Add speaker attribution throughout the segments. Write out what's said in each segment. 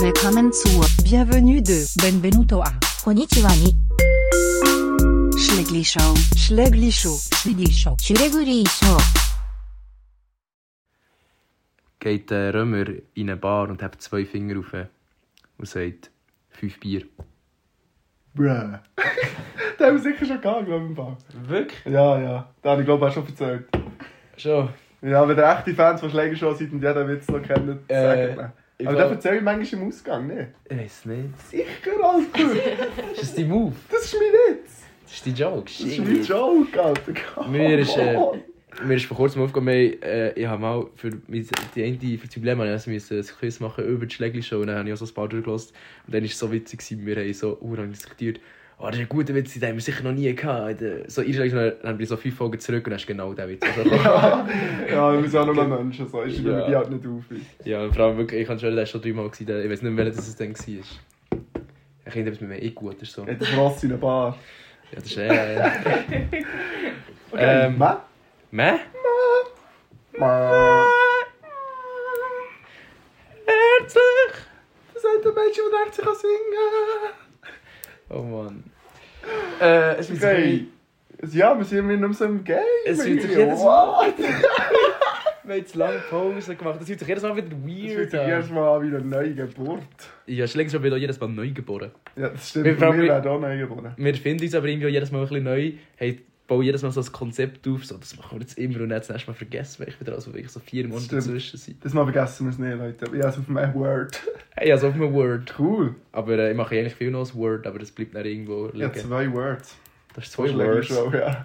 Speaker 1: Willkommen zu
Speaker 2: Bienvenue de Benvenuto a
Speaker 3: Konnichiwa ni
Speaker 1: Schlegli Show.
Speaker 2: Schlegli Show. Schlegli Show.
Speaker 3: Shureguri Show.
Speaker 4: geht der Römer in eine Bar und hebt zwei Finger auf und sagt fünf Bier.
Speaker 5: Bruh. den haben wir sicher schon gehabt, glaube ich. im Fall.
Speaker 4: Wirklich?
Speaker 5: Ja, ja. Den habe ich, glaube ich, auch schon erzählt.
Speaker 4: Schon.
Speaker 5: Ja, wenn ihr echte Fans von Schläger schon seid und jeder Witz noch kennt,
Speaker 4: Äh,
Speaker 5: sagt mir.
Speaker 4: ich
Speaker 5: Aber
Speaker 4: glaub-
Speaker 5: den erzähle ich manchmal im Ausgang, ne?
Speaker 4: Ich weiß nicht.
Speaker 5: Sicher, Alter!
Speaker 4: Ist das dein Move?
Speaker 5: Das ist mein Witz!
Speaker 4: Das ist dein Joke?
Speaker 5: Das ist mein Joke, Alter! Come
Speaker 4: Mir ist, äh,
Speaker 5: on.
Speaker 4: Mir ist vor kurzem aufgekommen, äh, ich habe mal für mein, die eine, für die Probleme also müssen ein Quiz machen über die Schlägli-Show und dann habe ich auch so ein paar durchgelassen. Und dann war es so witzig, gewesen, wir haben so urlang diskutiert. Oh, das ist ein guter Witz, den haben wir sicher noch nie gehabt. Äh, So, ich dann haben wir so fünf Folgen zurück und hast genau den Witz. Also,
Speaker 5: Ja, wir müssen auch nochmal Menschen so. Ich schreibe
Speaker 4: Ja.
Speaker 5: die halt nicht auf.
Speaker 4: ja, und vor allem wirklich, ich kann schon, der ist schon dreimal gewesen. der- Ich weiß nicht mehr, welcher das es dann war. Ich finde, etwas mit mir eh gut ist. So. Ja,
Speaker 5: Hat ein Ross in einer Bar.
Speaker 4: das ist eh. ähm,
Speaker 5: Mä?
Speaker 4: Meh?
Speaker 5: Mä?
Speaker 4: Herzlich!
Speaker 5: Das hat ein Mensch, der lernt sich an singen.
Speaker 4: Oh Mann. Äh, es wird sich
Speaker 5: Okay. Also, Ja, wir sind mir nicht mehr so im Game.
Speaker 4: Es fühlt sich
Speaker 5: irgendwie.
Speaker 4: jedes Mal-
Speaker 5: What?
Speaker 4: Wir haben jetzt lange Pause gemacht. Das fühlt sich jedes Mal wieder
Speaker 5: Es fühlt
Speaker 4: weird
Speaker 5: sich jedes
Speaker 4: an.
Speaker 5: Mal an wie eine neue Geburt.
Speaker 4: Ja, schlägst schon wieder jedes Mal neu geboren.
Speaker 5: Ja, das stimmt.
Speaker 4: Wir
Speaker 5: Wir,
Speaker 4: fragen-
Speaker 5: wir werden auch neu geboren.
Speaker 4: Wir finden uns aber irgendwie auch jedes Mal ein bisschen neu. Hey, bauen jedes Mal so ein Konzept auf. So, das machen wir jetzt immer und dann das nächste Mal vergessen wir. Ich wieder also wirklich so vier Monate
Speaker 5: Stimmt.
Speaker 4: dazwischen sind.
Speaker 5: Das mal vergessen wir es nicht, Leute. Aber Ja, es auf meinem Word.
Speaker 4: Hey, also auf einem Word.
Speaker 5: Cool.
Speaker 4: Aber äh, ich mache eigentlich viel noch als Word, aber das bleibt dann irgendwo
Speaker 5: Ja,
Speaker 4: liegen.
Speaker 5: zwei Words.
Speaker 4: das ist
Speaker 5: Das
Speaker 4: zwei
Speaker 5: ist lecker
Speaker 4: Words.
Speaker 5: schon, ja.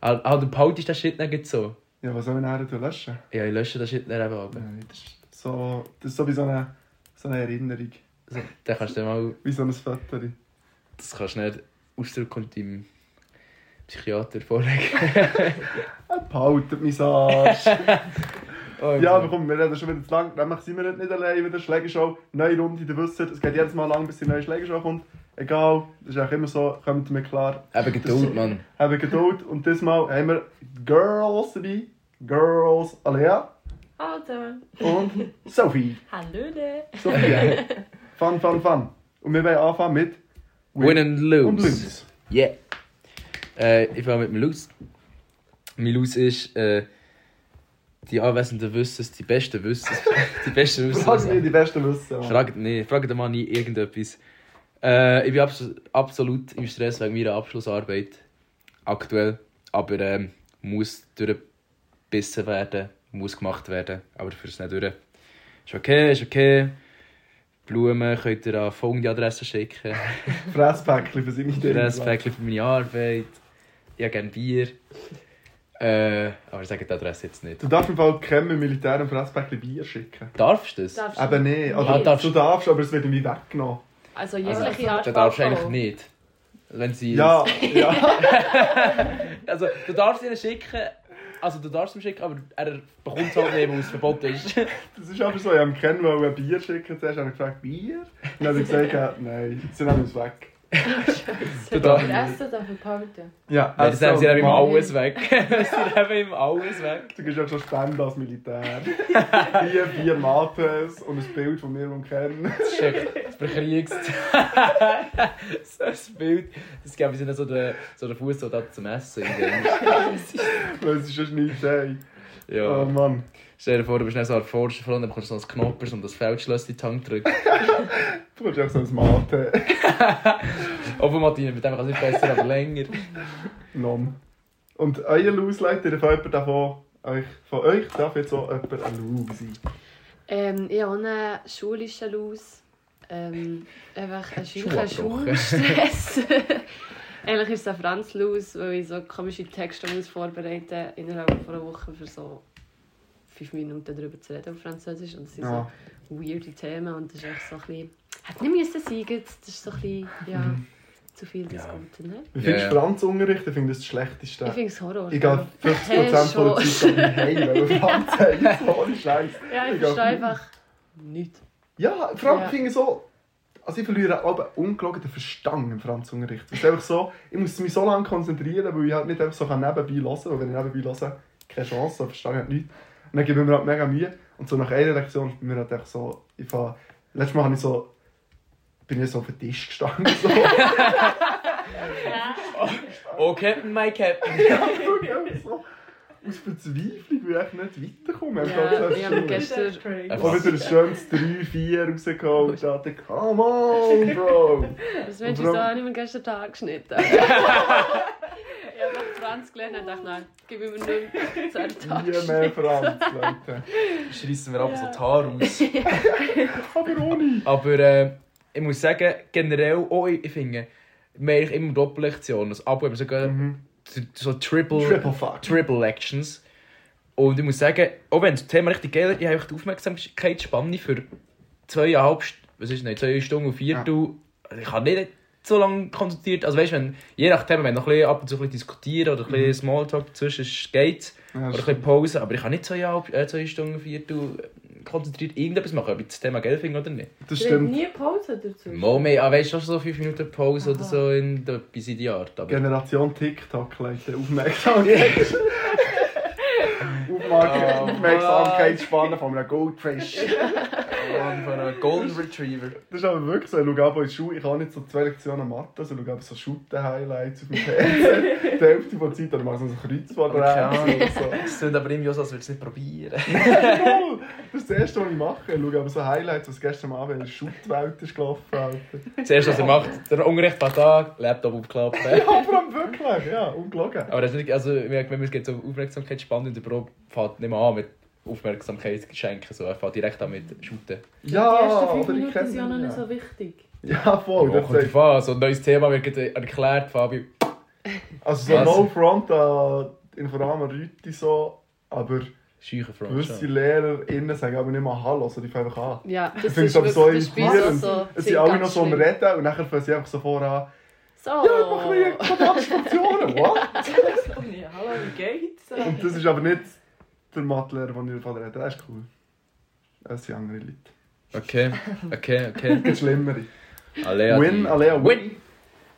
Speaker 4: Ah, ah, du behaltest den Shit nicht so.
Speaker 5: Ja, was soll ich nachher löschen?
Speaker 4: Ja, ich lösche den Shit nicht eben ab.
Speaker 5: Nein, das ist so, das ist so wie so eine, so eine Erinnerung.
Speaker 4: Also, dann kannst du dann mal...
Speaker 5: Wie so ein Foto.
Speaker 4: Das kannst du nicht ausdrücken und deinem Psychiater vorlegen.
Speaker 5: Er behaltet mein Arsch.
Speaker 4: Oh,
Speaker 5: ja, aber komm, wir reden schon wieder zu lang. Nämlich sind wir nicht, nicht allein mit der Schlägershow. Neue Runde, ihr wisst, es geht jedes Mal lang, bis die neue Schlägershow kommt. Egal, das ist auch immer so, kommt mir klar.
Speaker 4: Eben Geduld, Mann.
Speaker 5: Haben Geduld und diesmal haben wir Girls dabei. Girls Alea
Speaker 6: Alter.
Speaker 5: und Sophie.
Speaker 6: Hallöle.
Speaker 5: Sophie. fun, fun, fun. Und wir wollen anfangen mit
Speaker 4: Win and lose.
Speaker 5: und Lose.
Speaker 4: Yeah. Äh, ich fange mit dem Lose. Mein Lose ist, äh, die Anwesenden wissen es, die Besten wissen es. Die Besten wissen
Speaker 5: Fragen wir
Speaker 4: es.
Speaker 5: die Besten wissen. Mann.
Speaker 4: Fragt, nee, fragt den Mann nie irgendetwas. Äh, ich bin abs absolut im Stress wegen meiner Abschlussarbeit. Aktuell. Aber ähm, muss durchgebissen werden. Muss gemacht werden. Aber für es nicht durch. Ist okay, ist okay. Blumen könnt ihr an folgende Adresse schicken.
Speaker 5: Fresspäckchen für seine Ideen.
Speaker 4: Respekt für meine Arbeit. Ich habe gerne Bier. Äh, aber ich sage die Adresse jetzt nicht.
Speaker 5: Du darfst im Fall keinem Militär ein Fresspäckchen Bier schicken.
Speaker 4: Darfst du das?
Speaker 6: Darfst du-
Speaker 5: Eben nicht. Oder
Speaker 4: Ah, darfst-
Speaker 5: du darfst, aber es wird irgendwie weggenommen.
Speaker 6: Also
Speaker 4: Also,
Speaker 6: jegliche Art
Speaker 4: du darfst eigentlich
Speaker 6: Alkohol.
Speaker 4: nicht. Wenn sie
Speaker 5: Ja, ja.
Speaker 4: Also, du darfst ihnen schicken. Also, du darfst ihm schicken, aber er bekommt es halt nicht, weil es verboten ist.
Speaker 5: Das ist einfach so. Ich habe Ken wollte ein Bier schicken. Zuerst habe ich gefragt, Bier? Und dann habe ich gesagt, ja, nein, sie nehmen es weg.
Speaker 4: Du
Speaker 6: Darf
Speaker 4: darfst
Speaker 6: ich
Speaker 4: nicht.
Speaker 6: essen, darf ich parten.
Speaker 5: Ja, also,
Speaker 4: Nein, das haben sie eben ihm
Speaker 5: Mann,
Speaker 4: alles weg. sie haben ihm alles weg.
Speaker 5: Du gehst auch schon Spenden als Militär. Bier, Bier, Mapes und ein Bild von mir und Ken.
Speaker 4: Das ist echt- das verkriegst. so ein Bild. Das gäbe ihnen so den, so den Fußsoldat zum Essen. in dem.
Speaker 5: Weil es ist schon nicht hey.
Speaker 4: Ja.
Speaker 5: Oh Mann.
Speaker 4: Stell dir vor, du bist dann so ein Forscher und dann bekommst du so ein Knoppers und das Feldschloss in die Hand drückt.
Speaker 5: Du hast auch so ein Mate.
Speaker 4: Obwohl Martin, mit dem kann es nicht besser, aber länger.
Speaker 5: Nom. Und euer Lose, Leute, darf jemand davon, euch, von euch darf jetzt auch jemand ein Lose sein.
Speaker 6: Ähm, ich habe einen schulischen Laus. Ähm, einfach einen schulischen
Speaker 4: Schuhabbruch.
Speaker 6: Schulstress. Eigentlich ist es ein Franz-Laus, weil ich so komische Texte muss vorbereiten muss, innerhalb von einer Woche für so fünf Minuten darüber zu reden auf Französisch. Und das sind
Speaker 5: Ja.
Speaker 6: so weirde Themen und das ist echt so ein bisschen... Hätte nicht müssen sein, jetzt. das ist so ein bisschen... Ja, zu viel des
Speaker 4: Ja.
Speaker 6: Guten, ne?
Speaker 5: Wie
Speaker 4: Ja,
Speaker 5: findest
Speaker 4: ja.
Speaker 5: du Franzunterricht? Ich finde das das Schlechteste.
Speaker 6: Ich finde es Horror.
Speaker 5: Ich gehe 50% von der
Speaker 6: Hey,
Speaker 5: Zeit schon heim, weil wir Franz haben. Ohne Scheiß.
Speaker 6: Ja, ich
Speaker 5: Ich glaub-
Speaker 6: verstehe einfach nichts.
Speaker 5: Ja, vor allem
Speaker 6: Ja.
Speaker 5: finde ich so. Also ich verliere aber ungelogen den Verstand im Franzunterricht. Es ist einfach so, ich muss mich so lange konzentrieren, weil ich halt nicht einfach so nebenbei hören kann. Weil wenn ich nebenbei höre, keine Chance, dann verstehe ich halt nichts. Und dann gebe ich mir halt mega Mühe. Und so nach einer Lektion bin ich mir halt einfach so, ich fange Letztes Mal habe ich so, bin ich so auf den Tisch gestanden. So. Ja,
Speaker 4: Oh, Captain, my Captain.
Speaker 5: wirklich, so. Aus Verzweiflung, weil ich nicht weiterkomme. Ich
Speaker 6: Ja,
Speaker 5: habe
Speaker 6: ich habe
Speaker 5: gesagt,
Speaker 6: gestern...
Speaker 5: Und wieder ein schönes 3-4 rausgehauen und dachte, come on, Bro!
Speaker 6: Das Mensch,
Speaker 5: Und warum-
Speaker 6: wieso habe ich mir gestern Tag angeschnitten? ich habe nach 20 gelernt und dachte, nein, gib mir nicht mehr zu einem Tag
Speaker 5: Nie mehr Franz, Leute.
Speaker 4: Schreissen wir ab so die Haare aus.
Speaker 5: Aber ohne!
Speaker 4: Aber äh, ich muss sagen, generell, oh, ich, ich finde, wir haben immer Doppellektionen. Also ab und an sogar
Speaker 5: Mhm.
Speaker 4: t- so Triple,
Speaker 5: Triple fuck.
Speaker 4: Triple Actions. Und ich muss sagen, auch wenn das Thema richtig geil ist, ich habe echt die Aufmerksamkeitsspanne für zweieinhalb, St- was ist nicht, zwei Stunden und Viertel. Ich kann nicht so lange konzentriert. Also weißt du, wenn- je nach Thema, wenn noch ein bisschen ab und zu ein bisschen diskutieren oder ein bisschen Smalltalk dazwischen ist, geht's.
Speaker 5: Mhm. Ja,
Speaker 4: Oder ein
Speaker 5: das
Speaker 4: bisschen Pause, aber ich kann nicht zweieinhalb, äh, zwei Stunden, Viertel konzentriert irgendetwas machen, ob ich das Thema geil finde oder nicht.
Speaker 5: das stimmt. Oh,
Speaker 6: nie Pause dazu.
Speaker 4: Moment, ah, weißt du, schon so 5 Minuten Pause oder so in der, bis in die Art. Aber
Speaker 5: Generation TikTok, Leute, Aufmerksamkeit. Ah, Aufmerksamkeit, Aufmerksamkeitsspanne von einem Goldfish.
Speaker 4: von einem Golden Retriever.
Speaker 5: Das ist aber wirklich so. Ich schaue aber in die Schule, ich habe nicht so zwei Lektionen Mathe, also ich schaue aber so Shooten-Highlights auf dem PC. Die Hälfte der Zeit, oder mache ich so ein Kreuzworträtsel oder so.
Speaker 4: Es klingt aber irgendwie auch so, als würdest du es nicht probieren.
Speaker 5: Voll. Das ist das Erste, was ich mache. Ich schaue aber so Highlights, was gestern Abend in der Schuttwelt ist gelaufen. Alter.
Speaker 4: Zuerst, was er macht, der unrechtbare Tag, Laptop aufklappen.
Speaker 5: Ja, vor allem wirklich, ja, ungelogen.
Speaker 4: aber das ist nicht, also, ich merke, wenn man es geht so Aufmerksamkeit spannend und der Bro fährt nicht mehr an mit Aufmerksamkeit schenken, so, er fährt direkt an mit Shooten.
Speaker 5: Ja,
Speaker 6: die ersten 5
Speaker 5: aber ich
Speaker 6: Minuten
Speaker 5: kenne
Speaker 6: sind ja noch
Speaker 5: ihn
Speaker 6: nicht so wichtig.
Speaker 5: Ja, voll.
Speaker 4: Oh,
Speaker 5: das
Speaker 4: kommt
Speaker 5: ist,
Speaker 4: drauf an, so ein neues Thema wird gerade erklärt, Fabi.
Speaker 5: also so
Speaker 4: Was?
Speaker 5: No Front an Inforama Leute so, aber
Speaker 4: Scheuchen Front.
Speaker 5: gewisse
Speaker 4: schon.
Speaker 5: LehrerInnen sagen aber nicht mal Hallo, sondern die fangen einfach an.
Speaker 6: Ja, dus das
Speaker 5: Ich finde es aber
Speaker 6: wirklich-
Speaker 5: so
Speaker 6: das ist bei uns
Speaker 5: irritierend.
Speaker 6: auch so-
Speaker 5: es sind
Speaker 6: sind
Speaker 5: alle
Speaker 6: ganz
Speaker 5: noch so am
Speaker 6: schlimm. Oh.
Speaker 5: Reden und nachher fangen sie einfach so voran.
Speaker 6: So.
Speaker 5: Ja, mach ein bisschen Kontaktfunktionen, what?
Speaker 6: Hallo, wie geht's?
Speaker 5: Und das ist aber nicht der Mathelehrer, von dem ich rede. Der ist cool. Das sind andere Leute.
Speaker 4: Okay, okay, okay.
Speaker 5: Gibt Schlimmere.
Speaker 4: Alea.
Speaker 5: Win,
Speaker 4: die-
Speaker 5: Alea,
Speaker 4: win.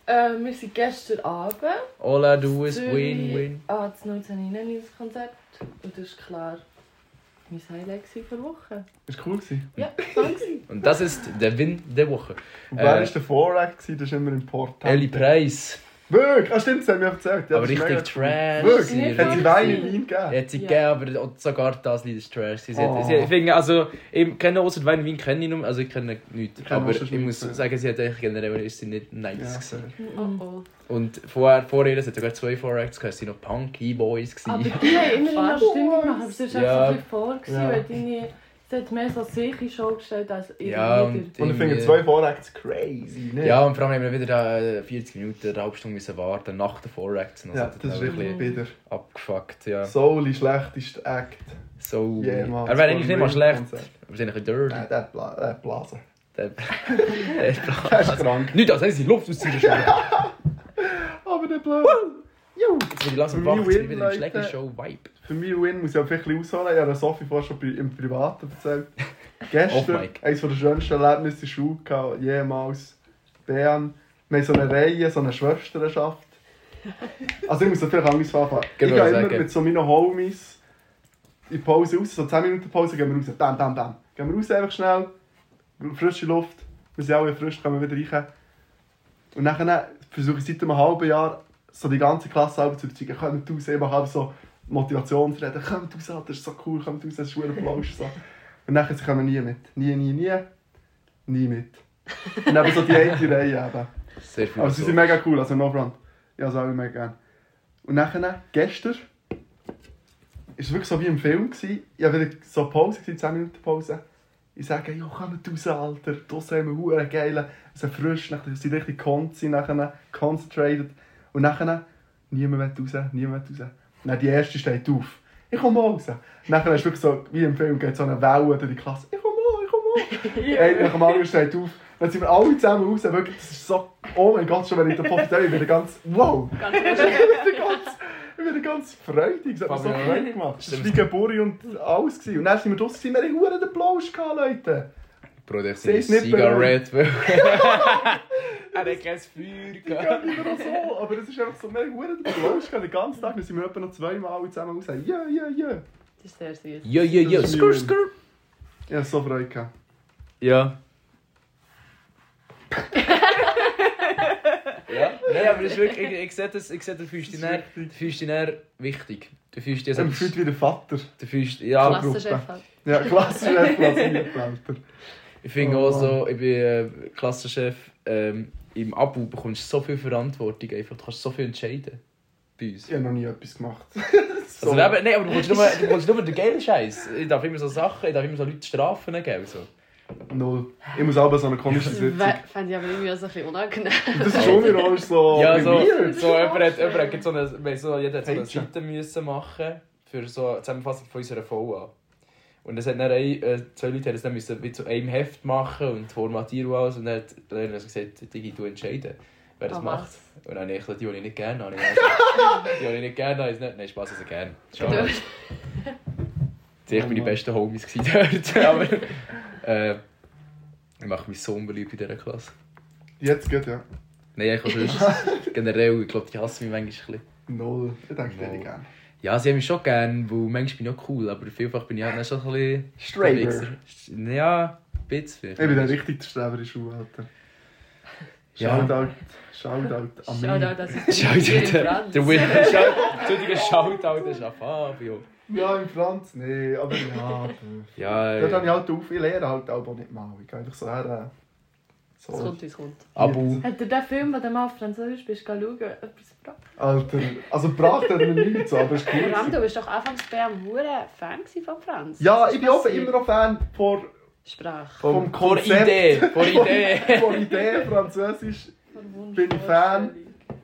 Speaker 1: Äh, wir sind gestern Abend
Speaker 4: All I do is
Speaker 1: Zürich
Speaker 4: win, win.
Speaker 1: an das 1999 Konzert. Und das war klar mein Highlight gewesen für die Woche.
Speaker 5: Ist cool gewesen.
Speaker 4: Und das ist der Win der Woche.
Speaker 5: Und wer
Speaker 4: Äh,
Speaker 5: war der Voract? gewesen? Das ist immer im Portal.
Speaker 4: Ellie Preis.
Speaker 5: Wirklich? Ah, stimmt, das haben wir erzählt. Ja,
Speaker 4: aber
Speaker 5: das ist
Speaker 4: richtig
Speaker 5: mega
Speaker 4: trash.
Speaker 5: cool.
Speaker 1: Das ist
Speaker 5: Wirklich?
Speaker 1: nicht
Speaker 5: Hat sie
Speaker 1: wahr
Speaker 5: Wein in
Speaker 1: gewesen.
Speaker 5: Wein gegeben?
Speaker 4: Hat sie gegeben, aber sogar das Lied ist trash. Sie,
Speaker 5: Oh.
Speaker 4: hat, sie ich finde, also, ich kenne außer Wein Wein kenne ich nur, also ich kenne nichts.
Speaker 5: Ich kenne
Speaker 4: aber
Speaker 5: auch sonst
Speaker 4: ich muss
Speaker 5: nichts, ja.
Speaker 4: sagen, sie hat eigentlich generell ist sie nicht nice
Speaker 5: Ja,
Speaker 4: gewesen.
Speaker 5: fair.
Speaker 6: Oh, oh.
Speaker 4: Und vorher, vor ihr, es hat sogar zwei Voracts gehabt, es waren noch Punky Boys.
Speaker 5: Ah,
Speaker 1: Aber
Speaker 4: Gewesen.
Speaker 1: die haben immer noch
Speaker 6: Fast.
Speaker 1: Stimmung gemacht. Aber es war
Speaker 4: Ja.
Speaker 1: einfach so ein bisschen vor, gewesen,
Speaker 5: Ja.
Speaker 1: weil deine, sie hat mehr so sicher Show gestellt als ihre
Speaker 4: Ja,
Speaker 1: Lieder.
Speaker 5: Und ich finde
Speaker 4: irgendwie-
Speaker 5: zwei Voracts crazy, ne?
Speaker 4: Ja, und vor allem haben wir wieder äh, 40 Minuten, eine halbe Stunde müssen warten nach den Voracts. Also
Speaker 5: Ja, das ist
Speaker 4: auch ein
Speaker 5: wirklich
Speaker 4: bisschen
Speaker 5: bitter.
Speaker 4: abgefuckt, ja.
Speaker 5: Soul ist schlechteste Act.
Speaker 4: So,
Speaker 5: Jemals.
Speaker 4: er wäre eigentlich nicht mal schlecht.
Speaker 5: Konzert.
Speaker 4: Wir sind ein bisschen dirty.
Speaker 5: Nein, der Bla der Blase.
Speaker 4: Der-
Speaker 5: Der ist krank.
Speaker 4: Nicht, als hätte sie Luft ausziehen können.
Speaker 5: Aber der Blase. Jo.
Speaker 4: Jetzt bin ich langsam
Speaker 5: Für mich
Speaker 4: wach, jetzt bin ich
Speaker 5: win,
Speaker 4: wieder im
Speaker 5: Leute.
Speaker 4: Schlägershow-Vibe.
Speaker 5: Für mich Win muss ich auch vielleicht ein bisschen ausholen. Ich habe Sophie vorher schon bei- im Privaten erzählt.
Speaker 4: Off
Speaker 5: Gestern,
Speaker 4: mic.
Speaker 5: eines der schönsten Erlebnisse in der Schule gehabt, jemals. Bern. Wir haben so eine Reihe, so eine Schwesternschaft. Also ich muss natürlich anders anfangen. Ich
Speaker 4: Genau,
Speaker 5: gehe immer
Speaker 4: sagen.
Speaker 5: mit so meinen Homies in die Pause raus, so 10 Minuten Pause, gehen wir raus. Bam, bam, bam. Gehen wir raus einfach schnell. Frische Luft. Wir sind alle frisch, kommen wieder rein. Und dann versuche ich seit einem halben Jahr, so die ganze Klasse selber zu überzeugen. Kommt raus, ich mache auch so Motivationsreden. Kommt raus, Alter, das ist so cool, kommt raus, das ist schwer Plausch. So. Und dann sie kommen nie mit. Nie, nie, nie. Nie mit. Und eben so die eine Reihe eben.
Speaker 4: Sehr viel
Speaker 5: Aber sie sind mega cool, also no front. Ja, das habe ich mega gerne. Und nachher, gestern, ist es wirklich so wie im Film. Gewesen. Ich habe wieder so Pause, gewesen, 10 Minuten Pause. Ich sage, ja, kommt raus, Alter. Draussen haben wir Huren geil. Es ist frisch, nachher sie sind richtig konzi, nachher concentrated. Und nachher, niemand will raus, niemand will raus. Und dann die erste steht auf. Ich komme raus. Nachher ist wirklich so, wie im Film, geht so eine Welle durch die Klasse. Ich komme raus, ich komme raus. Hey, nach dem anderen steht auf. Dann sind wir alle zusammen raus. Wirklich, das ist so. Oh mein Gott, schon wenn ich davon erzähle, ich bin ganz. Wow!
Speaker 6: Ganz
Speaker 5: ich bin ganz. Ich bin ganz freudig. Es hat mir so
Speaker 4: Fabian.
Speaker 5: Freude gemacht. Es war wie Geburi und alles. gewesen. Und dann sind wir draußen, sind wir einen Huren den Blausch gehabt, Leute.
Speaker 4: Bro, der
Speaker 5: Sie
Speaker 4: ist
Speaker 5: ist nicht
Speaker 4: Cigarette. weil- Er hat kein Feuer gehabt.
Speaker 5: Ich glaube immer auch so. Aber es ist einfach so, wir haben Huren den Blausch gehabt. Den ganzen Tag. Dann sind wir etwa noch zweimal alle zusammen raus. Ja, ja, ja.
Speaker 6: Das ist sehr süß.
Speaker 4: Ja, ja, ja,
Speaker 5: Das ist
Speaker 4: skrr,
Speaker 5: mein Win.
Speaker 4: skrr.
Speaker 5: Ich hatte so Freude gehabt.
Speaker 4: Ja, Ja? Nein, aber das ist wirklich, ich, ich sehe das, ich sehe den Füßchen
Speaker 5: Das ist
Speaker 4: näher, den Füßchen näher wichtig. Du fühlst dich
Speaker 5: Er fühlt wie der Vater.
Speaker 4: du fühlst, ja,
Speaker 5: Klasse.
Speaker 6: Klassenchef halt.
Speaker 5: Ja, klassisch Klassenblätter.
Speaker 4: ich finde
Speaker 5: Oh
Speaker 4: auch so, ich bin äh, Klassenchef, ähm, im Abu bekommst du so viel Verantwortung, einfach, du kannst so viel entscheiden bei uns.
Speaker 5: Ich habe noch nie etwas gemacht. so.
Speaker 4: Also, eben, nein, aber du bekommst nur, du bekommst nur den geilen Scheiß. Ich darf immer so Sachen, ich darf immer so Leute strafen geben. So.
Speaker 5: Null. Ich muss aber so eine komische
Speaker 6: Das
Speaker 5: Sitzung.
Speaker 6: wär- fände ich aber irgendwie auch so ein bisschen unangenehm.
Speaker 5: Das ist schon ironisch so.
Speaker 4: Ja,
Speaker 5: wie
Speaker 4: so,
Speaker 5: weird.
Speaker 4: so jemand hat, jemand hat gerade so eine, wir haben so, jeder hat so eine
Speaker 5: Hey, tja.
Speaker 4: Seite müssen machen für so eine Zusammenfassung von unserer VA. Und das hat dann ein, äh, zwei Leute haben das dann müssen wie zu einem Heft machen und formatieren und alles. Und dann hat der Lehrer so gesagt, Digi, du entscheiden, wer das
Speaker 6: Ah,
Speaker 4: macht.
Speaker 6: was?
Speaker 4: Und dann habe ich gesagt, die, die ich nicht gerne habe. Die, die ich nicht gerne habe, ist nicht... Nein, Spaß, also gerne. Schau.
Speaker 6: Du-
Speaker 4: Sicher meine besten Homies gewesen dort. Aber äh, ich mache mich so unbeliebt in dieser Klasse.
Speaker 5: Jetzt geht ja.
Speaker 4: Nein, ich kann sonst generell, ich glaube, die hassen mich manchmal ein bisschen.
Speaker 5: Null. Ich denke,
Speaker 4: Null.
Speaker 5: hätte ich gerne.
Speaker 4: Ja, sie haben mich schon gern, weil manchmal bin ich auch cool, aber vielfach bin ich halt dann schon ein bisschen...
Speaker 5: Streber.
Speaker 4: ein bisschen- Ja, ein bisschen.
Speaker 5: Ich bin der richtige Streber in Schule, Alter.
Speaker 4: Ja.
Speaker 5: Shoutout. Shoutout an mich.
Speaker 6: Schau da, das ist
Speaker 4: Schau,
Speaker 6: hier in
Speaker 4: der,
Speaker 6: Franz.
Speaker 4: der Winner. Schau, entschuldige, Shoutout Ah, ist an Fabio.
Speaker 5: Ja, im Franz, nee, aber ja. pff.
Speaker 4: Ja, eh,
Speaker 5: Dort habe ich
Speaker 4: ja.
Speaker 5: halt auf, ich lehre halt auch nicht mal. Ich gehe einfach so her. äh,
Speaker 6: Es
Speaker 5: So.
Speaker 6: kommt, es kommt.
Speaker 4: Abu.
Speaker 1: Hat er den Film, den du mal auf Französisch bist, schauen, etwas gebracht?
Speaker 5: Alter, also gebracht hat mir nichts, aber es ist
Speaker 6: Vor allem,
Speaker 5: cool.
Speaker 6: du warst doch anfangs bei einem Huren Fan gewesen von Franz.
Speaker 5: Ja,
Speaker 6: Was ist
Speaker 5: ich bin auch
Speaker 6: passiert?
Speaker 5: immer noch Fan von,
Speaker 6: Sprache.
Speaker 5: vom
Speaker 4: Vor
Speaker 5: Konzept.
Speaker 4: Idee, vor Idee.
Speaker 5: Von Idee, Französisch. Bin ich Fan.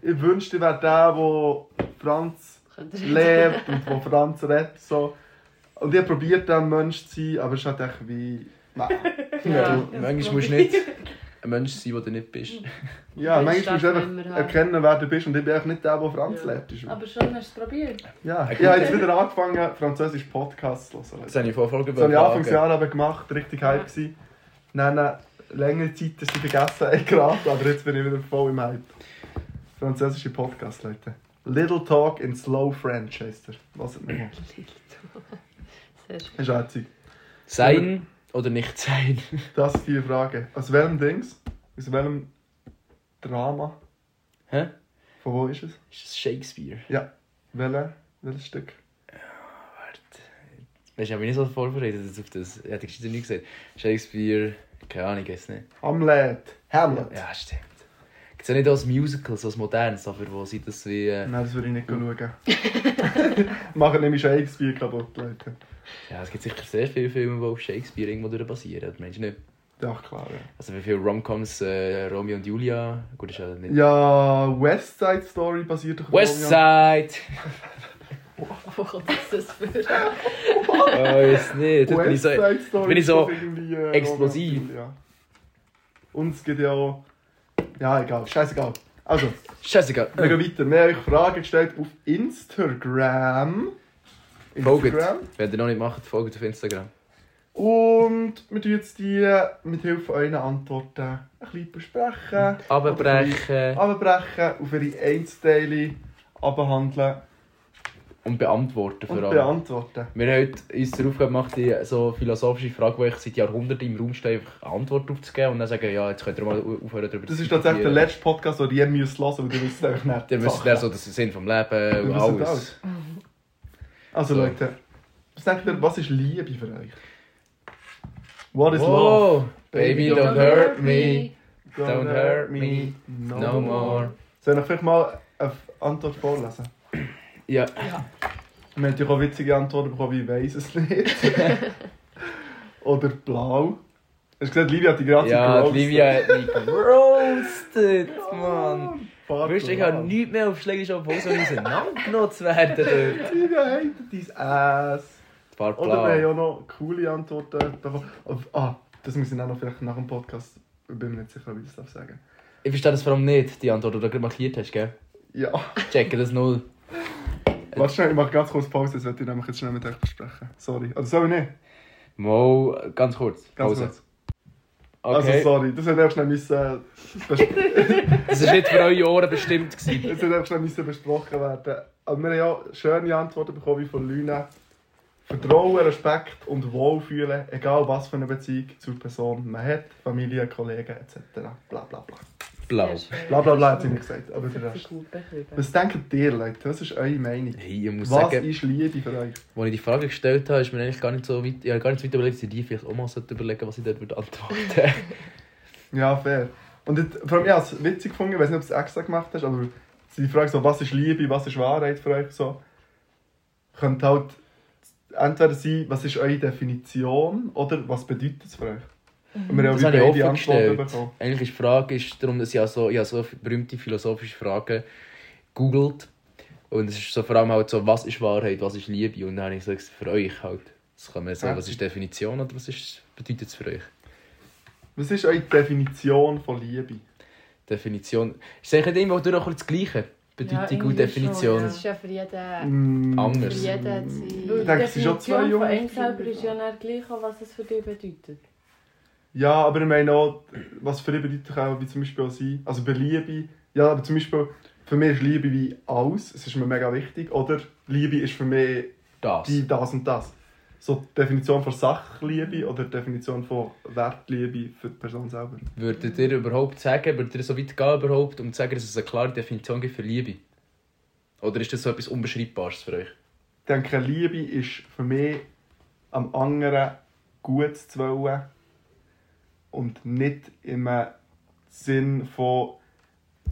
Speaker 5: Ich wünschte, ich wäre der, der Franz
Speaker 6: Könnt ihr-
Speaker 5: lebt und wo Franz redet. So. Und ich probiert ein Mensch zu sein, aber es ist halt echt wie... Nein.
Speaker 4: Ja, manchmal musst du nicht ein Mensch sein, der du nicht bist.
Speaker 5: Ja,
Speaker 6: Willst
Speaker 5: manchmal musst
Speaker 6: das
Speaker 5: du
Speaker 6: nicht
Speaker 5: einfach
Speaker 6: mehr haben.
Speaker 5: erkennen, wer du bist. Und ich bin einfach nicht der, der Franz
Speaker 6: Ja.
Speaker 5: lebt. Ist-
Speaker 1: Aber schon hast du es probiert.
Speaker 5: Ja. Ich habe jetzt wieder angefangen, französisch Podcasts zu hören.
Speaker 4: Das habe ich vor Folge
Speaker 5: Das habe ich Anfangs
Speaker 4: übertragen.
Speaker 5: Jahr eben gemacht, richtig hype gsi. Dann äh, längere Zeit ist sie vergessen, ey, geraten, aber jetzt bin ich wieder voll im Hype. Französische Podcast, Leute. Little Talk in Slow French heisst er. Was ist nochmal?
Speaker 6: Sehr schön.
Speaker 5: Ist auch Zeit.
Speaker 4: Sein oder nicht sein?
Speaker 5: Das sind vier Fragen. Aus welchem Dings? Aus welchem Drama?
Speaker 4: Hä?
Speaker 5: Von wo ist es?
Speaker 4: Ist das Shakespeare?
Speaker 5: Ja. Welche? Welches Stück?
Speaker 4: Weißt du, ich habe mich nicht so vorbereitet jetzt auf das. Ich hätte die Geschichte nicht gesagt. Shakespeare, keine Ahnung, ich weiß nicht.
Speaker 5: Hamlet. Hamlet.
Speaker 4: Ja, stimmt. Gibt es ja nicht auch ein Musical, so ein modernes, aber wo sie das wie. Äh,
Speaker 5: Nein, das würde ich nicht schauen. Machen nämlich Shakespeare kaputt, Leute.
Speaker 4: ja, es gibt sicher sehr viele Filme, die auf Shakespeare irgendwo durch basieren. Meinst du nicht?
Speaker 5: Ja, klar, ja.
Speaker 4: Also, wie viele Romcoms, äh, Romeo und Julia. Gut, ist ja nicht.
Speaker 5: Ja, West Side Story basiert doch
Speaker 4: Westside!
Speaker 6: Wo kommt das jetzt für?
Speaker 4: Oh, ich weiß nicht. Dort bin ich
Speaker 5: West
Speaker 4: so.
Speaker 5: Side Story
Speaker 4: bin ich so
Speaker 5: ist doch irgendwie, äh,
Speaker 4: explosiv.
Speaker 5: Romeo und Julia. Und es geht ja auch... Ja, egal. Scheißegal. Also,
Speaker 4: Scheißegal.
Speaker 5: wir gehen weiter. Wir haben euch Fragen gestellt auf Instagram.
Speaker 4: Folgt. Wenn ihr noch nicht macht, folgt auf Instagram.
Speaker 5: Und wir tun jetzt die äh, mit Hilfe eurer Antworten ein bisschen besprechen.
Speaker 4: Abbrechen
Speaker 5: Abbrechen, auf ihre Einzelteile abhandeln
Speaker 4: und beantworten vor
Speaker 5: und
Speaker 4: allem.
Speaker 5: beantworten.
Speaker 4: Wir haben heute uns zur Aufgabe gemacht, die so philosophische Frage, die ich seit Jahrhunderten im Raum steht, einfach eine Antwort drauf zu geben und dann sagen, ja, jetzt könnt ihr mal au- aufhören darüber
Speaker 5: Das ist
Speaker 4: zu
Speaker 5: tatsächlich der
Speaker 4: diskutieren.
Speaker 5: letzte Podcast, den ihr hören müsst, weil ihr wisst einfach nicht.
Speaker 4: Ihr wisst
Speaker 5: Sachen.
Speaker 4: ja so den Sinn vom Leben und
Speaker 5: wissen
Speaker 4: alles.
Speaker 5: alles. Also
Speaker 4: So.
Speaker 5: Leute, was denkt ihr, was ist Liebe für euch? What is love?
Speaker 4: Wow, baby,
Speaker 5: Baby,
Speaker 4: don't
Speaker 5: don't
Speaker 4: hurt me, don't hurt me
Speaker 5: no,
Speaker 4: no more.
Speaker 5: Soll ich vielleicht mal eine Antwort vorlesen?
Speaker 4: Ja,
Speaker 5: Wir haben natürlich auch witzige Antworten bekommen, wie ich weiß es nicht. Oder blau. Hast du gesagt, Livia hat die gerade
Speaker 4: ja, die
Speaker 5: geroastet?
Speaker 4: Livia hat mich geroastet, Mann.
Speaker 5: Fuck,
Speaker 4: Weißt du, ich
Speaker 5: Mann.
Speaker 4: habe nichts mehr auf Schläge schon Pause auseinandergenommen zu werden dort.
Speaker 5: Livia hatet dein Ass.
Speaker 4: Die Farbe
Speaker 5: Oder wir haben
Speaker 4: blau.
Speaker 5: ja noch coole Antworten bekommen. Auf- Ah, das müssen wir dann noch vielleicht nach dem Podcast. Ich bin mir nicht sicher, wie ich das darf sagen
Speaker 4: Ich verstehe das vor allem nicht, die Antwort, die du gerade markiert hast, gell?
Speaker 5: Ja.
Speaker 4: Checken das null.
Speaker 5: Warte schnell, ich mache ganz kurz Pause, das werde ich nämlich jetzt schnell mit euch besprechen. Sorry. Also soll ich nicht?
Speaker 4: Mal, ganz kurz,
Speaker 5: Ganz
Speaker 4: Pause.
Speaker 5: kurz. Also
Speaker 4: Okay,
Speaker 5: sorry, das hätte ich schnell müssen, äh, bes-
Speaker 4: das war nicht für eure Ohren bestimmt. Gewesen.
Speaker 5: das hätte einfach schnell müssen besprochen werden. Aber wir haben ja schöne Antworten bekommen, wie von Luna, Vertrauen, Respekt und Wohlfühlen, egal was für eine Beziehung zur Person man hat, Familie, Kollegen etc. Bla bla bla.
Speaker 4: Blau.
Speaker 5: Bla bla bla, hat sie nicht gesagt. Aber der
Speaker 1: Das ist
Speaker 5: Rest.
Speaker 1: gut beschrieben.
Speaker 5: Was denkt ihr, Leute? Was ist eure Meinung?
Speaker 4: Hey, ich muss
Speaker 5: Was
Speaker 4: sagen,
Speaker 5: ist Liebe für euch?
Speaker 4: als ich die Frage gestellt habe, ist mir eigentlich gar nicht so weit, ich habe gar nicht so weit überlegt, dass ich die vielleicht auch mal sollte überlegen was ich dort würde antworten
Speaker 5: Ja, fair. Und jetzt, vor allem, ich habe es witzig gefunden, ich weiß nicht, ob du es extra gemacht hast, aber die Frage so, was ist Liebe, was ist Wahrheit für euch? So, könnte halt entweder sein, was ist eure Definition oder was bedeutet es für euch? Und wir
Speaker 4: Mhm. Das
Speaker 5: wie
Speaker 4: habe ich
Speaker 5: beide
Speaker 4: offen gestellt.
Speaker 5: bekommen.
Speaker 4: Eigentlich ist die Frage ist darum, dass ich, auch so, ich habe so berühmte philosophische Fragen googelt und es ist so vor allem halt so, was ist Wahrheit, was ist Liebe und dann habe ich gesagt, für euch halt. Das kann man sagen, was
Speaker 5: Äh.
Speaker 4: ist Definition oder was ist, bedeutet es für euch?
Speaker 5: Was ist eure Definition von Liebe?
Speaker 4: Definition. Ist eigentlich nicht irgendwo durch das Gleiche? Bedeutung
Speaker 1: irgendwie
Speaker 4: und Definition.
Speaker 1: schon,
Speaker 6: Das ist ja für jeden,
Speaker 5: Mm,
Speaker 6: für
Speaker 4: Anders.
Speaker 6: jeden
Speaker 5: Ich
Speaker 1: Weil
Speaker 6: sein.
Speaker 5: denke, es sind schon zwei
Speaker 1: Definition von
Speaker 5: junge
Speaker 1: einem selber
Speaker 5: Kinder.
Speaker 1: ist ja nicht gleich, auch was es für dich bedeutet.
Speaker 5: Ja, aber ich meine auch, was für eine Bedeutung kann wie zum Beispiel auch sein, also bei Liebe, ja, aber zum Beispiel, für mich ist Liebe wie alles, es ist mir mega wichtig, oder Liebe ist für mich
Speaker 4: Das.
Speaker 5: die, das und das. So die Definition von Sachliebe oder die Definition von Wertliebe für die Person selber.
Speaker 4: Würdet ihr überhaupt sagen, würdet ihr so weit gehen überhaupt, um zu sagen, dass es eine klare Definition gibt für Liebe? Oder ist das so etwas Unbeschreibbares für euch?
Speaker 5: Ich denke, Liebe ist für mich am anderen gut zu wollen und nicht im Sinn von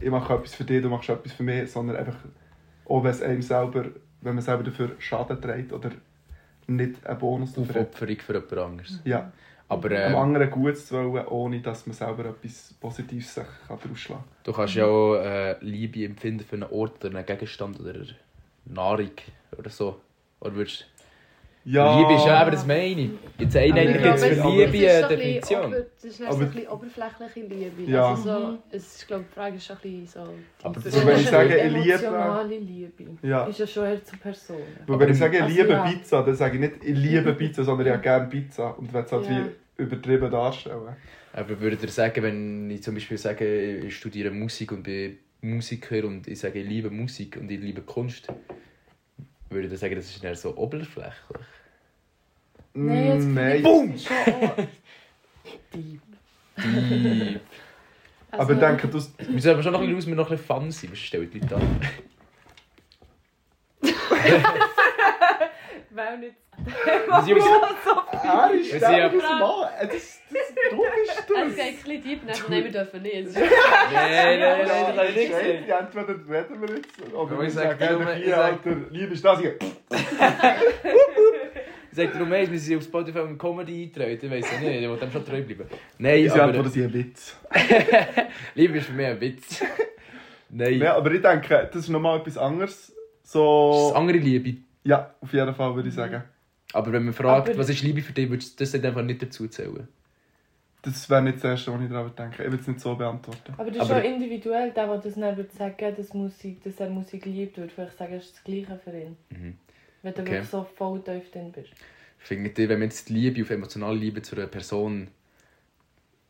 Speaker 5: ich mache etwas für dich, du machst etwas für mich, sondern einfach auch wenn es einem selber, wenn man selber dafür Schaden trägt oder nicht einen Bonus dafür hat.
Speaker 4: Aufopferung für jemand anderes.
Speaker 5: Ja,
Speaker 4: Aber
Speaker 5: am
Speaker 4: äh,
Speaker 5: anderen gut zu wollen, ohne dass man selber etwas Positives sich kann daraus schlagen kann.
Speaker 4: du kannst ja auch äh, Liebe empfinden für einen Ort oder einen Gegenstand oder Nahrung oder so. Oder würdest... Liebe ist ja eben das meine. ich. Jetzt eine
Speaker 5: Aber
Speaker 4: Einheit
Speaker 5: ich
Speaker 4: gibt es für
Speaker 5: glaube, es-
Speaker 4: Liebe eine
Speaker 6: Das ist so ein bisschen
Speaker 4: Definition.
Speaker 6: ober- das ist eher so
Speaker 5: Aber-
Speaker 6: ein bisschen oberflächliche Liebe.
Speaker 5: Ja.
Speaker 6: Also so, es ist, glaube ich, die Frage ist schon ein bisschen so...
Speaker 4: Aber
Speaker 5: Also wenn ich
Speaker 1: ist
Speaker 5: sage,
Speaker 1: eine
Speaker 5: ich liebe-
Speaker 1: Emotionale Liebe.
Speaker 5: Ja.
Speaker 1: Ist ja schon eher zu Personen.
Speaker 5: Weil wenn ich sage, ich
Speaker 1: Also,
Speaker 5: liebe
Speaker 1: ja.
Speaker 5: Pizza, dann sage ich nicht, ich liebe Pizza, sondern ich habe gerne Pizza. Und wenn es halt
Speaker 6: Ja.
Speaker 5: wie übertrieben darstellen.
Speaker 4: Aber würdet ihr sagen, wenn ich zum Beispiel sage, ich studiere Musik und bin Musiker und ich sage, ich liebe Musik und ich liebe Kunst, würdet ihr sagen, das ist eher so oberflächlich?
Speaker 1: Nein, jetzt
Speaker 5: Mm,
Speaker 1: finde ich,
Speaker 5: nein.
Speaker 1: das ist schon auch deep. Also
Speaker 4: Die-
Speaker 5: Aber ich denke, du...
Speaker 4: wir sollten schon noch ein bisschen raus, wir noch ein bisschen fun sein, was stellt die Leute an?
Speaker 1: Weil nicht
Speaker 4: Wir sind ja-
Speaker 5: Er ist
Speaker 4: Wir sind
Speaker 5: der
Speaker 4: ja-
Speaker 5: Mann! Das, das, du bist
Speaker 6: Es
Speaker 1: Also
Speaker 5: das!
Speaker 6: geht ein bisschen deep, nachher nein, wir dürfen nicht. Es ist-
Speaker 4: Nein, nein, nein,
Speaker 5: Ja,
Speaker 4: das habe ich nicht
Speaker 5: entweder
Speaker 4: gesehen.
Speaker 5: reden wir jetzt,
Speaker 4: Aber
Speaker 5: oder wir
Speaker 4: ich sage
Speaker 5: sagen,
Speaker 4: dir nur,
Speaker 5: einfach,
Speaker 4: ich
Speaker 5: hier,
Speaker 4: sag-
Speaker 5: Alter, Liebe ist das hier.
Speaker 4: Sagt darum, wir sind auf Spotify und Comedy eingetragen, ich weiss ja nicht, ich will dem schon treu bleiben. Nein,
Speaker 5: Unsere
Speaker 4: aber
Speaker 5: Antwort ist ein Witz.
Speaker 4: Liebe ist für mich ein Witz. Nein,
Speaker 5: Ja,
Speaker 4: das
Speaker 5: aber ich denke, das ist nochmal etwas anderes.
Speaker 4: ist
Speaker 5: So...
Speaker 4: andere Liebe.
Speaker 5: Ja, auf jeden Fall würde ich sagen.
Speaker 4: Aber wenn man fragt,
Speaker 1: Aber-
Speaker 4: was ist Liebe für dich, würdest du das dann einfach nicht dazu zählen.
Speaker 5: Das wäre nicht das Erste, was ich daran denke. Ich würde es nicht so beantworten.
Speaker 1: Aber das ist
Speaker 4: Aber-
Speaker 1: auch individuell, der, der das nicht würde sagen, dass, Musik, dass er Musik liebt, würde vielleicht sagen, es ist das Gleiche für ihn. Wenn du
Speaker 4: Mhm. Okay.
Speaker 1: wirklich so voll tief drin bist.
Speaker 4: Findet ihr, wenn man jetzt die Liebe auf emotionale Liebe zu einer Person,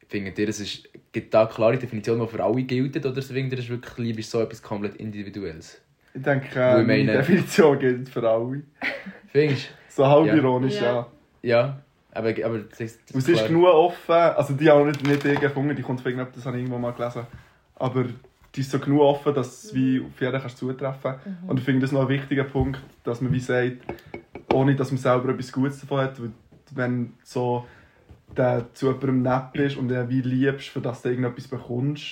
Speaker 4: findet ihr, es ist, gibt da eine klare Definition, die für alle gilt, oder findet ihr, es ist wirklich, Liebe ist so etwas komplett Individuelles?
Speaker 5: Ich denke,
Speaker 4: Weil
Speaker 5: äh,
Speaker 4: ich
Speaker 5: meine
Speaker 4: meine-
Speaker 5: Definition gilt für alle.
Speaker 4: Findest
Speaker 5: So halb
Speaker 4: Ja.
Speaker 5: ironisch, ja.
Speaker 6: Ja.
Speaker 4: du? Ja, aber, aber das ist,
Speaker 5: Und es ist genug offen, also die habe ich nicht, nicht ich gefunden, die kommt von irgendjemandem, das habe ich irgendwo mal gelesen. Aber die ist so genug offen, dass es wie auf jeden kannst zutreffen Und ich finde das noch ein wichtiger Punkt, dass man wie sagt, ohne dass man selber etwas Gutes davon hat, weil wenn so der zu jemandem nett bist und er wie liebst, für das du irgendetwas bekommst,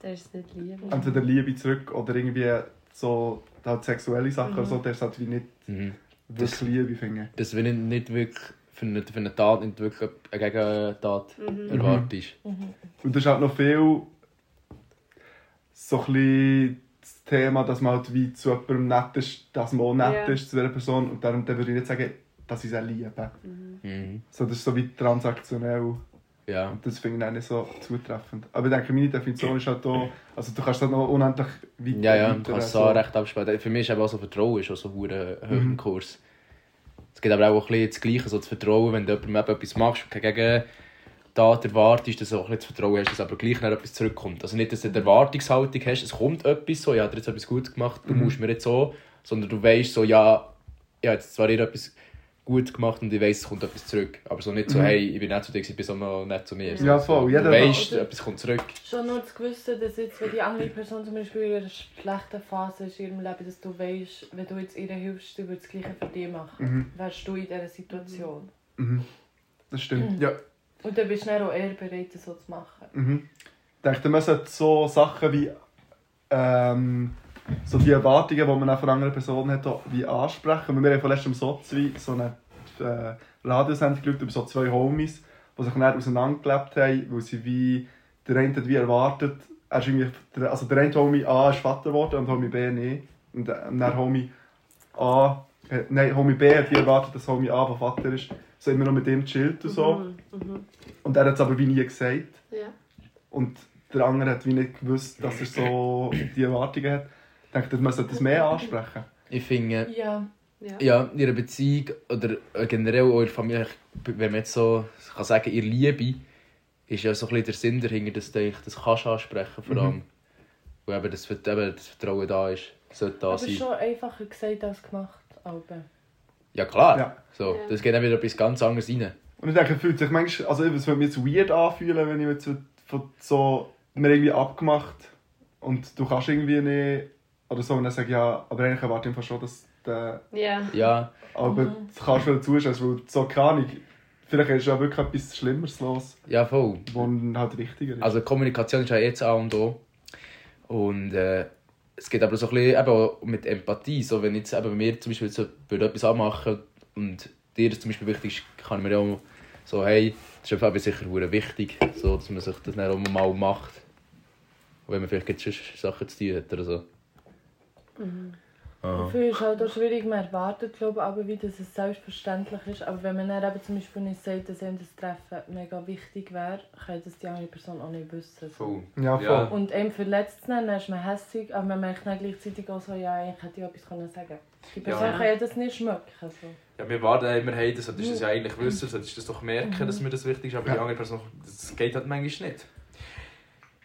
Speaker 6: Das ist nicht Liebe.
Speaker 5: entweder Liebe zurück oder irgendwie so halt sexuelle Sachen oder so, der ist halt wie nicht
Speaker 4: Mhm.
Speaker 5: wirklich Liebe finden.
Speaker 4: Dass wenn ich nicht wirklich für eine, für eine Tat nicht wirklich eine Gegentat erwartest.
Speaker 5: Und das ist halt noch viel so ein bisschen das Thema, dass man halt wie zu jemandem nett ist, dass man auch nett
Speaker 6: Ja.
Speaker 5: ist zu dieser Person. Und darum dann würde ich nicht sagen, dass ich sie liebe.
Speaker 4: Mhm.
Speaker 5: So, das ist so wie transaktionell.
Speaker 4: Ja.
Speaker 5: Und das finde ich auch nicht so zutreffend. Aber ich denke, meine Definition ist halt auch, also du kannst das noch unendlich weit
Speaker 4: Ja, ja,
Speaker 5: erweitern,
Speaker 4: du kannst es
Speaker 5: so. Mhm.
Speaker 4: auch recht absprechen. Für mich ist eben auch so Vertrauen schon so hure hoch im Kurs. Es gibt aber auch ein bisschen das Gleiche, so das Vertrauen, wenn du jemandem eben etwas machst und gegen da erwartest, dass du auch ein bisschen das Vertrauen hast, dass aber gleich noch etwas zurückkommt. Also nicht, dass du eine Erwartungshaltung hast, es kommt etwas, so, ich habe dir
Speaker 5: Mhm.
Speaker 4: jetzt etwas gut gemacht, du musst mir jetzt so, sondern du weißt so, ja, ich habe jetzt zwar dir etwas gut gemacht und ich weiss, es kommt etwas zurück. Aber so nicht so,
Speaker 5: Mhm.
Speaker 4: hey, ich bin nicht zu dir, gewesen, bist auch noch nicht zu mir.
Speaker 5: Ja, voll.
Speaker 4: Du
Speaker 5: Jeder
Speaker 4: weißt,
Speaker 1: Oder-
Speaker 4: etwas kommt zurück.
Speaker 1: Schon nur zu wissen, dass jetzt, wenn die andere Person zum Beispiel in einer schlechten Phase ist in ihrem Leben, dass du weißt, wenn du jetzt ihr hilfst, du würdest das Gleiche für dich machen.
Speaker 5: Mhm.
Speaker 1: Wärst du in dieser Situation.
Speaker 5: Mhm. Das stimmt. Ja.
Speaker 1: Und dann bist du dann auch eher bereit, das so zu machen.
Speaker 5: Mhm. Ich denke, man sollte so Sachen wie ähm, so die Erwartungen, die man auch von anderen Personen hat, auch wie ansprechen. Und wir haben vorletzt um so zwei so eine äh, Radiosendung geschaut über so zwei Homies, die sich dann auseinandergelebt haben, weil sie wie der eine hat wie erwartet, er ist irgendwie, der- also der eine Homie A ist Vater geworden und Homie B nicht. Und äh, und dann Homie A, äh, nein, Homie B hat wie erwartet, dass Homie A der Vater ist, so immer noch mit ihm chillt und so. Und er hat es aber wie nie gesagt.
Speaker 6: Ja.
Speaker 5: Und der andere hat wie nicht gewusst, dass er so die Erwartungen hat. Ich denke, man sollte das mehr ansprechen.
Speaker 4: Ich finde,
Speaker 1: Ja,
Speaker 6: Ja.
Speaker 4: ja, in ihrer Beziehung oder äh, generell auch in der Familie, wenn man jetzt so kann sagen ihr Liebe, ist ja so ein bisschen der Sinn dahinter, dass du eigentlich das kannst ansprechen vor allem. Und eben das, Vert- eben das Vertrauen da ist, sollte da
Speaker 1: aber
Speaker 4: sein.
Speaker 1: schon einfacher gesagt als gemacht. Aber.
Speaker 4: Ja klar,
Speaker 5: Ja.
Speaker 4: So,
Speaker 6: Ja.
Speaker 4: das geht dann wieder etwas ganz anderes rein.
Speaker 5: Und ich denke, es fühlt sich manchmal, also es würde mich jetzt weird anfühlen, wenn ich jetzt von so, mir irgendwie abgemacht und du kannst irgendwie nicht, oder so, und dann sage ich, ja, aber eigentlich erwarte ich einfach schon, dass du,
Speaker 6: Ja.
Speaker 4: Ja,
Speaker 5: aber das kannst du wel zuschauen, weil so keine Ahnung, vielleicht ist ja wirklich etwas Schlimmeres los,
Speaker 4: ja voll.
Speaker 5: was halt wichtiger ist.
Speaker 4: Also Kommunikation ist ja jetzt auch und da. Und äh, es geht aber so ein bisschen eben auch mit Empathie. So, wenn jetzt eben mir zum Beispiel so, würde etwas anmachen und dir das zum Beispiel wichtig ist, kann ich mir auch so, hey, das ist eben sicher verdammt wichtig, so, dass man sich das dann auch mal macht. Und wenn man vielleicht jetzt sonst Sachen zu tun hat oder so. Aha.
Speaker 1: Dafür ist halt auch schwierig, man erwartet, glaube ich, aber wie, dass es selbstverständlich ist. Aber wenn man dann eben zum Beispiel nicht sagt, dass einem das Treffen mega wichtig wäre, kann das die andere Person auch nicht
Speaker 5: Ja,
Speaker 1: wissen.
Speaker 5: voll. Ja.
Speaker 1: Und einem verletzt es dann, dann ist man hässig, aber man merkt dann gleichzeitig auch so, ja, ich hätte ja etwas können sagen Die Person
Speaker 4: Ja.
Speaker 1: kann ja das nicht schmecken. So.
Speaker 4: Ja, wir warten immer, hey, das solltest du das ja eigentlich wissen, solltest du das doch merken, dass mir das wichtig ist, aber die andere Person, das geht halt manchmal nicht.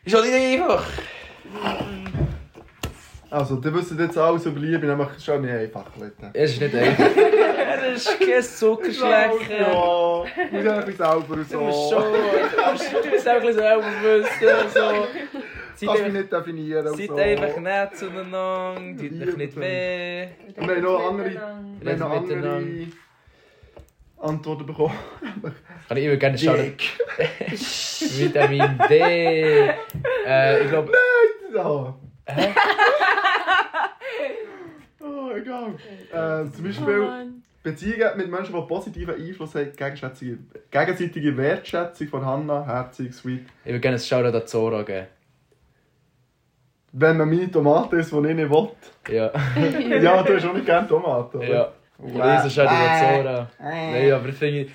Speaker 4: Ist halt nicht einfach!
Speaker 5: Also, du wisst jetzt alles über Liebe, nämlich es ist auch nicht einfach. Leute.
Speaker 4: Es ist nicht einfach. Er ist kein Zuckerschlecken.
Speaker 5: Ja, muss ja etwas selber und
Speaker 4: Du musst
Speaker 5: so.
Speaker 4: schon, du musst du musst auch ein bisschen selber wissen. So.
Speaker 5: Kannst
Speaker 4: Seid,
Speaker 5: mich
Speaker 4: einfach,
Speaker 5: nicht definieren. und
Speaker 4: seid
Speaker 5: so.
Speaker 4: einfach nett zueinander, tut euch nicht weh.
Speaker 5: Wir haben noch andere,
Speaker 1: Miteinander.
Speaker 5: wir haben noch
Speaker 4: Reden
Speaker 5: andere Antworten bekommen.
Speaker 4: Kann ich immer gerne schauen. Vitamin D. Äh, ich glaube,
Speaker 5: Ja. oh, egal. Äh, zum Beispiel Beziehungen mit Menschen, die positiven Einfluss haben, gegenseitige, gegenseitige Wertschätzung von Hannah, herzig, sweet.
Speaker 4: ich würde gerne ein Shoutout an Zora geben.
Speaker 5: Wenn man meine Tomate ist, die ich nicht will.
Speaker 4: Ja.
Speaker 5: Ja, du hast auch nicht gerne Tomaten. oder?
Speaker 4: Ja. Riesen Shadow Zora. Nein, aber ich finde,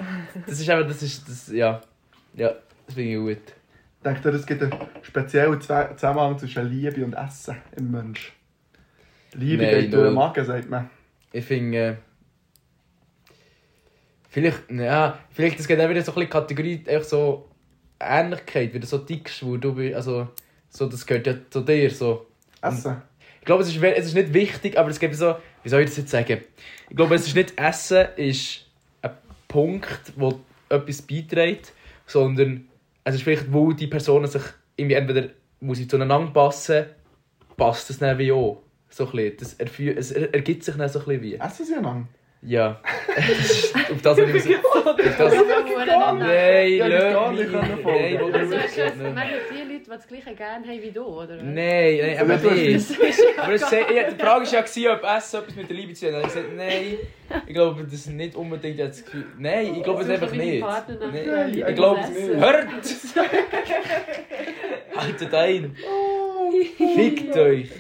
Speaker 4: das ist einfach, das ist, das, ja. Ja, das finde ich gut.
Speaker 5: Denkt ihr, es gibt einen speziellen Zwe- Zusammenhang zwischen Liebe und Essen im Mensch? Liebe
Speaker 4: Nein,
Speaker 5: geht durch den
Speaker 4: null.
Speaker 5: Magen, sagt man.
Speaker 4: Ich finde, äh, vielleicht, ja, vielleicht, es geht auch wieder so ein bisschen Kategorie, einfach so Ähnlichkeit, wie du so dickst, wo du bist, also, so, das gehört ja zu dir, so.
Speaker 5: Essen.
Speaker 4: Ich glaube, es ist, we- es ist nicht wichtig, aber es gibt so, wie soll ich das jetzt sagen? Ich glaube, es ist nicht Essen ist ein Punkt, wo etwas beiträgt, sondern es ist vielleicht, wo die Personen sich irgendwie entweder muss ich zueinander passen, passt es dann wie auch. So ein bisschen. Das erfü- es er- ergibt sich dann so ein bisschen wie.
Speaker 5: Essen sie lang.
Speaker 4: Ja. auf das will ich mich auf das... Nein,
Speaker 5: Ja, das
Speaker 4: lass
Speaker 5: kann
Speaker 4: mich.
Speaker 5: ich
Speaker 4: Nein,
Speaker 5: nicht
Speaker 4: will
Speaker 5: folgen.
Speaker 6: Also,
Speaker 4: ich
Speaker 6: weißt du, es
Speaker 4: nicht. Nein,
Speaker 6: merken die Leute, die das Gleiche gerne haben wie du, oder?
Speaker 4: nein, aber
Speaker 5: du hast-
Speaker 4: nicht.
Speaker 6: Das ist ja
Speaker 4: Aber es, ja, die Frage war ja, gewesen, ob Essen etwas mit der Liebe zu tun hat. Und Ich habe gesagt, nein, ich glaube, das ist nicht unbedingt das Gefühl. Nein, ich glaube es einfach nicht. Nein. Ich glaube es nicht. Hört! Haltet ein! Oh. Fickt euch!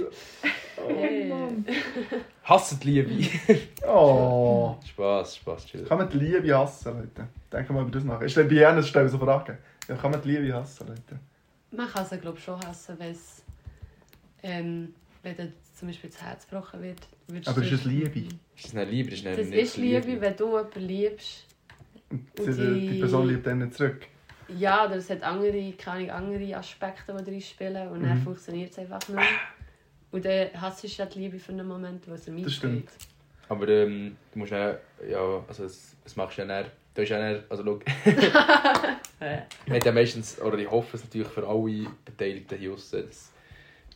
Speaker 4: Hasset Liebe!
Speaker 5: Oh.
Speaker 4: Spaß, Spass, chill.
Speaker 5: Kann man die Liebe hassen, Leute? Denken wir mal über das nach. Ich stelle bei Jens stelle so Fragen. Ja, kann man die Liebe hassen, Leute?
Speaker 6: Man kann sie glaub, schon hassen, wenn es. Ähm, wenn dir zum Beispiel das Herz gebrochen wird. würdest
Speaker 5: Aber
Speaker 6: du-
Speaker 5: ist es Liebe?
Speaker 4: Ist das nicht Liebe? Das ist,
Speaker 6: Das
Speaker 4: nicht
Speaker 6: ist Liebe, wenn du jemanden liebst.
Speaker 5: Die, die, die Person liebt einen nicht zurück.
Speaker 6: Ja, oder es hat andere, keine Ahnung, andere Aspekte, die drin spielen. Und
Speaker 5: Mhm.
Speaker 6: dann funktioniert es einfach nicht. Und dann hasst du ja die Liebe für einen Moment, wo es ihm
Speaker 5: Das stimmt.
Speaker 4: Aber ähm, du musst dann, ja, also es, es machst du ja dann, du hast ja dann, also schau, man hat ja meistens, oder ich hoffe es natürlich für alle Beteiligten hier draussen, dass,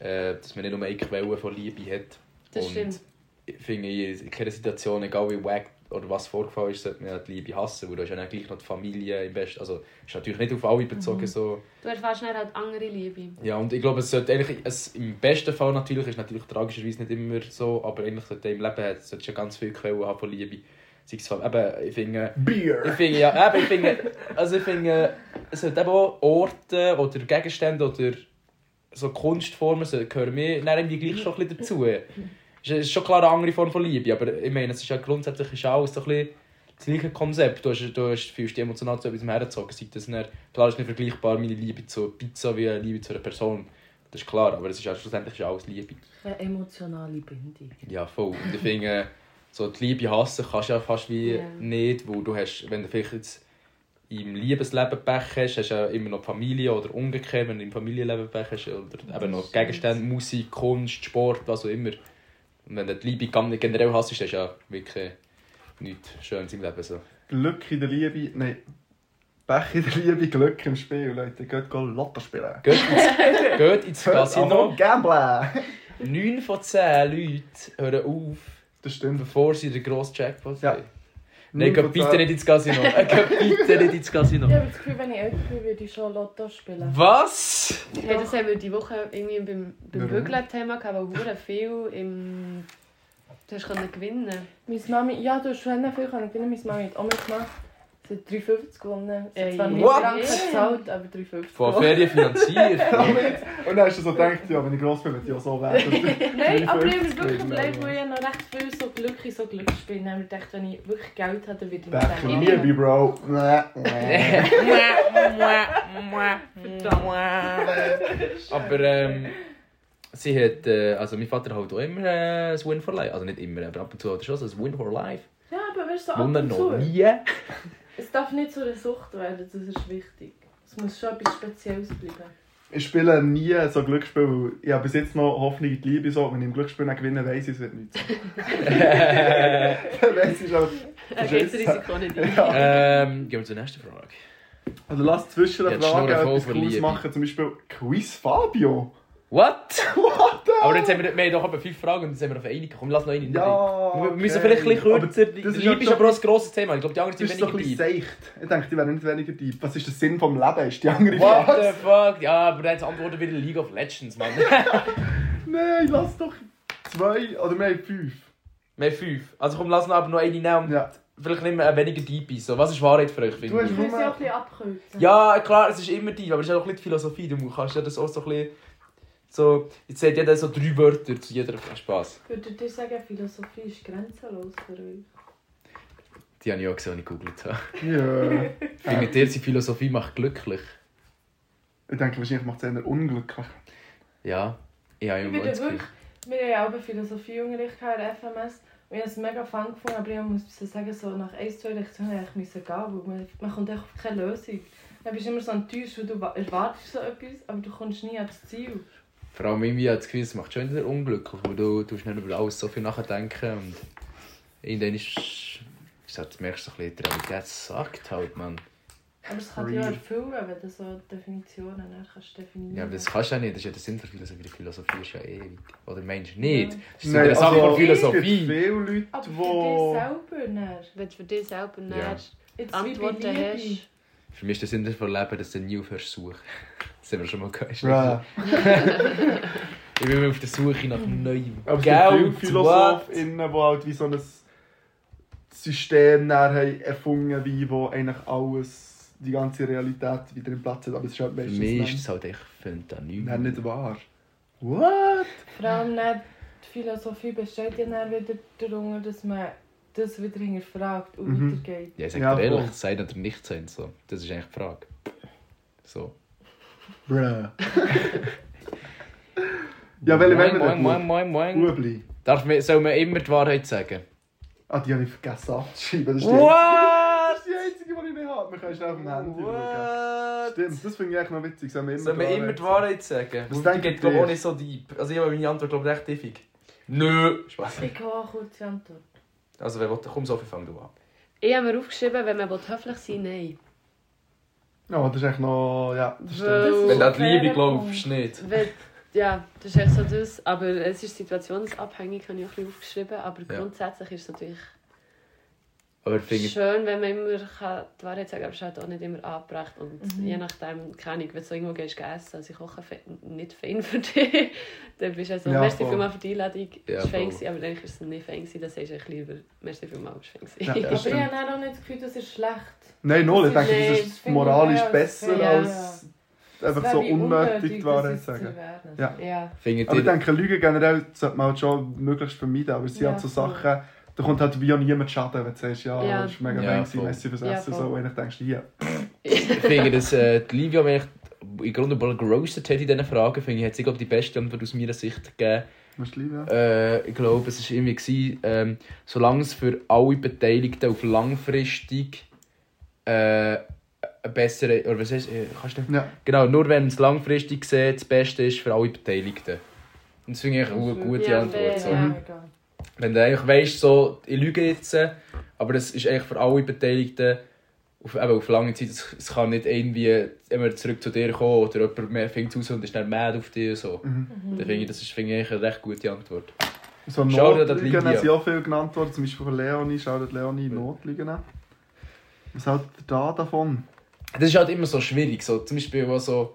Speaker 4: äh, dass man nicht nur eine Quelle von Liebe hat.
Speaker 6: Das stimmt.
Speaker 4: Ich finde, in keiner Situation, egal wie wack oder was vorgefallen ist, sollte man ja die Liebe hassen, weil du hast ja dann gleich noch die Familie im Besten, also ist natürlich nicht auf alle
Speaker 6: Mhm.
Speaker 4: bezogen so.
Speaker 6: Du erfährst dann halt andere Liebe.
Speaker 4: Ja, und ich glaube, es sollte eigentlich, es, im besten Fall natürlich, ist natürlich tragischerweise nicht immer so, aber eigentlich sollte im Leben hat, sollte schon ganz viele Quellen haben von Liebe. Sei es von, eben, ich finde, ich
Speaker 5: Bier!
Speaker 4: finde, ja, eben, ich finde, also ich finde, es sollte eben auch Orte oder Gegenstände oder so Kunstformen, so gehören mir dann irgendwie gleich schon ein bisschen dazu. Es ist schon klar eine andere Form von Liebe, aber ich meine, es ist ja grundsätzlich ist alles so ein bisschen das gleiche Konzept. Du, hast, du hast, fühlst dich emotional zu etwas hergezogen. Sei das nicht, klar ist nicht vergleichbar meine Liebe zu Pizza wie eine Liebe zu einer Person. Das ist klar, aber es ist ja schlussendlich ist alles Liebe.
Speaker 1: Eine emotionale Bindung.
Speaker 4: Ja, voll. Und ich finde, äh, so die Liebe hassen kannst du ja fast wie
Speaker 6: Ja.
Speaker 4: nicht, weil du hast, wenn du vielleicht jetzt im Liebesleben Pech hast, hast du ja immer noch die Familie oder umgekehrt, wenn du im Familienleben Pech hast, oder eben noch Gegenstände, Musik, Kunst, Sport, was auch immer. Und wenn du die Liebe gar nicht generell hast, hast du ja wirklich nichts Schönes im Leben. So.
Speaker 5: Glück in der Liebe, nein. Pech in der Liebe, Glück im Spiel, Leute. Geht go Lotto spielen.
Speaker 4: Geht ins, geht ins Casino.
Speaker 5: Casino Gamblen!
Speaker 4: 9 von 10 Leuten hören auf,
Speaker 5: Das stimmt.
Speaker 4: bevor sie den grossen Jackpot
Speaker 5: Ja.
Speaker 4: haben. Nein, geht bitte nicht ins Casino. Äh, Geht bitte nicht ins Casino.
Speaker 1: Ich habe das Gefühl, wenn ich älter bin, würde ich schon Lotto spielen.
Speaker 4: Was?
Speaker 6: Hey, das haben wir die Woche irgendwie beim, beim
Speaker 5: Warum?
Speaker 6: Bügeln-Thema gehabt, weil hure viel im... Du hast können gewinnen.
Speaker 1: Meine Mami, ja, du hast schon viel können gewinnen. Meine Mami hat auch mitgemacht. Sie hat 3,50 gewonnen. Sie hat
Speaker 6: Ey.
Speaker 1: zwar nie
Speaker 4: What?
Speaker 1: Franken gezahlt, aber 3,50
Speaker 4: Von Ferien finanziert.
Speaker 5: Und dann hast du so gedacht, ja, wenn ich gross bin, wird ich auch so werden.
Speaker 1: Nein, aber ich bin
Speaker 5: 3,50
Speaker 1: wirklich überlegt,
Speaker 5: Euro.
Speaker 1: wo ich noch recht viel so Glück in so Glücksspielen habe. Ich dachte, wenn ich wirklich Geld hätte, würde ich mir
Speaker 5: Pech in
Speaker 1: denken.
Speaker 5: der Liebe, Bro. Nee, nee.
Speaker 4: Aber ähm, sie hat, äh, also mein Vater hat auch immer äh, das Win for Life. Also nicht immer, aber ab und zu hat er schon so das Win for Life.
Speaker 1: Ja, aber weißt du, so ab
Speaker 4: Wunder
Speaker 1: und
Speaker 4: noch
Speaker 1: zu.
Speaker 4: nie.
Speaker 1: Es darf nicht zu einer Sucht werden, das ist wichtig. Es muss schon etwas Spezielles bleiben.
Speaker 5: Ich spiele nie so Glücksspiel, weil ich habe bis jetzt noch Hoffnung in die Liebe. So. Wenn ich im Glücksspiel dann gewinne, weiss ich, es wird nichts. Dann weiss ich schon.
Speaker 6: Er geht das Risiko nicht ein.
Speaker 4: ähm, gehen wir zur nächsten Frage.
Speaker 5: Also lass zwischen den
Speaker 4: Jetzt schnurren
Speaker 5: Fragen
Speaker 4: voll
Speaker 5: etwas
Speaker 4: von
Speaker 5: Cooles
Speaker 4: Liebe.
Speaker 5: machen. Zum Beispiel Quiz Fabio.
Speaker 4: What?
Speaker 5: What the?
Speaker 4: Aber jetzt haben wir, wir haben doch etwa fünf Fragen und jetzt sind wir auf eine Komm, lass noch eine.
Speaker 5: Ja,
Speaker 4: Wir müssen
Speaker 5: okay.
Speaker 4: vielleicht ein bisschen kürzer.
Speaker 5: Aber das ist
Speaker 4: Liebe
Speaker 5: ja
Speaker 4: ist aber
Speaker 5: schon-
Speaker 4: auch ein grosses Thema. Ich glaube, die anderen
Speaker 5: Das
Speaker 4: sind
Speaker 5: ist so ein
Speaker 4: weniger
Speaker 5: bisschen
Speaker 4: deep.
Speaker 5: seicht. Ich denke, die werden nicht weniger deep. Was ist der Sinn vom Leben, ist die andere
Speaker 4: What the
Speaker 5: Frage.
Speaker 4: fuck? Ja, aber dann antworten wieder League of Legends, Mann.
Speaker 5: Nein, lass doch zwei oder mehr fünf.
Speaker 4: Mehr fünf. Also komm, lass noch aber noch eine nehmen.
Speaker 5: Ja.
Speaker 4: Vielleicht nehmen wir eine weniger deep ist. So, was ist Wahrheit für euch?
Speaker 5: Du
Speaker 4: Finde
Speaker 5: hast
Speaker 1: Ich
Speaker 5: nur...
Speaker 1: muss ja auch ein bisschen abkürzen.
Speaker 4: Ja, klar, es ist immer deep, aber es ist auch ein bisschen die Philosophie. Du kannst ja das auch so ein bisschen... So, jetzt sagt jeder so drei Wörter zu jeder Spaß.
Speaker 1: Würdet ihr sagen, Philosophie ist grenzenlos für euch?
Speaker 4: Die habe ich auch gesehen, als ich gegoogelt habe.
Speaker 5: Ja.
Speaker 4: Ich mit dir, die Philosophie macht glücklich.
Speaker 5: Ich denke, wahrscheinlich macht es eher unglücklich.
Speaker 4: Ja. Ja, genau. ich habe
Speaker 1: Ich bin da wirklich, wir haben ja auch einen Philosophieunterricht gehabt in der FMS und ich habe es mega fun gefunden, aber ich muss sagen, so nach ein, zwei Lektionen musste ich müssen gehen, weil man, man kommt echt auf keine Lösung. Dann bist du immer so enttäuscht, weil du wa- erwartest so etwas, aber du kommst nie ans Ziel.
Speaker 4: Vor allem irgendwie hat das Gefühl, es macht schon wieder unglücklich, weil du, du musst nicht über alles so viel nachdenken und irgendwann ist, ist halt, merkst du so ein bisschen, die Realität sagt halt, man.
Speaker 1: Aber es kann dich ja
Speaker 5: Free.
Speaker 1: erfüllen, wenn du so Definitionen dann kannst definieren
Speaker 4: Ja, aber das kannst du ja nicht, das ist ja der Sinn der Philosophie, die Philosophie ist ja ewig. Oder meinst du nicht? Das ist so eine Sache von
Speaker 5: also, Es
Speaker 4: Philosophie.
Speaker 5: gibt viele Leute,
Speaker 1: aber für
Speaker 5: die...
Speaker 1: dich selber nicht.
Speaker 6: Wenn du für dich selber
Speaker 4: Ja.
Speaker 6: nährst,
Speaker 1: Jetzt wie
Speaker 6: Antworten
Speaker 1: bei Liebe.
Speaker 6: hast.
Speaker 4: Für mich ist der Sinn des Lebens, dass du nie aufhörst zu suchen. Das haben wir schon mal gehört.
Speaker 5: Bruh.
Speaker 4: Ich bin immer auf der Suche nach neuem
Speaker 5: Aber es
Speaker 4: Geld.
Speaker 5: gibt viele PhilosophInnen, die halt wie so ein System dann haben erfunden wie wo eigentlich alles, die ganze Realität wieder im Platz hat. Aber es ist halt
Speaker 4: Für
Speaker 5: meistens
Speaker 4: mich ist es halt echt Fentanyl.
Speaker 5: dann, dann nicht wahr. What?
Speaker 1: Vor allem nicht, die Philosophie besteht ja dann wieder darum, dass man das wieder hinterfragt und
Speaker 5: Mhm.
Speaker 1: weitergeht.
Speaker 4: Ja, ich sag
Speaker 5: Ja,
Speaker 4: dir
Speaker 5: voll.
Speaker 4: ehrlich, sein oder nicht sein, so. Das ist eigentlich die Frage. So.
Speaker 5: Bruh. ja, welche wollen wir
Speaker 4: moin,
Speaker 5: denn?
Speaker 4: moin, moin, moin, moin.
Speaker 5: Ubli.
Speaker 4: Darf man, soll man immer die Wahrheit sagen?
Speaker 5: Ah, die habe ich vergessen abzuschreiben. Das ist die, das
Speaker 4: What?
Speaker 5: ist die einzige, die ich nicht habe. Wir können schnell auf dem Handy schauen.
Speaker 4: What?
Speaker 5: Stimmt, das finde ich eigentlich noch witzig. Sollen wir immer
Speaker 4: Sollen wir immer die Wahrheit sagen?
Speaker 5: Was
Speaker 4: Und
Speaker 5: denkt
Speaker 4: die geht,
Speaker 5: ihr?
Speaker 4: glaube ich, auch nicht so deep. Also ich habe meine Antwort, glaube ich, recht tiefig. Nö. Spaß.
Speaker 1: Ich habe auch eine kurze Antwort.
Speaker 4: Also, wer will, komm, Sophie, fang du an.
Speaker 6: Ich habe mir aufgeschrieben, wenn man höflich sein will, nein.
Speaker 5: Ja, Oh, das ist echt noch... Ja, das stimmt.
Speaker 1: Das ist-
Speaker 6: Weil,
Speaker 4: Wenn du an die
Speaker 1: fairer
Speaker 4: Liebe glaubst,
Speaker 1: Punkt.
Speaker 4: nicht.
Speaker 6: weil, ja, das ist echt so das. Aber es ist situationsabhängig, habe ich auch ein bisschen aufgeschrieben. Aber grundsätzlich ist es natürlich
Speaker 4: Aber finde ich,
Speaker 6: schön, wenn man immer kann, die Wahrheit sagen kann, aber es ist halt auch nicht immer angebracht. Und je nachdem, keine Ahnung, wenn du irgendwo gehst, essen, also ich koche fe- nicht fein für dich, dann bist du so,
Speaker 5: Ja,
Speaker 6: merci
Speaker 5: voll.
Speaker 6: vielmals für die Einladung,
Speaker 4: Ja,
Speaker 6: es war fein,
Speaker 4: voll.
Speaker 6: gewesen, aber eigentlich ist es nicht fein, gewesen, dann sagst du eigentlich lieber, merci vielmals, es war fein.
Speaker 5: Ja, ja.
Speaker 6: gewesen.
Speaker 1: Aber ich
Speaker 5: stimmt.
Speaker 1: habe dann auch nicht das Gefühl, das ist schlecht.
Speaker 5: Nein, null. Ich
Speaker 1: Das
Speaker 5: denke,
Speaker 1: ist-
Speaker 5: das
Speaker 6: nee,
Speaker 5: ist
Speaker 1: das
Speaker 5: moralisch
Speaker 1: finde ich
Speaker 5: besser
Speaker 1: auch
Speaker 5: als einfach
Speaker 1: Es
Speaker 5: so
Speaker 1: wäre wie
Speaker 5: unnötig die Wahrheit
Speaker 1: das jetzt
Speaker 5: sagen.
Speaker 1: zu werden.
Speaker 5: Ja.
Speaker 6: Ja,
Speaker 4: finde
Speaker 5: Aber ich
Speaker 4: ich,
Speaker 5: denke, Lügen generell sollte man halt schon möglichst vermeiden, aber es sind
Speaker 1: Ja,
Speaker 5: halt so
Speaker 1: voll.
Speaker 5: Sachen, da kommt halt wie auch niemand Schaden, wenn du sagst, ja,
Speaker 6: Ja.
Speaker 5: das ist mega
Speaker 4: Ja,
Speaker 5: ja, fein,
Speaker 4: voll.
Speaker 5: merci fürs
Speaker 6: Ja,
Speaker 5: Essen,
Speaker 6: voll.
Speaker 5: so, und dann denkst du, ja.
Speaker 4: ich finde, dass äh, die Livia mich im Grunde mal gerostet hat in diesen Fragen, finde ich, hat sie, glaube ich, die beste Antwort aus meiner Sicht gegeben.
Speaker 5: Musst du lieben, ja.
Speaker 4: Äh, ich glaube, es war irgendwie, gewesen, ähm, solange es für alle Beteiligten auf langfristig äh, eine bessere, oder was heißt, äh, kannst du
Speaker 5: Ja,
Speaker 4: Genau, nur wenn es langfristig gesehen das Beste ist für alle Beteiligten. Und das finde ich auch eine gute
Speaker 6: Mhm. Ja, fair,
Speaker 4: Antwort. So.
Speaker 6: ja.
Speaker 1: mega.
Speaker 4: Wenn du eigentlich weißt, so, ich lüge jetzt, aber das ist eigentlich für alle Beteiligten auf, eben auf lange Zeit. Es, es kann nicht irgendwie immer zurück zu dir kommen oder jemand mehr fängt es aus und ist dann mad auf dich. So. Dann finde ich, das ist finde ich eigentlich eine recht gute Antwort.
Speaker 5: so
Speaker 4: Shoutout an
Speaker 5: Notlügen
Speaker 4: Lydia.
Speaker 5: sind auch viel genannt worden, zum Beispiel von Leonie, schaut Leonie Notlügen. Was haltet ihr da davon?
Speaker 4: Das ist halt immer so schwierig. So, zum Beispiel auch so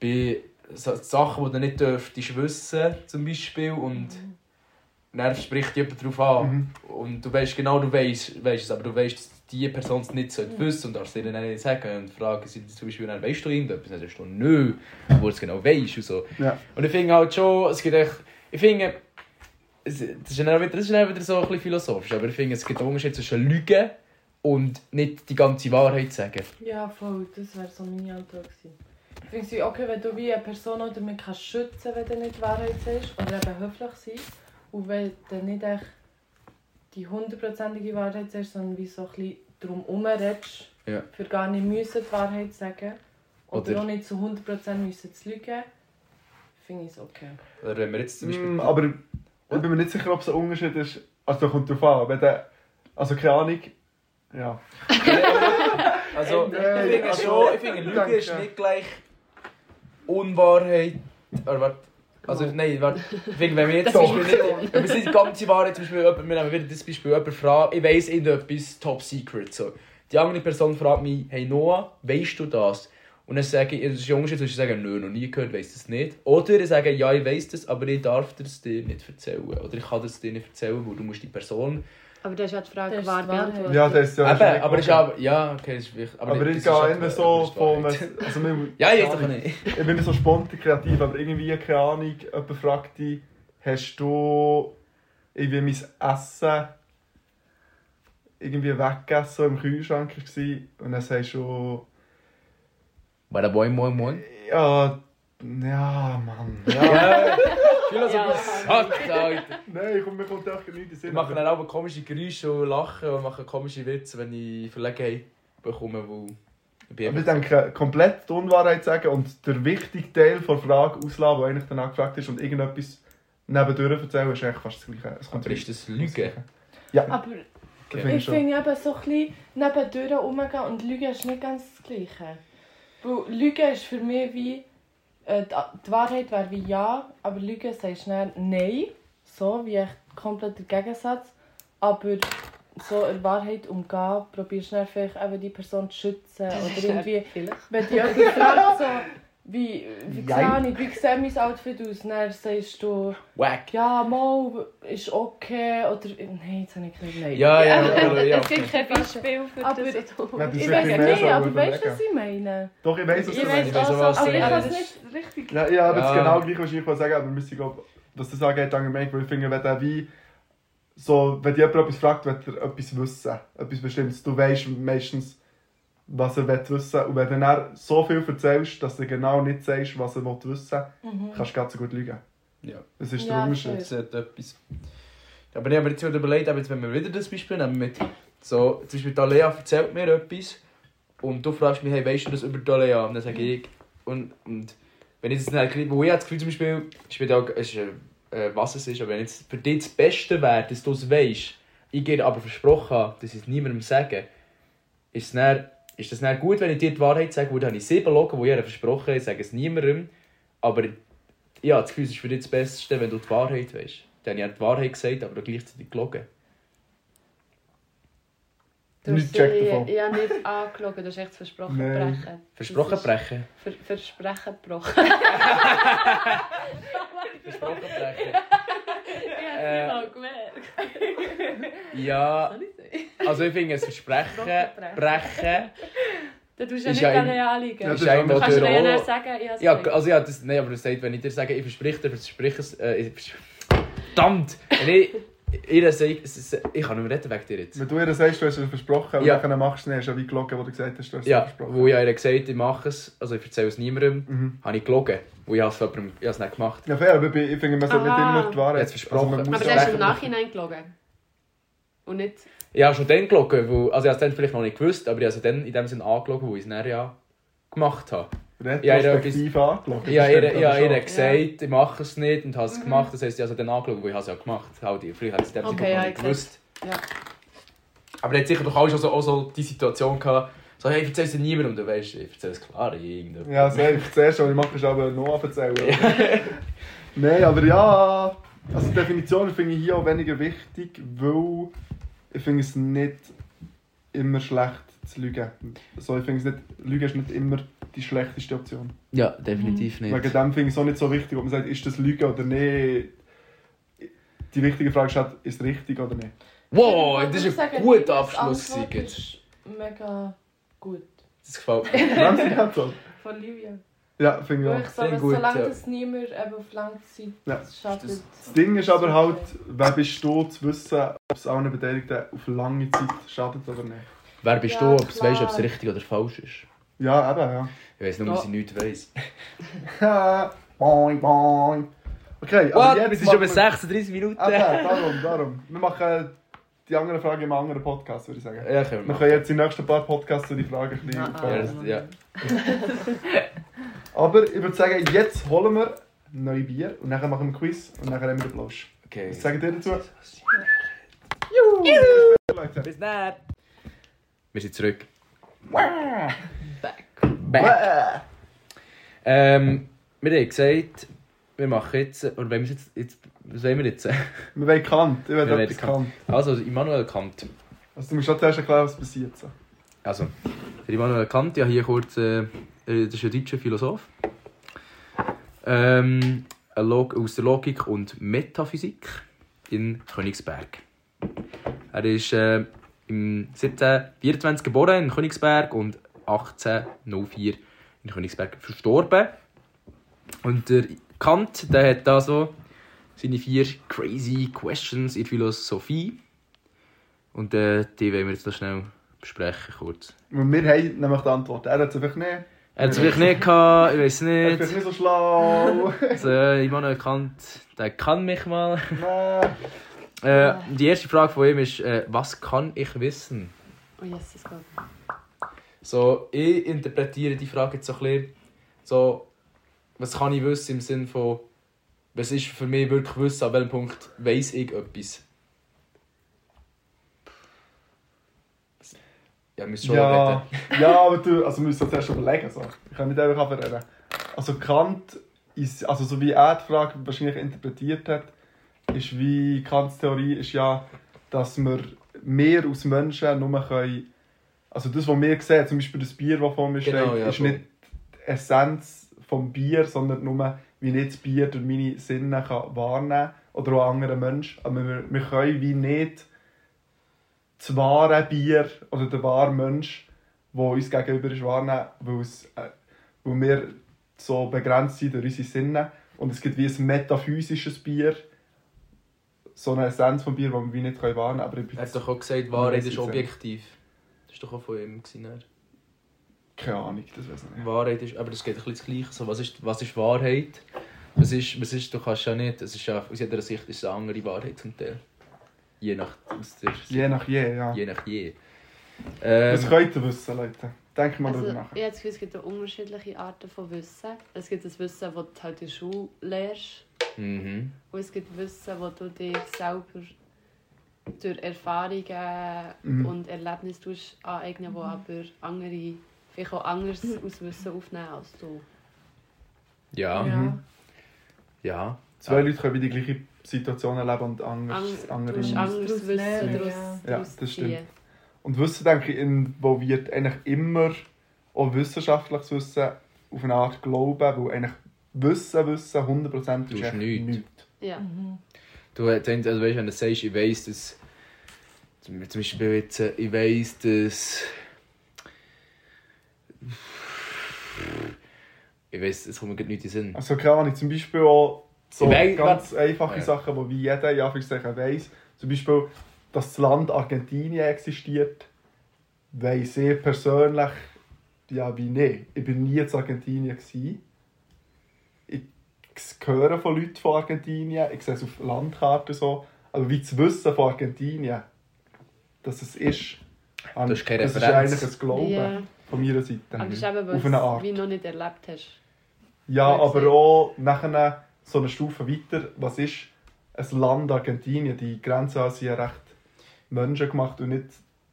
Speaker 4: bei so Sachen, die du nicht dürftest wissen, zum Beispiel. Und dann spricht jemand darauf an. Und du weißt genau, du weißt, weißt es, aber du weißt, dass diese Person es nicht sollte wissen und darfst es ihnen dann nicht sagen. Und die Frage ist zum Beispiel, dann weißt du irgendetwas? Dann sagst du, nö, obwohl du es genau weißt. Und, so.
Speaker 5: Ja.
Speaker 4: und ich finde halt schon, es gibt echt, ich finde, es, das ist dann auch wieder, das ist dann wieder so ein bisschen philosophisch, aber ich finde, es gibt einen Unterschied zwischen Lügen und nicht die ganze Wahrheit sagen.
Speaker 1: Ja, voll, das wäre so meine Antwort gewesen. Ich finde es okay, wenn du wie eine Person auch damit kannst schützen kannst, wenn du nicht die Wahrheit sagst oder eben höflich sein. Und wenn du nicht echt die hundertprozentige Wahrheit sagst, sondern wie so ein bisschen drum herumredest,
Speaker 4: Ja.
Speaker 1: für gar nicht müssen die Wahrheit sagen oder,
Speaker 4: Oder-
Speaker 1: auch nicht zu 100% müssen zu lügen, finde ich es okay.
Speaker 4: Oder wenn wir jetzt zum Beispiel...
Speaker 5: Mm, aber ich bin mir nicht sicher, ob es ein Unterschied ist. Also, da kommt drauf an. Wenn der, also, keine Ahnung. Ja.
Speaker 4: Also,
Speaker 5: Nein,
Speaker 4: ich finde
Speaker 5: also,
Speaker 4: schon, ich finde, Lüge
Speaker 5: danke.
Speaker 4: ist nicht gleich Unwahrheit. Oder warte. Also, nein, warte. Ich finde, wenn wir jetzt zum Beispiel nicht, wenn wir nicht die ganze Wahrheit, zum Beispiel, jemand, wir nehmen wieder das Beispiel, jemand fragt, ich weiss irgendetwas top secret. So. Die andere Person fragt mich, hey Noah, weißt du das? Und dann sage ich, das ist ein Unterschied zwischen sagen, nö, noch nie gehört, weiss das nicht. Oder ich sage, ja, ich weiss das, aber ich darf das dir nicht erzählen. Oder ich kann das dir nicht erzählen, weil du musst die Person...
Speaker 6: aber das ist ja die
Speaker 1: Das
Speaker 6: Frage,
Speaker 1: ist
Speaker 6: wahr
Speaker 1: die Wahrheit.
Speaker 6: beantwortet.
Speaker 5: Ja, das ist ja.
Speaker 4: Eben, Ah, aber
Speaker 5: ich
Speaker 4: ich habe... Ja, okay, das ist wichtig.
Speaker 5: Aber
Speaker 4: das
Speaker 5: ich
Speaker 4: ist
Speaker 5: gehe
Speaker 4: halt-
Speaker 5: immer
Speaker 4: aber
Speaker 5: so
Speaker 4: das ist
Speaker 5: vom.
Speaker 4: Wahrheit.
Speaker 5: Also, wir,
Speaker 4: Ja, jetzt
Speaker 5: keine
Speaker 4: doch
Speaker 5: Ahnung.
Speaker 4: nicht.
Speaker 5: Ich bin so spontan kreativ, aber irgendwie, keine Ahnung, jemand fragt dich, hast du irgendwie mein Essen irgendwie weggegessen, so im Kühlschrank war? Und dann sagst du,
Speaker 4: Bada boing, moin, moin.
Speaker 5: ja, ja, Mann.
Speaker 4: Philosophisch. Sack, Alter.
Speaker 5: Nein, ich komme, mir kommt echt nichts in den Sinn.
Speaker 4: Ich mache dann auch komische Geräusche und lachen und mache komische Witze, wenn ich Verlegenheit bekomme, wo ich bin.
Speaker 5: Aber ich
Speaker 4: eben-
Speaker 5: denke, komplett die Unwahrheit sagen und der wichtige Teil der Frage ausladen, der eigentlich danach gefragt ist und irgendetwas nebendurch erzählen, ist eigentlich fast das Gleiche. Es kommt
Speaker 4: Aber ist das Lüge?
Speaker 5: Ja,
Speaker 1: Aber
Speaker 5: das finde ich
Speaker 1: ich
Speaker 5: schon.
Speaker 1: finde eben so ein bisschen nebendurch rumgehen und Lügen ist nicht ganz das Gleiche. Weil Lügen ist für mich wie... Äh, die, die Wahrheit wäre wie ja, aber Lügen sagst du dann nein. So, wie echt komplett der Gegensatz. Aber so in Wahrheit umgehen, probierst du dann vielleicht eben die Person zu schützen. Oder irgendwie...
Speaker 6: Vielleicht.
Speaker 1: Wenn dich jemand fragt, so... Wie, wie,
Speaker 5: Jein.
Speaker 1: keine Ahnung, wie sieht mein Outfit aus? Dann sagst du,
Speaker 4: Wack.
Speaker 1: ja, mal, ist okay, oder... Nein, jetzt habe ich keine Nein.
Speaker 4: Ja, ja, ja. ja,
Speaker 6: Es gibt kein Beispiel für
Speaker 1: Aber-
Speaker 6: das.
Speaker 5: Nein, das
Speaker 1: Ich
Speaker 5: ist
Speaker 1: weiß
Speaker 5: ein bisschen mehr
Speaker 1: nicht,
Speaker 5: so,
Speaker 1: aber
Speaker 5: aber
Speaker 1: weißt
Speaker 5: überlegen.
Speaker 1: du, was ich meine?
Speaker 5: Doch, ich weiß, was du
Speaker 1: Ich
Speaker 5: meinst.
Speaker 4: Ich
Speaker 1: weiß
Speaker 4: weiß
Speaker 1: auch,
Speaker 4: auch, was
Speaker 1: aber
Speaker 4: du
Speaker 1: ich kann es
Speaker 4: meinst.
Speaker 1: nicht richtig.
Speaker 5: Ja, ich habe jetzt
Speaker 4: Ja.
Speaker 5: genau gleich, was ich wollte sagen aber wir müssen, glaub, was das angeht, dann gemerkt, weil ich finde, wenn der wie so, wenn jemand etwas fragt, will er etwas wissen, etwas Bestimmtes. Du weißt meistens, was er will wissen und wenn du dann so viel erzählst, dass du genau nicht sagst, was er will wissen kannst du ganz so gut lügen.
Speaker 4: Ja.
Speaker 5: Das ist der
Speaker 1: Ja,
Speaker 5: Unterschied.
Speaker 1: stimmt.
Speaker 4: Das hat etwas. Aber ich habe mir jetzt wieder überlegt, aber jetzt, wenn wir wieder das Beispiel nehmen mit... So, zum Beispiel, die Lea erzählt mir etwas und du fragst mich, hey, weißt du das über die Lea? Und dann sage ich... Und, und wenn ich das dann kriege, wo ich habe das Gefühl zum Beispiel, es spielt auch, es ist, äh, was es ist, aber wenn jetzt für dich das Beste wäre, dass du es weißt, ich dir aber versprochen habe, dass ich es niemandem sage, ist, es dann, ist das dann gut, wenn ich dir die Wahrheit sage, weil dann habe ich sieben Logen, die ich ihr versprochen habe, ich sage es niemandem, aber ja, das Gefühl es ist für dich das Beste, wenn du die Wahrheit weißt. Dann habe ich ihr die Wahrheit gesagt, aber gleichzeitig gelogen.
Speaker 6: Du
Speaker 5: Nicht
Speaker 6: hast-
Speaker 5: gecheckt
Speaker 6: ich-
Speaker 5: davon.
Speaker 6: äh, Ich habe nicht angeschaut, du hast echt das Versprochen
Speaker 5: Nein.
Speaker 6: gebrochen.
Speaker 4: Versprochen
Speaker 6: Das ist-
Speaker 4: brechen.
Speaker 6: Ver Versprechen gebrochen.
Speaker 4: Versprochen brechen.
Speaker 6: ich habe
Speaker 4: Äh.
Speaker 6: es nicht mal gemerkt.
Speaker 4: Ja,
Speaker 6: Kann ich sagen?
Speaker 4: also ich finde, ein Versprechen
Speaker 1: Versprochen
Speaker 4: brechen
Speaker 6: Du tust ja
Speaker 4: Ist
Speaker 6: nicht
Speaker 4: ja
Speaker 6: an
Speaker 4: im-
Speaker 6: real
Speaker 5: Ja,
Speaker 6: liegen.
Speaker 5: das
Speaker 4: ist eigentlich
Speaker 6: Du kannst
Speaker 4: natürlich
Speaker 6: mir ja
Speaker 4: auch-
Speaker 6: nicht sagen, ich habe es
Speaker 4: Ja,
Speaker 6: gesagt.
Speaker 4: also ja, das, nein, aber das sagt, wenn ich dir sage, ich verspreche dir, verspreche es, äh, ich vers- verdammt! Wenn ich, ihr sage, es ist, ich kann nicht mehr reden wegen dir jetzt.
Speaker 5: Wenn du ihr sagst, du hast es versprochen und
Speaker 4: Ja.
Speaker 5: dann machst du es, dann ist ja wie gelogen, wo du gesagt hast, du hast es
Speaker 4: Ja,
Speaker 5: versprochen.
Speaker 4: wo ich ihr gesagt habe, ich mache es, also ich erzähle es niemandem,
Speaker 5: Mhm.
Speaker 4: habe ich gelogen, wo ich habe es jemandem- ich habe es nicht gemacht.
Speaker 5: Ja, fair, aber ich bin- ich finde, man sollte nicht
Speaker 6: Aha.
Speaker 5: immer die Wahrheit...
Speaker 4: Jetzt versprochen.
Speaker 5: man muss
Speaker 6: Aber
Speaker 4: Also,
Speaker 6: du hast
Speaker 5: sagen-
Speaker 6: im Nachhinein gelogen. Und nicht...
Speaker 4: Ich habe schon dann gelogen, wo, also ich habe es dann vielleicht noch nicht gewusst, aber ich habe es dann in dem Sinne angelogen, wo ich es dann ja gemacht habe.
Speaker 5: Retrospektiv angelogen.
Speaker 4: Ich habe
Speaker 5: das
Speaker 4: ihr,
Speaker 5: stimmt
Speaker 4: ich habe
Speaker 5: aber
Speaker 4: ihr
Speaker 5: schon.
Speaker 4: gesagt, ich mache es nicht und habe es gemacht, das heisst, ich habe es dann angeschaut, wo ich habe es ja gemacht habe. Vielleicht hat es in dem Sinne
Speaker 6: Okay,
Speaker 4: noch
Speaker 6: ja,
Speaker 4: nicht
Speaker 6: ich
Speaker 4: gewusst.
Speaker 6: Ja.
Speaker 4: Aber er hat sicher doch auch schon so, auch so die Situation gehabt, so, hey, erzähl es dir niemandem, du weißt, ich erzähl es klar irgendjemandem.
Speaker 5: Ja, safe. Das erste, was ich mache, ist aber noch erzählen. Nein, aber ja... Also die Definitionen finde ich hier auch weniger wichtig, weil ich finde es nicht immer schlecht zu lügen. Also ich finde es nicht... Lügen ist nicht immer die schlechteste Option.
Speaker 4: Ja, definitiv
Speaker 5: Mhm. Wegen dem finde ich es auch nicht so wichtig, ob man sagt, ist das Lüge oder nicht. Die wichtige Frage ist halt, ist es richtig oder nicht?
Speaker 4: Wow, das
Speaker 1: Ich
Speaker 4: ist
Speaker 1: würde
Speaker 4: ein
Speaker 1: sagen,
Speaker 4: guter
Speaker 1: deine
Speaker 4: Abschluss,
Speaker 1: Antwort
Speaker 4: Sigurd.
Speaker 1: ist Mega gut.
Speaker 4: Das gefällt mir.
Speaker 5: Wem sie hat so?
Speaker 1: Von Livia.
Speaker 5: Ja, finde
Speaker 1: Ja,
Speaker 5: ich auch.
Speaker 1: ich
Speaker 4: sehr
Speaker 1: sage,
Speaker 4: gut,
Speaker 1: solange
Speaker 4: ja.
Speaker 1: das niemand eben auf lange Zeit
Speaker 5: Ja.
Speaker 1: schafft.
Speaker 4: Das-
Speaker 5: Das Ding ist aber halt, wer bist du, zu wissen, ob es allen Beteiligten auf lange Zeit schadet oder nicht.
Speaker 4: Wer bist
Speaker 1: Ja,
Speaker 4: du, ob du
Speaker 1: klar.
Speaker 4: weißt, ob es richtig oder falsch ist?
Speaker 5: Ja, eben,
Speaker 4: Ich weiß nur,
Speaker 6: Ja.
Speaker 4: dass ich nichts weiss.
Speaker 5: ja. boing, boing. Okay,
Speaker 4: What? Ah,
Speaker 5: aber
Speaker 4: Es
Speaker 5: jetzt
Speaker 4: ist über
Speaker 5: machen wir...
Speaker 4: 36 Minuten.
Speaker 5: Eben, darum, darum. Wir machen die andere Frage im anderen Podcast, würde ich sagen.
Speaker 4: Ja, können wir
Speaker 5: Wir
Speaker 4: machen.
Speaker 5: können jetzt in den nächsten paar Podcasts so die Fragen ein bisschen...
Speaker 6: Ah, ah.
Speaker 4: Ja,
Speaker 5: aufbauen.
Speaker 4: das, ja.
Speaker 5: Aber ich würde sagen, jetzt holen wir neue Bier und dann machen wir ein Quiz und dann haben wir den Plausch.
Speaker 4: Okay.
Speaker 5: Was sagt ihr dazu? Leute.
Speaker 4: Bis dann. Wir sind zurück.
Speaker 6: Back.
Speaker 4: Back. Ähm, wir haben gesagt, wir machen jetzt, oder wenn wir jetzt, jetzt, was wollen wir jetzt?
Speaker 5: Wir wollen Kant. Ich will
Speaker 4: Wir
Speaker 5: etwas
Speaker 4: wollen
Speaker 5: Kant.
Speaker 4: Also, Immanuel Kant.
Speaker 5: Also du musst schon zuerst erklären, was passiert. So.
Speaker 4: Also, der Immanuel Kant, ja hier kurz, äh, äh, das ist ein deutscher Philosoph. Ähm, ein Log aus der Logik und Metaphysik in Königsberg. Er ist äh, im 1724 geboren in Königsberg und 1804 in Königsberg verstorben. Und der Kant, der hat da so seine vier crazy questions in Philosophie. Und äh, die wollen wir jetzt noch schnell besprechen kurz.
Speaker 5: Und wir haben nämlich die Antwort. Er hat es einfach nicht.
Speaker 4: Er hat es vielleicht nicht gehabt, ich weiß
Speaker 5: Er ist vielleicht
Speaker 4: nicht.
Speaker 5: nicht so schlau.
Speaker 4: Also, äh, Immanuel Kant, der kann mich mal.
Speaker 5: Nein.
Speaker 4: Äh, die erste Frage von ihm ist, äh, was kann ich wissen?
Speaker 6: Oh yes, es geht.
Speaker 4: So, ich interpretiere die Frage jetzt so ein bisschen, so, was kann ich wissen im Sinne von, was ist für mich wirklich Wissen, an welchem Punkt weiß ich etwas? Ja, müsst schon
Speaker 5: Ja,
Speaker 4: reden.
Speaker 5: ja, aber du also wir müssen das erst überlegen. So. Ich kann nicht einfach reden. Also Kant, ist, also so wie er die Frage wahrscheinlich interpretiert hat, ist wie Kants Theorie ist ja, dass wir mehr aus Menschen nur können... Also das, was wir sehen, zum Beispiel das Bier, das vor mir steht,
Speaker 4: Genau, ja,
Speaker 5: ist
Speaker 4: voll.
Speaker 5: nicht die Essenz vom Bier, sondern nur, wie ich das Bier durch meine Sinne kann wahrnehmen kann. Oder auch andere Menschen. Aber wir, wir können wie nicht das wahre Bier oder der wahre Mensch, der uns gegenüber ist, wahrnehmen, weil, es, äh, weil wir so begrenzt sind durch unsere Sinne. Und es gibt wie ein metaphysisches Bier, so eine Essenz vom Bier, die wir wie nicht können wahrnehmen können.
Speaker 4: Er
Speaker 5: Aber ich
Speaker 4: hat
Speaker 5: bin
Speaker 4: doch auch gesagt, Wahrheit ist objektiv. Das war doch auch von ihm. Gewesen, ne? dann.
Speaker 5: keine Ahnung, das weiß ich nicht.
Speaker 4: Wahrheit ist, aber das geht ein bisschen das Gleiche. So, was, ist, was ist Wahrheit? Was ist, was ist, du kannst ja nicht, es ist ja, aus jeder Sicht ist es eine andere Wahrheit zum Teil. Je nach, aus der,
Speaker 5: Je nach je, ja.
Speaker 4: je, nach je.
Speaker 5: Das
Speaker 4: Ähm,
Speaker 5: könnt ihr wissen, Leute. Denkt mal
Speaker 6: Also, ich
Speaker 5: darüber
Speaker 6: habe
Speaker 5: nach.
Speaker 6: das Gefühl, es gibt auch unterschiedliche Arten von Wissen. Es gibt das Wissen, das du halt in der Schule lernst.
Speaker 4: mhm.
Speaker 6: Und es gibt Wissen, wo du dich selber durch Erfahrungen
Speaker 5: Mhm.
Speaker 6: und Erlebnisse tust aneignen, die aber andere vielleicht auch anders aus Wissen aufnehmen als du.
Speaker 4: Ja,
Speaker 5: Mhm.
Speaker 4: ja.
Speaker 1: Ja.
Speaker 5: Zwei Leute können wieder die gleiche Situation erleben und anders,
Speaker 6: Ang du
Speaker 5: andere
Speaker 6: musst
Speaker 1: musst
Speaker 6: anderes
Speaker 1: daraus
Speaker 6: Wissen
Speaker 1: lernen,
Speaker 6: daraus,
Speaker 1: ja.
Speaker 5: Ja,
Speaker 6: daraus
Speaker 5: das stimmt.
Speaker 6: ziehen.
Speaker 5: Und Wissen, denke ich, involviert eigentlich immer auch wissenschaftliches Wissen auf eine Art Glauben, weil eigentlich Wissen, Wissen, 100%
Speaker 4: Tust
Speaker 5: ist echt
Speaker 4: nichts.
Speaker 5: nichts.
Speaker 6: Ja.
Speaker 4: Du hast- also weißt, wenn du sagst, ich weiss, dass. Zum zum Beispiel jetzt, äh, ich weiss, dass. Ich weiss, es kommt mir gerade nicht in den Sinn.
Speaker 5: Also keine Ahnung, zum Beispiel auch so
Speaker 4: Ich weiss,
Speaker 5: ganz einfache
Speaker 4: Ja.
Speaker 5: Sachen, die wie jeder in Anführungszeichen weiss. Zum Beispiel, dass das Land Argentinien existiert, weiss ich persönlich ja wie nicht. Ich war nie in Argentinien. Gewesen. Ich höre von Leuten von Argentinien, ich sehe es auf Landkarten so. Aber wie zu wissen von Argentinien, dass es ist, das
Speaker 4: ist keine
Speaker 5: das ist
Speaker 4: Referenz.
Speaker 5: eigentlich ein Glauben
Speaker 6: Ja.
Speaker 5: von meiner Seite.
Speaker 6: Aber das ist eben, weil
Speaker 5: Auf eine
Speaker 6: du es
Speaker 5: Art.
Speaker 6: wie noch nicht erlebt hast.
Speaker 5: Ja,
Speaker 6: Ja,
Speaker 5: aber
Speaker 6: gesehen.
Speaker 5: auch nachher so eine Stufe weiter. Was ist ein Land Argentinien? Die Grenzen haben sie ja recht Menschen gemacht und nicht.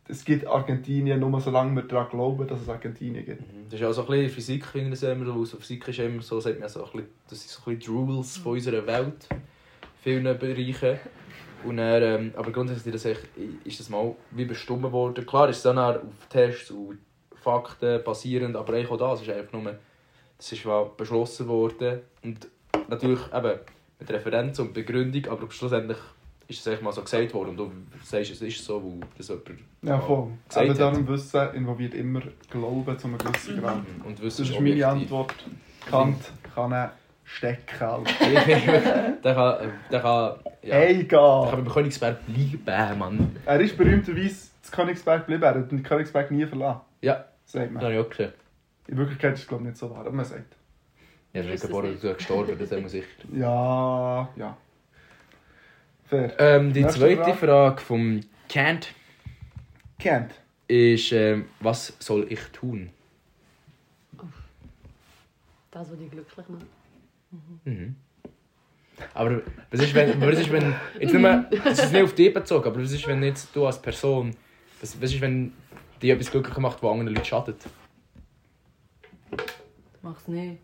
Speaker 5: Es gibt Argentinien nur solange wir daran glauben, dass es Argentinien gibt.
Speaker 4: Das ist auch so ein bisschen Physik, finde ich das immer, weil so Physik ist immer so, sagt man so ein bisschen, das sind so ein bisschen die Rules von unserer Welt, in vielen Bereichen. Und dann, ähm, aber grundsätzlich das echt, ist das mal wie bestimmt worden. Klar ist es dann auch auf Tests und Fakten basierend, aber eigentlich auch das ist einfach nur, das ist mal beschlossen worden. Und natürlich eben mit Referenz und Begründung, aber schlussendlich ist es eigentlich mal so gesagt worden. Und du sagst, es ist so, weil das jemand
Speaker 5: Ja, voll.
Speaker 4: gesagt
Speaker 5: aber
Speaker 4: hat.
Speaker 5: darum Wissen involviert immer Glauben zu einem gewissen Grad.
Speaker 4: Und
Speaker 5: Das
Speaker 4: wissen
Speaker 5: ist
Speaker 4: objektiv.
Speaker 5: meine Antwort. Kant kann einen Steckerl.
Speaker 4: der kann, äh, der kann, ja, der
Speaker 5: Egal!
Speaker 4: kann beim Königsberg bleiben, Mann.
Speaker 5: Er ist berühmterweise zu Königsberg geblieben. Er hat den Königsberg nie verlassen,
Speaker 4: Ja,
Speaker 5: sagt
Speaker 4: das
Speaker 5: man.
Speaker 4: habe ich auch gesehen.
Speaker 5: In Wirklichkeit ist es glaube ich nicht so wahr, aber man sagt.
Speaker 4: Ja, der
Speaker 6: Ich
Speaker 4: ist
Speaker 6: wüsste
Speaker 4: geboren,
Speaker 6: es
Speaker 4: du gestorben, das haben wir sicher.
Speaker 5: Ja, ja. Fair.
Speaker 4: Ähm, die
Speaker 5: Nächste
Speaker 4: zweite
Speaker 5: Frage.
Speaker 4: Frage vom Kant
Speaker 5: Kent.
Speaker 4: ist, ähm, was soll ich tun?
Speaker 6: Das, was dich glücklich macht.
Speaker 4: Aber was ist, wenn, was ist, wenn jetzt nicht mehr, das ist nicht auf dich bezogen, aber was ist, wenn jetzt du als Person, was, was ist, wenn dir etwas glücklich macht, was anderen Leuten schadet?
Speaker 1: Mach's nicht.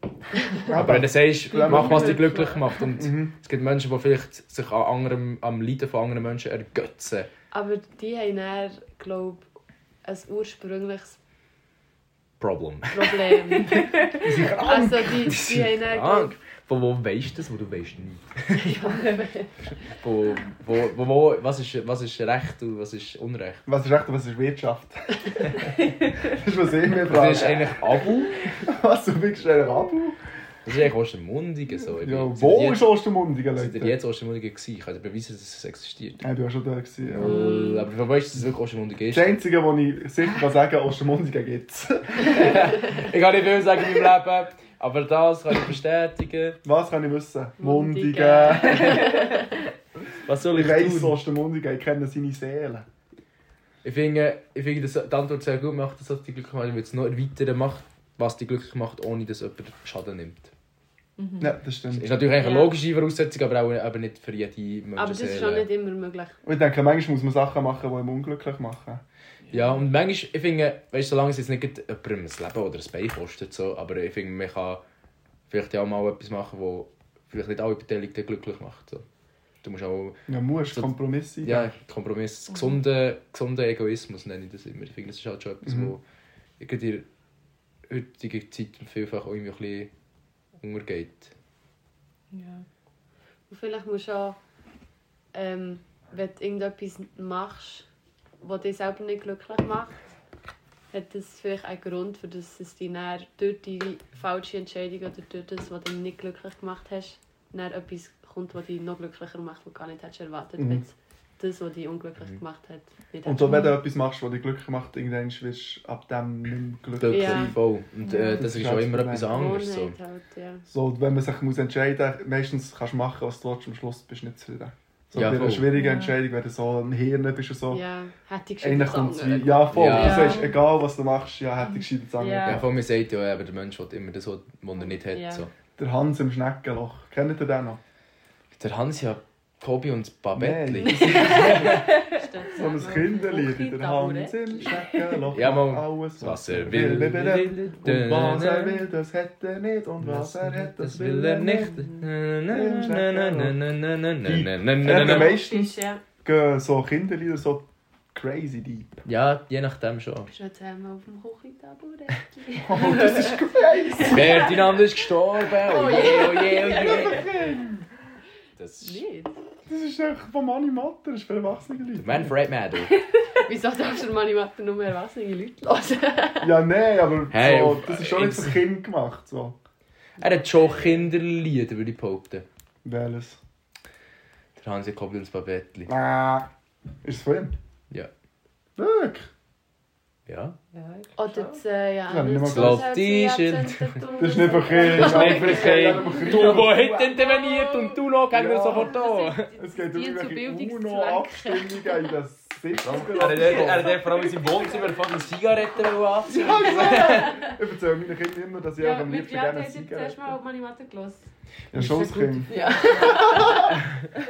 Speaker 4: Aber wenn du sagst,
Speaker 5: Ja,
Speaker 4: mach was
Speaker 5: aber-
Speaker 4: dich glücklich macht und
Speaker 5: Mhm.
Speaker 4: es gibt Menschen, die vielleicht sich an anderem, am Leiden von anderen Menschen ergötzen.
Speaker 6: Aber die haben dann, glaube ich, ein ursprüngliches
Speaker 4: Problem.
Speaker 6: Problem. also die, die haben dann,
Speaker 4: Ah,
Speaker 6: glaub
Speaker 4: von wo weißt du das, wo du weißt nicht? wo, wo, wo, wo, was, ist, was ist Recht und was ist Unrecht?
Speaker 5: Was ist Recht und was ist Wirtschaft? das ist was ich mir frage.
Speaker 4: Das ist eigentlich Abu.
Speaker 5: Was, du bist ein Rabu?
Speaker 4: Das ist eigentlich Ostermundigen so. Ich bin-
Speaker 5: Ja,
Speaker 4: seid ihr
Speaker 5: wo
Speaker 4: jetzt-
Speaker 5: ist Ostermundigen,
Speaker 4: Seid ihr
Speaker 5: Leute?
Speaker 4: jetzt Ostermundigen gewesen? Ich kann dir beweisen, dass es existiert.
Speaker 5: Ja, du warst schon da. Gewesen, ja.
Speaker 4: Äh, Aber von weißt du, dass es wirklich Ostermundigen ist?
Speaker 5: Das Einzige, was ich sicher kann sagen kann, Ostermundigen gibt es.
Speaker 4: Ich kann nicht viel sagen in meinem Leben, aber das kann ich bestätigen.
Speaker 5: Was kann ich wissen?
Speaker 6: Mundigen.
Speaker 5: Mundigen.
Speaker 4: Was soll
Speaker 5: Ich
Speaker 4: ich
Speaker 5: weiss
Speaker 4: tun?
Speaker 5: Ostermundigen, ich kenne seine Seele.
Speaker 4: Ich finde, ich finde dass die Antwort sehr gut macht, dass das dich glücklich macht. Ich will es noch erweitern, macht, was dich glücklich macht, ohne dass jemand Schaden nimmt.
Speaker 5: Ja, das stimmt.
Speaker 4: Ist natürlich eigentlich eine
Speaker 6: Ja.
Speaker 4: logische Voraussetzung, aber auch eben nicht für jede Menschenseele.
Speaker 6: aber das ist schon nicht immer möglich.
Speaker 5: Und ich denke, manchmal muss man Sachen machen, die einem unglücklich machen.
Speaker 4: Ja, und manchmal, ich finde, weißt, solange es jetzt nicht gerade jemandem ein Leben oder ein Bein kostet, so, aber ich finde, man kann vielleicht ja auch mal etwas machen, wo vielleicht nicht alle Beteiligten glücklich macht. So. Du musst auch
Speaker 5: Ja, musst
Speaker 4: So-
Speaker 5: Kompromisse eingehen.
Speaker 4: ja,
Speaker 6: Mhm.
Speaker 4: Kompromiss, gesunder gesunder Egoismus nenne ich das immer. Ich finde, das ist halt schon etwas, wo gerade in der heutigen Zeit vielfach auch irgendwie ein bisschen untergeht.
Speaker 1: Ja.
Speaker 6: Und vielleicht musst du auch, ähm, wenn du irgendetwas machst, was dich selber nicht glücklich macht, hat das vielleicht einen Grund, für das es dich dann durch die falsche Entscheidung oder durch das, was dich nicht glücklich gemacht hast, dann etwas kommt, was dich noch glücklicher macht, was du gar nicht hättest erwartet,
Speaker 5: Mhm.
Speaker 6: wenn es das, was dich unglücklich gemacht hat, nicht
Speaker 5: Und
Speaker 6: hättest
Speaker 5: so, wenn du etwas machst, was dich glücklich macht, irgendwann wirst du ab dem nicht mehr glücklich.
Speaker 4: Glücklich,
Speaker 6: Ja.
Speaker 4: voll. Und äh, das
Speaker 5: Das
Speaker 4: ist
Speaker 5: ist
Speaker 4: auch immer
Speaker 5: halt
Speaker 4: etwas
Speaker 5: das
Speaker 4: anderes. So.
Speaker 6: Gewohnheit Halt, ja.
Speaker 5: So, und wenn man sich muss entscheiden muss, meistens kannst du machen, was du willst, am Schluss bist du nicht zufrieden. So
Speaker 4: Ja,
Speaker 5: bei einer
Speaker 4: voll.
Speaker 5: schwierigen
Speaker 1: Ja.
Speaker 5: Entscheidung, wenn du so im Hirn bist und so,
Speaker 6: ja, hätte ich
Speaker 5: einer
Speaker 6: gescheit
Speaker 5: kommt es
Speaker 6: sagen.
Speaker 5: wie, ja voll,
Speaker 4: Ja.
Speaker 5: du sagst, egal was du machst, ja, hätte ich gescheit sagen.
Speaker 6: Ja.
Speaker 4: Ja, vor mir sagt ja, aber der Mensch will immer das, was er nicht hat.
Speaker 6: Ja.
Speaker 4: So.
Speaker 5: Der Hans im Schneckenloch, kennt ihr den noch?
Speaker 4: Der Hans ja Kobi und Babettli.
Speaker 5: Nein. So ein Kinderlied in der Hand sind Stecken, Loch,
Speaker 4: Ja, Mann.
Speaker 5: alles
Speaker 4: Was er
Speaker 5: will,
Speaker 4: will,
Speaker 5: will, will.
Speaker 4: will,
Speaker 5: Und was er will, das hätte er nicht. Und was er hätte, das will er nicht. Ja, die
Speaker 4: nicht.
Speaker 5: meisten
Speaker 6: ja.
Speaker 5: gehen so Kinderlieder so crazy deep.
Speaker 4: Ja, je nachdem schon.
Speaker 6: Bist du jetzt einmal auf dem Küchentabouret?
Speaker 5: Oh, das ist crazy.
Speaker 4: Ferdinand ist gestorben. Oh je, oh je, oh je. Das ist
Speaker 6: Nicht?
Speaker 5: Das ist echt von Manni Matter, das ist für erwachsene Leute.
Speaker 4: Man Fred Madden.
Speaker 6: Wieso darfst du mal nicht nur erwachsene Leute hören?
Speaker 5: Ja, nein, aber
Speaker 4: Hey,
Speaker 5: so,
Speaker 4: auf-
Speaker 5: das ist schon nicht für
Speaker 4: ins-
Speaker 5: Kind gemacht. So.
Speaker 4: Er hat schon Kinderlieder, würde ich behaupten.
Speaker 5: Welches?
Speaker 4: Der Hansi Kobi und das Babettli.
Speaker 5: Ah, ist es von ihm?
Speaker 4: Ja.
Speaker 5: Wirklich?
Speaker 4: Ja.
Speaker 1: Ja, ich
Speaker 6: Oder
Speaker 1: glaub schon.
Speaker 6: das, äh, ja,
Speaker 5: Ja, nicht mal
Speaker 6: das
Speaker 4: gehört.
Speaker 6: Konzert,
Speaker 4: Die
Speaker 6: sie
Speaker 4: Schild.
Speaker 6: absenden, du-
Speaker 5: Das ist nicht für Kind.
Speaker 4: Das ist nicht für
Speaker 5: Ja,
Speaker 4: Kinder.
Speaker 5: aber Kinder-
Speaker 4: Du, wo heute interveniert und du noch, gehen wir
Speaker 5: Ja.
Speaker 4: sofort an.
Speaker 5: Es geht um
Speaker 6: Die zu
Speaker 5: irgendwelche
Speaker 6: Bildungszwecken.
Speaker 5: UNO-Abstimmungen in das 70er.
Speaker 4: vor allem in seinem Wohnzimmer fucking Zigaretten anziehen.
Speaker 5: Ich erzähle meinen Kindern immer, dass ich
Speaker 6: genau. Ja,
Speaker 5: am
Speaker 6: mit
Speaker 5: liebsten
Speaker 6: ja,
Speaker 5: gerne eine
Speaker 6: hat jetzt zuerst
Speaker 5: Zigarette
Speaker 6: mal auf meine Mathe gelassen.
Speaker 5: Ja, schon als Kind.
Speaker 1: Ja.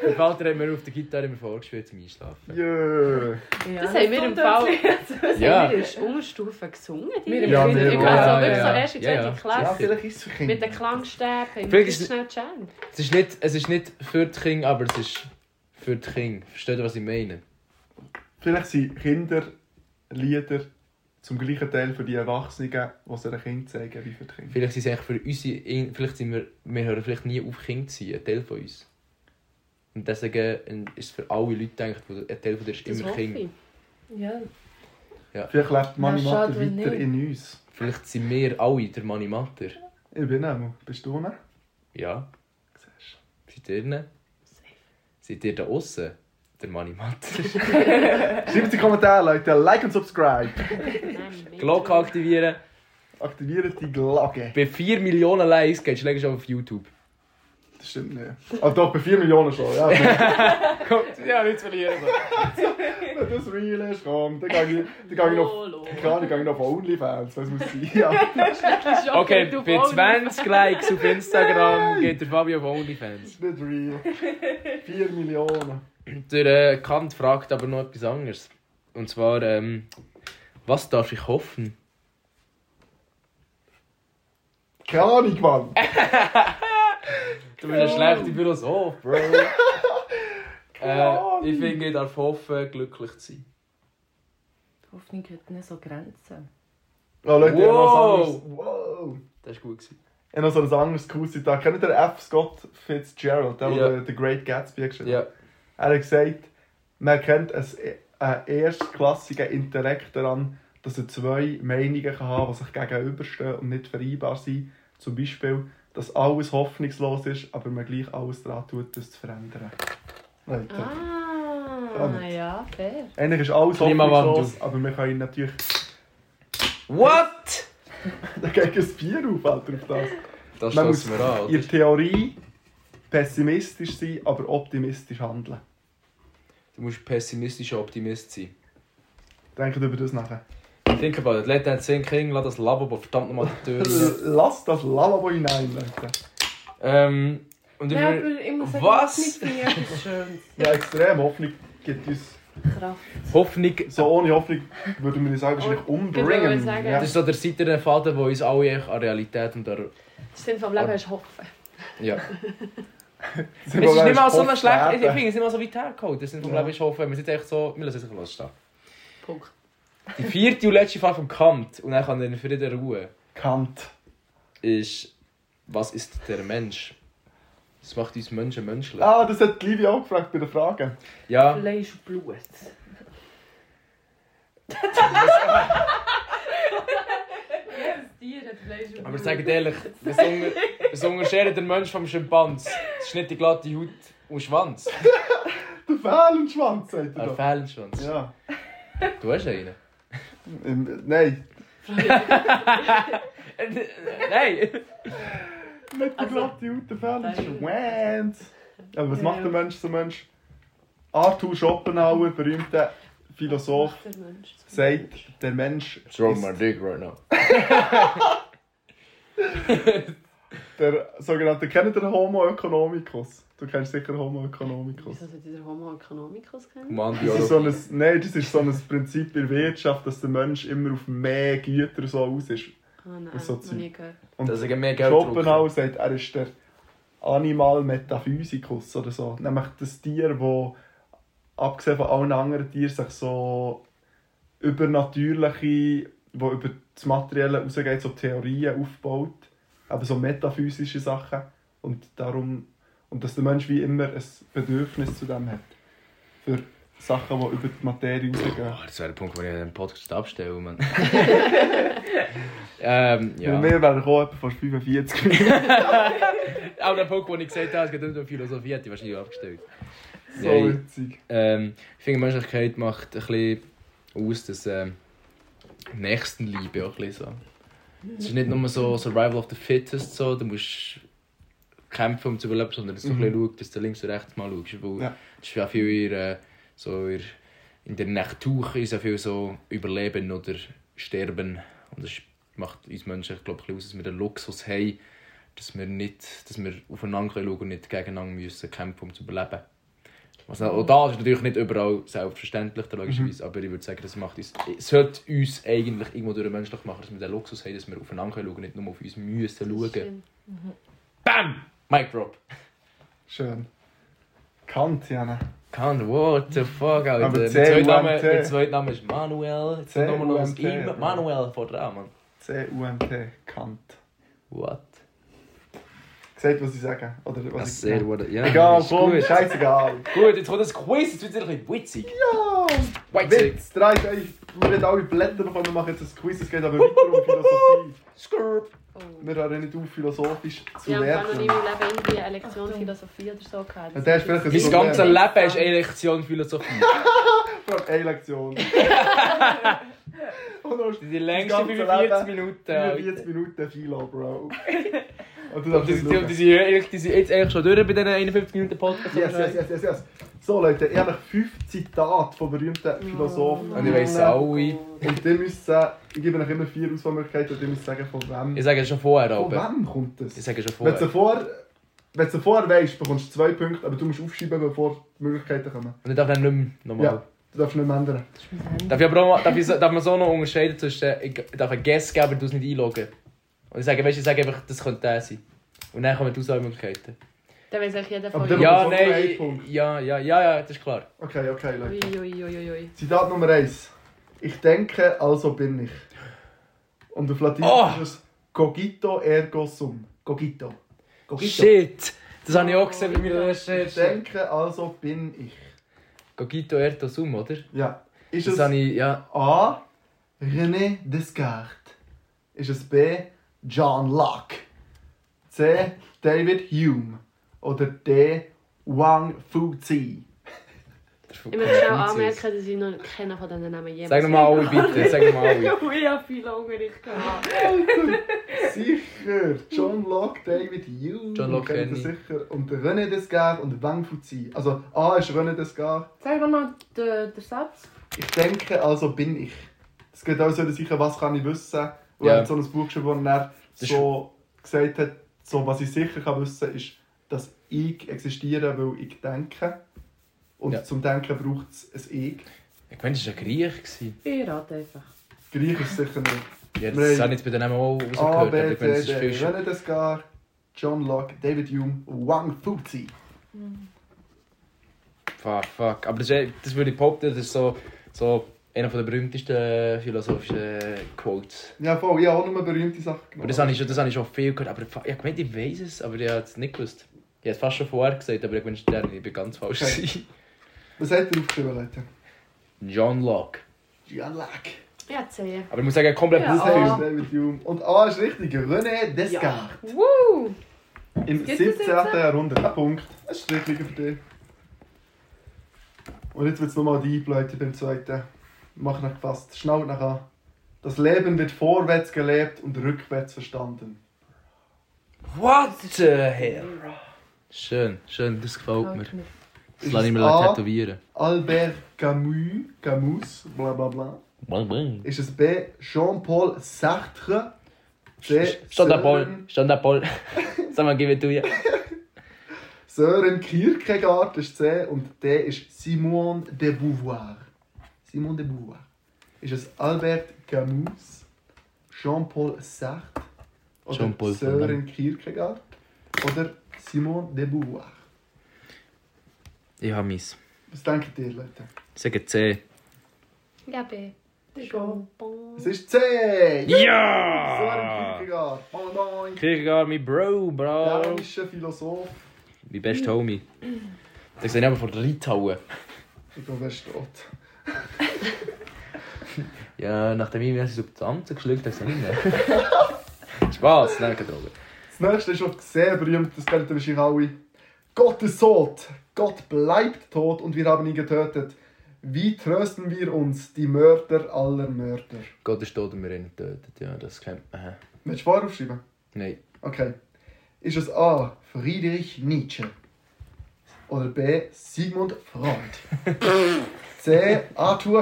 Speaker 4: Der Walter hat mir auf der Gitarre immer vorgespielt zum Einschlafen.
Speaker 5: Yeah.
Speaker 1: Dus
Speaker 6: Das haben wir im Fall. Das
Speaker 4: Ja.
Speaker 6: haben wir in der Unterstufe gesungen. Die
Speaker 1: Wir im
Speaker 5: Ja,
Speaker 6: Kinder-
Speaker 5: wir
Speaker 6: ich
Speaker 5: auch.
Speaker 6: weiß
Speaker 5: Ja,
Speaker 6: auch, wirklich
Speaker 4: ja,
Speaker 6: so
Speaker 4: ja.
Speaker 6: erst in
Speaker 4: Ja, ja.
Speaker 6: zweite
Speaker 5: Ja,
Speaker 6: Klasse.
Speaker 5: vielleicht ist es für Kinder.
Speaker 6: Mit den Klangstäben. haben wir
Speaker 4: Vielleicht ist-
Speaker 6: das schnell gechant.
Speaker 4: Es ist nicht, es ist nicht für die Kinder, aber es ist für die Kinder. Versteht ihr, was ich meine?
Speaker 5: Vielleicht sind Kinderlieder zum gleichen Teil für die Erwachsenen, die sie den Kindern zeigen, wie für die Kinder.
Speaker 4: Vielleicht sind es eigentlich für unsere, vielleicht sind wir, wir hören vielleicht nie auf Kinder zu sein, ein Teil von uns. Und deswegen ähm, ist es für alle Leute gedacht, wo ein Teil von dir ist
Speaker 6: Das
Speaker 4: immer
Speaker 6: hoffe
Speaker 4: Kind.
Speaker 6: ich.
Speaker 1: Ja.
Speaker 5: Vielleicht lebt Mami
Speaker 1: Na,
Speaker 5: Matter
Speaker 1: schade,
Speaker 5: weiter
Speaker 1: wenn nicht.
Speaker 5: in uns.
Speaker 4: Vielleicht sind wir alle der Manimater.
Speaker 5: Ich bin auch. Bist du noch?
Speaker 4: Ja.
Speaker 5: Siehst
Speaker 4: Seid ihr ne? Seid ihr da aussen? Der Manimater.
Speaker 5: du. Schreibt in die Kommentare, Leute. Like und subscribe.
Speaker 6: Nein, nicht.
Speaker 4: Glocke aktivieren.
Speaker 5: Aktiviert die Glocke.
Speaker 4: Bei 4 Millionen Likes gehst du schon auf YouTube.
Speaker 5: Das stimmt nicht. Aber doch, bei 4 Millionen schon. Ja, wenn
Speaker 4: Kommt, ja, nichts verlieren.
Speaker 5: das real ist, komm, dann gehe ich, dann gehe ich
Speaker 1: Oh,
Speaker 5: noch...
Speaker 6: Lolo.
Speaker 5: Klar, ich gehe noch auf OnlyFans, das muss sein. Ja.
Speaker 6: Das ist auch
Speaker 4: Okay,
Speaker 6: gut, du
Speaker 4: bei
Speaker 6: Paul.
Speaker 4: 20 Likes auf Instagram geht der Fabio auf OnlyFans.
Speaker 5: Das ist nicht real. 4 Millionen.
Speaker 4: Der äh, Kant fragt aber noch etwas anderes. Und zwar, ähm, was darf ich hoffen?
Speaker 5: Keine Ahnung, Mann.
Speaker 4: Du bist ein schlechter Philosoph, Bro. äh, ich
Speaker 5: Ahnung.
Speaker 4: finde, ich darf hoffen, glücklich zu sein.
Speaker 1: Hoffnung hat nicht so Grenzen.
Speaker 5: Oh, Leute,
Speaker 4: Wow.
Speaker 5: ich habe noch was anderes. Wow.
Speaker 4: Das war gut. Gewesen.
Speaker 5: Ich habe noch so ein anderes cooles Zitat. Kennt ihr F. Scott Fitzgerald, der,
Speaker 4: Ja.
Speaker 5: der The Great Gatsby hat geschrieben
Speaker 4: Ja.
Speaker 5: Er hat gesagt, man erkennt einen, einen erstklassigen Intellekt daran, dass er zwei Meinungen kann haben kann, die sich gegenüberstehen und nicht vereinbar sind. Zum Beispiel, dass alles hoffnungslos ist, aber man gleich alles daran tut, das zu verändern. Leute,
Speaker 6: Ah, ja, fair.
Speaker 5: eigentlich ist alles
Speaker 4: Klimawandel.
Speaker 5: hoffnungslos, aber wir können natürlich...
Speaker 4: What?
Speaker 5: Da geht ein Bier auf, Alter, auf das.
Speaker 4: Das
Speaker 5: Man muss
Speaker 4: schlossen wir an.
Speaker 5: in
Speaker 4: Oder?
Speaker 5: der Theorie pessimistisch sein, aber optimistisch handeln.
Speaker 4: Du musst pessimistischer Optimist sein.
Speaker 5: Denkt über das nachher.
Speaker 4: Think about it. Let that sink in, lass das Lab aber verdammt nochmal die Tür rein.
Speaker 5: Lass das Lalabo hinein, Leute.
Speaker 4: ähm, und ich
Speaker 1: Ja, aber
Speaker 4: will-
Speaker 1: ich muss sagen,
Speaker 4: Was?
Speaker 1: Hoffnung finde ich etwas Schönes.
Speaker 5: Ja, extrem. Hoffnung gibt uns...
Speaker 1: Kraft.
Speaker 4: Hoffnung,
Speaker 5: So ohne Hoffnung würde man sagen, wahrscheinlich
Speaker 6: Genau, ich
Speaker 5: umbringen.
Speaker 6: wollte sagen.
Speaker 5: Ja.
Speaker 4: das ist so der seiterne Faden, der uns alle echt an Realität und an...
Speaker 6: Das Sinn vom Leben ist hoffen.
Speaker 4: Ja. Es
Speaker 5: Es
Speaker 4: ist nicht mal so eine schlechte... Ich finde, es ist nicht mal so weit hergeholt. Das sind vom
Speaker 5: Ja.
Speaker 4: Leben ist hoffen. Wir sind echt so... Wir lassen es einfach stehen.
Speaker 6: Punkt.
Speaker 4: Die vierte und letzte Frage vom Kant, und dann kann er in Frieden ruhen,
Speaker 5: Kant.
Speaker 4: ist... Was ist der Mensch? Das macht uns Menschen menschlich.
Speaker 5: Ah, das hat die Livia auch gefragt bei der Frage.
Speaker 4: Ja.
Speaker 1: Fleisch und Blut.
Speaker 6: Jedes Tier hat Fleisch und
Speaker 4: Aber sagt ehrlich, was unter- was unterscheidet der Mensch vom Schimpans? Das ist nicht die glatte Haut und Schwanz.
Speaker 5: Der Fählenschwanz, sagt er
Speaker 4: Ein
Speaker 5: doch.
Speaker 4: Fählenschwanz.
Speaker 5: Ja.
Speaker 4: Du hast einen.
Speaker 5: Ähm, Nein,
Speaker 4: Nein!
Speaker 5: nicht
Speaker 6: Also,
Speaker 5: der glatte Haut, der Fählenschwanz. Aber was
Speaker 1: Ja,
Speaker 5: macht
Speaker 1: ja.
Speaker 5: der Mensch zum Mensch? Arthur Schopenhauer, berühmter Philosoph,
Speaker 6: Der Mensch.
Speaker 5: sagt, der Mensch ist...
Speaker 4: dick right now.
Speaker 5: Der sogenannte, kennt ihr Homo economicus? Du kennst sicher Homo economicus.
Speaker 6: Wieso sollte der Homo economicus kennen?
Speaker 4: Mann,
Speaker 5: Das ist so ein, nein, das ist so ein Prinzip in der Wirtschaft, dass der Mensch immer auf mehr Güter so aus ist.
Speaker 6: Ah nein,
Speaker 5: so
Speaker 6: noch nie gehört.
Speaker 5: Und
Speaker 4: Dass er mehr Geld
Speaker 5: Schopenhauer sagt, er ist der Animal Metaphysicus oder so. Nämlich das Tier, wo abgesehen von allen anderen Tieren sich so übernatürliche, wo über das Materielle rausgeht, so Theorien aufbaut. Aber so metaphysische Sachen. Und darum, und dass der Mensch wie immer ein Bedürfnis zu dem hat. Für Sachen, die über die Materie rausgehen.
Speaker 4: Oh, das wäre der Punkt, wo ich den Podcast abstelle, Mann. ähm, ja.
Speaker 5: Ja. Wir wären auch etwa fast 45.
Speaker 4: Auch der Punkt, wo ich gesagt habe, es geht nicht um Philosophie, hätte ich wahrscheinlich abgestellt.
Speaker 5: so
Speaker 4: Nein.
Speaker 5: witzig.
Speaker 4: Ähm, ich finde, Menschlichkeit macht ein bisschen aus, dass ähm, Nächstenliebe auch ein bisschen so. Es ist nicht nur so Survival of the Fittest, so, du musst kämpfen, um zu überleben, sondern dass du
Speaker 5: Mhm.
Speaker 4: ein bisschen schaust, dass du links und rechts mal schaust. Weil
Speaker 5: Ja.
Speaker 4: es ist ja viel in, der, so in, der- in der Natur ist ja viel so Überleben oder Sterben. Und das macht uns Menschen, glaube ich, ein bisschen aus, dass wir den Luxus haben, dass wir, nicht, dass wir aufeinander schauen können und nicht gegeneinander müssen kämpfen, um zu überleben. Was auch auch das ist natürlich nicht überall selbstverständlich, logischerweise,
Speaker 5: Mhm.
Speaker 4: aber ich würde sagen, das macht uns, es sollte uns eigentlich irgendwo durch menschlich machen, dass wir den Luxus haben, dass wir aufeinander schauen, nicht nur auf uns müssen
Speaker 6: Das
Speaker 4: schauen.
Speaker 6: ist schön.
Speaker 4: BAM! Mic drop.
Speaker 5: Schön. Kant, Jana.
Speaker 4: Kann, what the fuck, Alter.
Speaker 5: Aber
Speaker 4: Mein
Speaker 5: C,
Speaker 4: zweiter Name,
Speaker 5: UMT.
Speaker 4: mein zweiter Name ist Manuel. Jetzt
Speaker 5: C,
Speaker 4: kommt nochmal noch ein
Speaker 5: UMT,
Speaker 4: I.
Speaker 5: Bro.
Speaker 4: Manuel vor dran, Mann.
Speaker 5: C-U-M-T, Kant.
Speaker 4: What?
Speaker 5: Seht, was ich sage? Oder was ich
Speaker 4: sehr what? Ja,
Speaker 5: Egal,
Speaker 4: ist
Speaker 5: komm,
Speaker 4: gut.
Speaker 5: scheißegal.
Speaker 4: Gut, jetzt kommt das Quiz, jetzt wird es ein bisschen witzig.
Speaker 5: Ja!
Speaker 4: Witzig.
Speaker 5: Witz, dreht euch. Wir werden alle Blätter bekommen, wir machen jetzt ein Quiz, es geht aber weiter um Philosophie.
Speaker 4: Skrrr.
Speaker 6: Oh.
Speaker 5: Wir hören nicht auf, philosophisch zu
Speaker 6: Ich habe gar noch nie in
Speaker 5: lernen.
Speaker 6: meinem Leben irgendwie eine Lektion
Speaker 1: Achtung.
Speaker 6: Philosophie oder so gehabt.
Speaker 5: Ja, der ist vielleicht ein
Speaker 4: Mein
Speaker 5: Problem.
Speaker 4: ganzes Leben ist eh- eine Lektion Philosophie.
Speaker 5: Vor eine Lektion. Und noch
Speaker 4: Die
Speaker 5: ganze
Speaker 4: längste
Speaker 5: Leben.
Speaker 4: 45 Minuten. Alter.
Speaker 5: 45 Minuten Philo, Bro. Und du
Speaker 4: Und
Speaker 5: darfst
Speaker 4: die,
Speaker 5: jetzt
Speaker 4: sind- die,
Speaker 5: schauen.
Speaker 4: die, sind ja eigentlich- die sind jetzt eigentlich schon durch bei diesen 51 Minuten Podcast.
Speaker 5: Yes, yes, yes, yes, yes. So Leute, ehrlich, fünf Zitate von berühmten Philosophen.
Speaker 4: Und ich weiss alle.
Speaker 5: Und ihr müsst sagen, ich gebe euch immer vier Auswahlmöglichkeiten und ihr müsst sagen, von wem.
Speaker 4: Ich sage es schon vorher,
Speaker 5: Von
Speaker 4: aber.
Speaker 5: wem kommt das?
Speaker 4: Ich sage es schon
Speaker 5: Wenn du
Speaker 4: vorher.
Speaker 5: vorher, wenn du vorher weißt, bekommst du zwei Punkte, aber du musst aufschreiben, bevor die Möglichkeiten kommen.
Speaker 4: Und ich darf dann nicht mehr nochmal.
Speaker 5: Ja. Du darfst nicht mehr ändern.
Speaker 4: Darf, ich aber auch, mal- darf, ich, so- darf man so noch unterscheiden zwischen, ich darf einen Guess geben, aber du es nicht einloggen. Und ich sage, weißt, ich sage einfach, das könnte der sein. Und dann kommen die Auswahlmöglichkeiten.
Speaker 6: Dann weiss ich jeder
Speaker 5: Aber
Speaker 6: von
Speaker 5: dann-
Speaker 6: Ja.
Speaker 4: Ja,
Speaker 5: bekommst du einen
Speaker 4: nein,
Speaker 5: Punkt.
Speaker 4: ja, ja, ja, ja, das ist klar.
Speaker 5: Okay, okay, Leute.
Speaker 6: Uiuiuiui.
Speaker 5: Zitat Nummer 1. Ich denke, also bin ich. Und auf Latein
Speaker 4: Oh!
Speaker 5: ist es Cogito ergo sum. Cogito. Cogito.
Speaker 4: Shit! Das habe ich
Speaker 5: Oh,
Speaker 4: auch gesehen bei meiner
Speaker 5: Ich
Speaker 4: Recherche.
Speaker 5: denke, also bin ich.
Speaker 4: Gogito ergo sum, oder?
Speaker 5: Ja. Ist
Speaker 4: Das
Speaker 5: es
Speaker 4: habe ich, ja.
Speaker 5: A. René Descartes. Ist es B. John Locke. C. David Hume. Oder D. Wang Fuzi.
Speaker 6: Ich möchte schnell anmerken, dass ich noch keinen von diesen Namen jemals
Speaker 4: Sag nochmal alle bitte, sag nochmal alle.
Speaker 6: Ich habe viel Hunger gehabt.
Speaker 5: Sicher! John Locke, David Hume.
Speaker 4: John Locke
Speaker 5: Kennt ihr
Speaker 4: kenne
Speaker 5: sicher. Und René Descartes und Wang Fuzi. Also A ist René Descartes.
Speaker 1: Sag nochmal den, den Satz.
Speaker 5: Ich denke, also bin ich. Es geht auch so sicher, was kann ich wissen. Und
Speaker 4: Ja.
Speaker 5: er hat so ein Buch geschrieben, wo er
Speaker 4: Das
Speaker 5: so gesagt hat, so, was ich sicher kann wissen kann, ist, dass ich existiere, weil ich denke. Und
Speaker 4: Ja.
Speaker 5: zum Denken braucht es ein Ich.
Speaker 4: Ich meine, das war ein Griech. gewesen.
Speaker 1: Ich rate einfach.
Speaker 5: Griechisch ist sicher nicht.
Speaker 4: Ja,
Speaker 5: Nein.
Speaker 4: das habe ich jetzt bei den Namen auch rausgehört.
Speaker 5: A,
Speaker 4: Aber
Speaker 5: B,
Speaker 4: ich meine,
Speaker 5: C,
Speaker 4: das ist
Speaker 5: D,
Speaker 4: viel schöner.
Speaker 5: René Descartes, John Locke, David Hume, Wang Fuzi.
Speaker 4: Fuck, fuck. Ah, Aber das, ist- das würde ich behaupten, das ist so, so einer der berühmtesten philosophischen eh, Quotes.
Speaker 5: Ja, voll, ich habe auch nur berühmte Sachen
Speaker 4: Aber
Speaker 5: genommen.
Speaker 4: das habe ich schon, das habe ich schon viel gehört. Aber fa- ich meinte, ich weiß es, aber ich habe es nicht gewusst. Ich habe es fast schon vorher gesagt, aber ich wünschte, der ich bin ganz falsch.
Speaker 5: Okay.
Speaker 4: gewesen.
Speaker 5: Was hat er aufgeschrieben, Leute?
Speaker 4: John Locke. Ah,
Speaker 5: John Locke.
Speaker 6: Ja, C.
Speaker 4: Aber ich muss sagen, komplett
Speaker 1: Ja, oh.
Speaker 5: Das
Speaker 4: ja,
Speaker 1: aber-
Speaker 5: ist David Hume. Und A ist richtig, René Descartes.
Speaker 1: Woo!
Speaker 5: Im
Speaker 1: Gibt es
Speaker 5: 17.
Speaker 1: jetzt?
Speaker 5: Jahrhundert. Ein Punkt. Ein Strickliger für dich. Und jetzt wird es nochmal deep, Leute, beim zweiten. Mach nach gefasst. Schnaut nach an. Das Leben wird vorwärts gelebt und rückwärts verstanden.
Speaker 4: What the hell? Schön, schön, das gefällt mir.
Speaker 1: Halt mich.
Speaker 4: Das lasse ich mir
Speaker 5: Ah.
Speaker 4: tätowieren.
Speaker 5: Albert Camus, Camus, bla bla bla.
Speaker 4: Bang, bang.
Speaker 5: Ist es B. Jean-Paul Sartre? Der
Speaker 4: Stand up,
Speaker 5: Sören-
Speaker 4: Paul. Stand up, Paul. Sag mal, gib mir du ja.
Speaker 5: Sören Kierkegaard ist C und D ist Simone de Beauvoir. Simone de Beauvoir. Ist es Albert Camus, Jean-Paul Sartre oder
Speaker 4: Jean-Paul
Speaker 5: Sören Kierkegaard oder Simone de Beauvoir?
Speaker 4: Ich habe meins.
Speaker 5: Was denkt ihr, Leute?
Speaker 4: Sag C.
Speaker 6: Ja, B.
Speaker 1: Schon.
Speaker 5: Es ist C! Sören
Speaker 4: Ja!
Speaker 5: Kierkegaard. Moin moin.
Speaker 4: Kierkegaard, mein Bro, bro.
Speaker 5: Dänischer Philosoph.
Speaker 4: Mein bester Homie. Das sehe ich aber von der Litauen.
Speaker 5: Ich glaube, er ist tot.
Speaker 4: Ja, nachdem ich mir Substanzen geschluckt habe, sehe ich nicht. Spass, nein, keine Drogen.
Speaker 5: Das nächste ist auch sehr berühmt, das kennt ihr wahrscheinlich alle. Gott ist tot, Gott bleibt tot und wir haben ihn getötet. Wie trösten wir uns, die Mörder aller Mörder?
Speaker 4: Gott ist tot und wir haben ihn getötet. Ja, das kennt man. hä?
Speaker 5: Willst du vorher aufschreiben?
Speaker 4: Nein.
Speaker 5: Okay. Ist es A. Friedrich Nietzsche? Oder B. Sigmund Freud? C. Arthur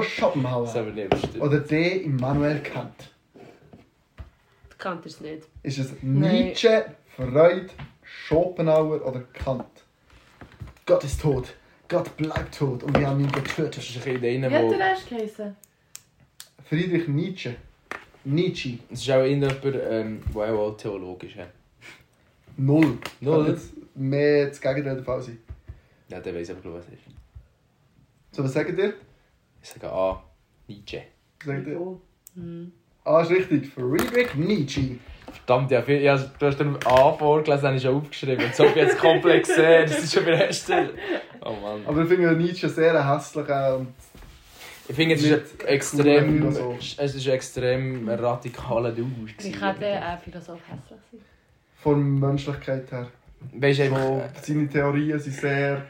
Speaker 4: Das haben
Speaker 5: Schopenhauer?
Speaker 4: wir nicht bestimmt.
Speaker 5: Oder D. Immanuel Kant?
Speaker 6: Kann er es nicht.
Speaker 5: Ist es
Speaker 1: Nein.
Speaker 5: Nietzsche, Freud, Schopenhauer oder Kant? Gott ist tot. Gott bleibt tot und wir haben ihn
Speaker 4: Das
Speaker 5: getötet.
Speaker 4: ist ein bisschen
Speaker 1: Wie
Speaker 4: einer,
Speaker 1: hat
Speaker 4: wo...
Speaker 1: der erst geheißen?
Speaker 5: Friedrich Nietzsche. Nietzsche.
Speaker 4: Es ist auch irgendjemand, ähm, der auch alt theologisch ist.
Speaker 5: Null.
Speaker 4: Null?
Speaker 5: Kann Jetzt mehr das Gegenteil der Fall sein.
Speaker 4: Ja, der weiß aber, glaub ich, was es ist.
Speaker 5: So, was sagt ihr?
Speaker 4: Ich sage A. Nietzsche.
Speaker 5: Sagt ihr?
Speaker 1: Oh.
Speaker 6: Hm.
Speaker 5: Ah, ist richtig. Friedrich Nietzsche.
Speaker 4: Verdammt, ja, viel, ja, du hast den A vorgelesen, habe ich schon aufgeschrieben. Und so habe ich jetzt komplex gesehen. Das ist schon wieder erst. Oh Mann.
Speaker 5: Aber ich finde Nietzsche sehr ein hässlicher und
Speaker 4: Ich finde, es ist ein extrem,
Speaker 5: Nicht cool,
Speaker 4: es ist ein extrem radikaler Dude.
Speaker 6: Ich hätte auch Philosoph hässlich sein.
Speaker 5: von der Menschlichkeit her.
Speaker 4: Weißt du,
Speaker 5: So,
Speaker 4: einfach,
Speaker 5: seine Theorien sind sehr.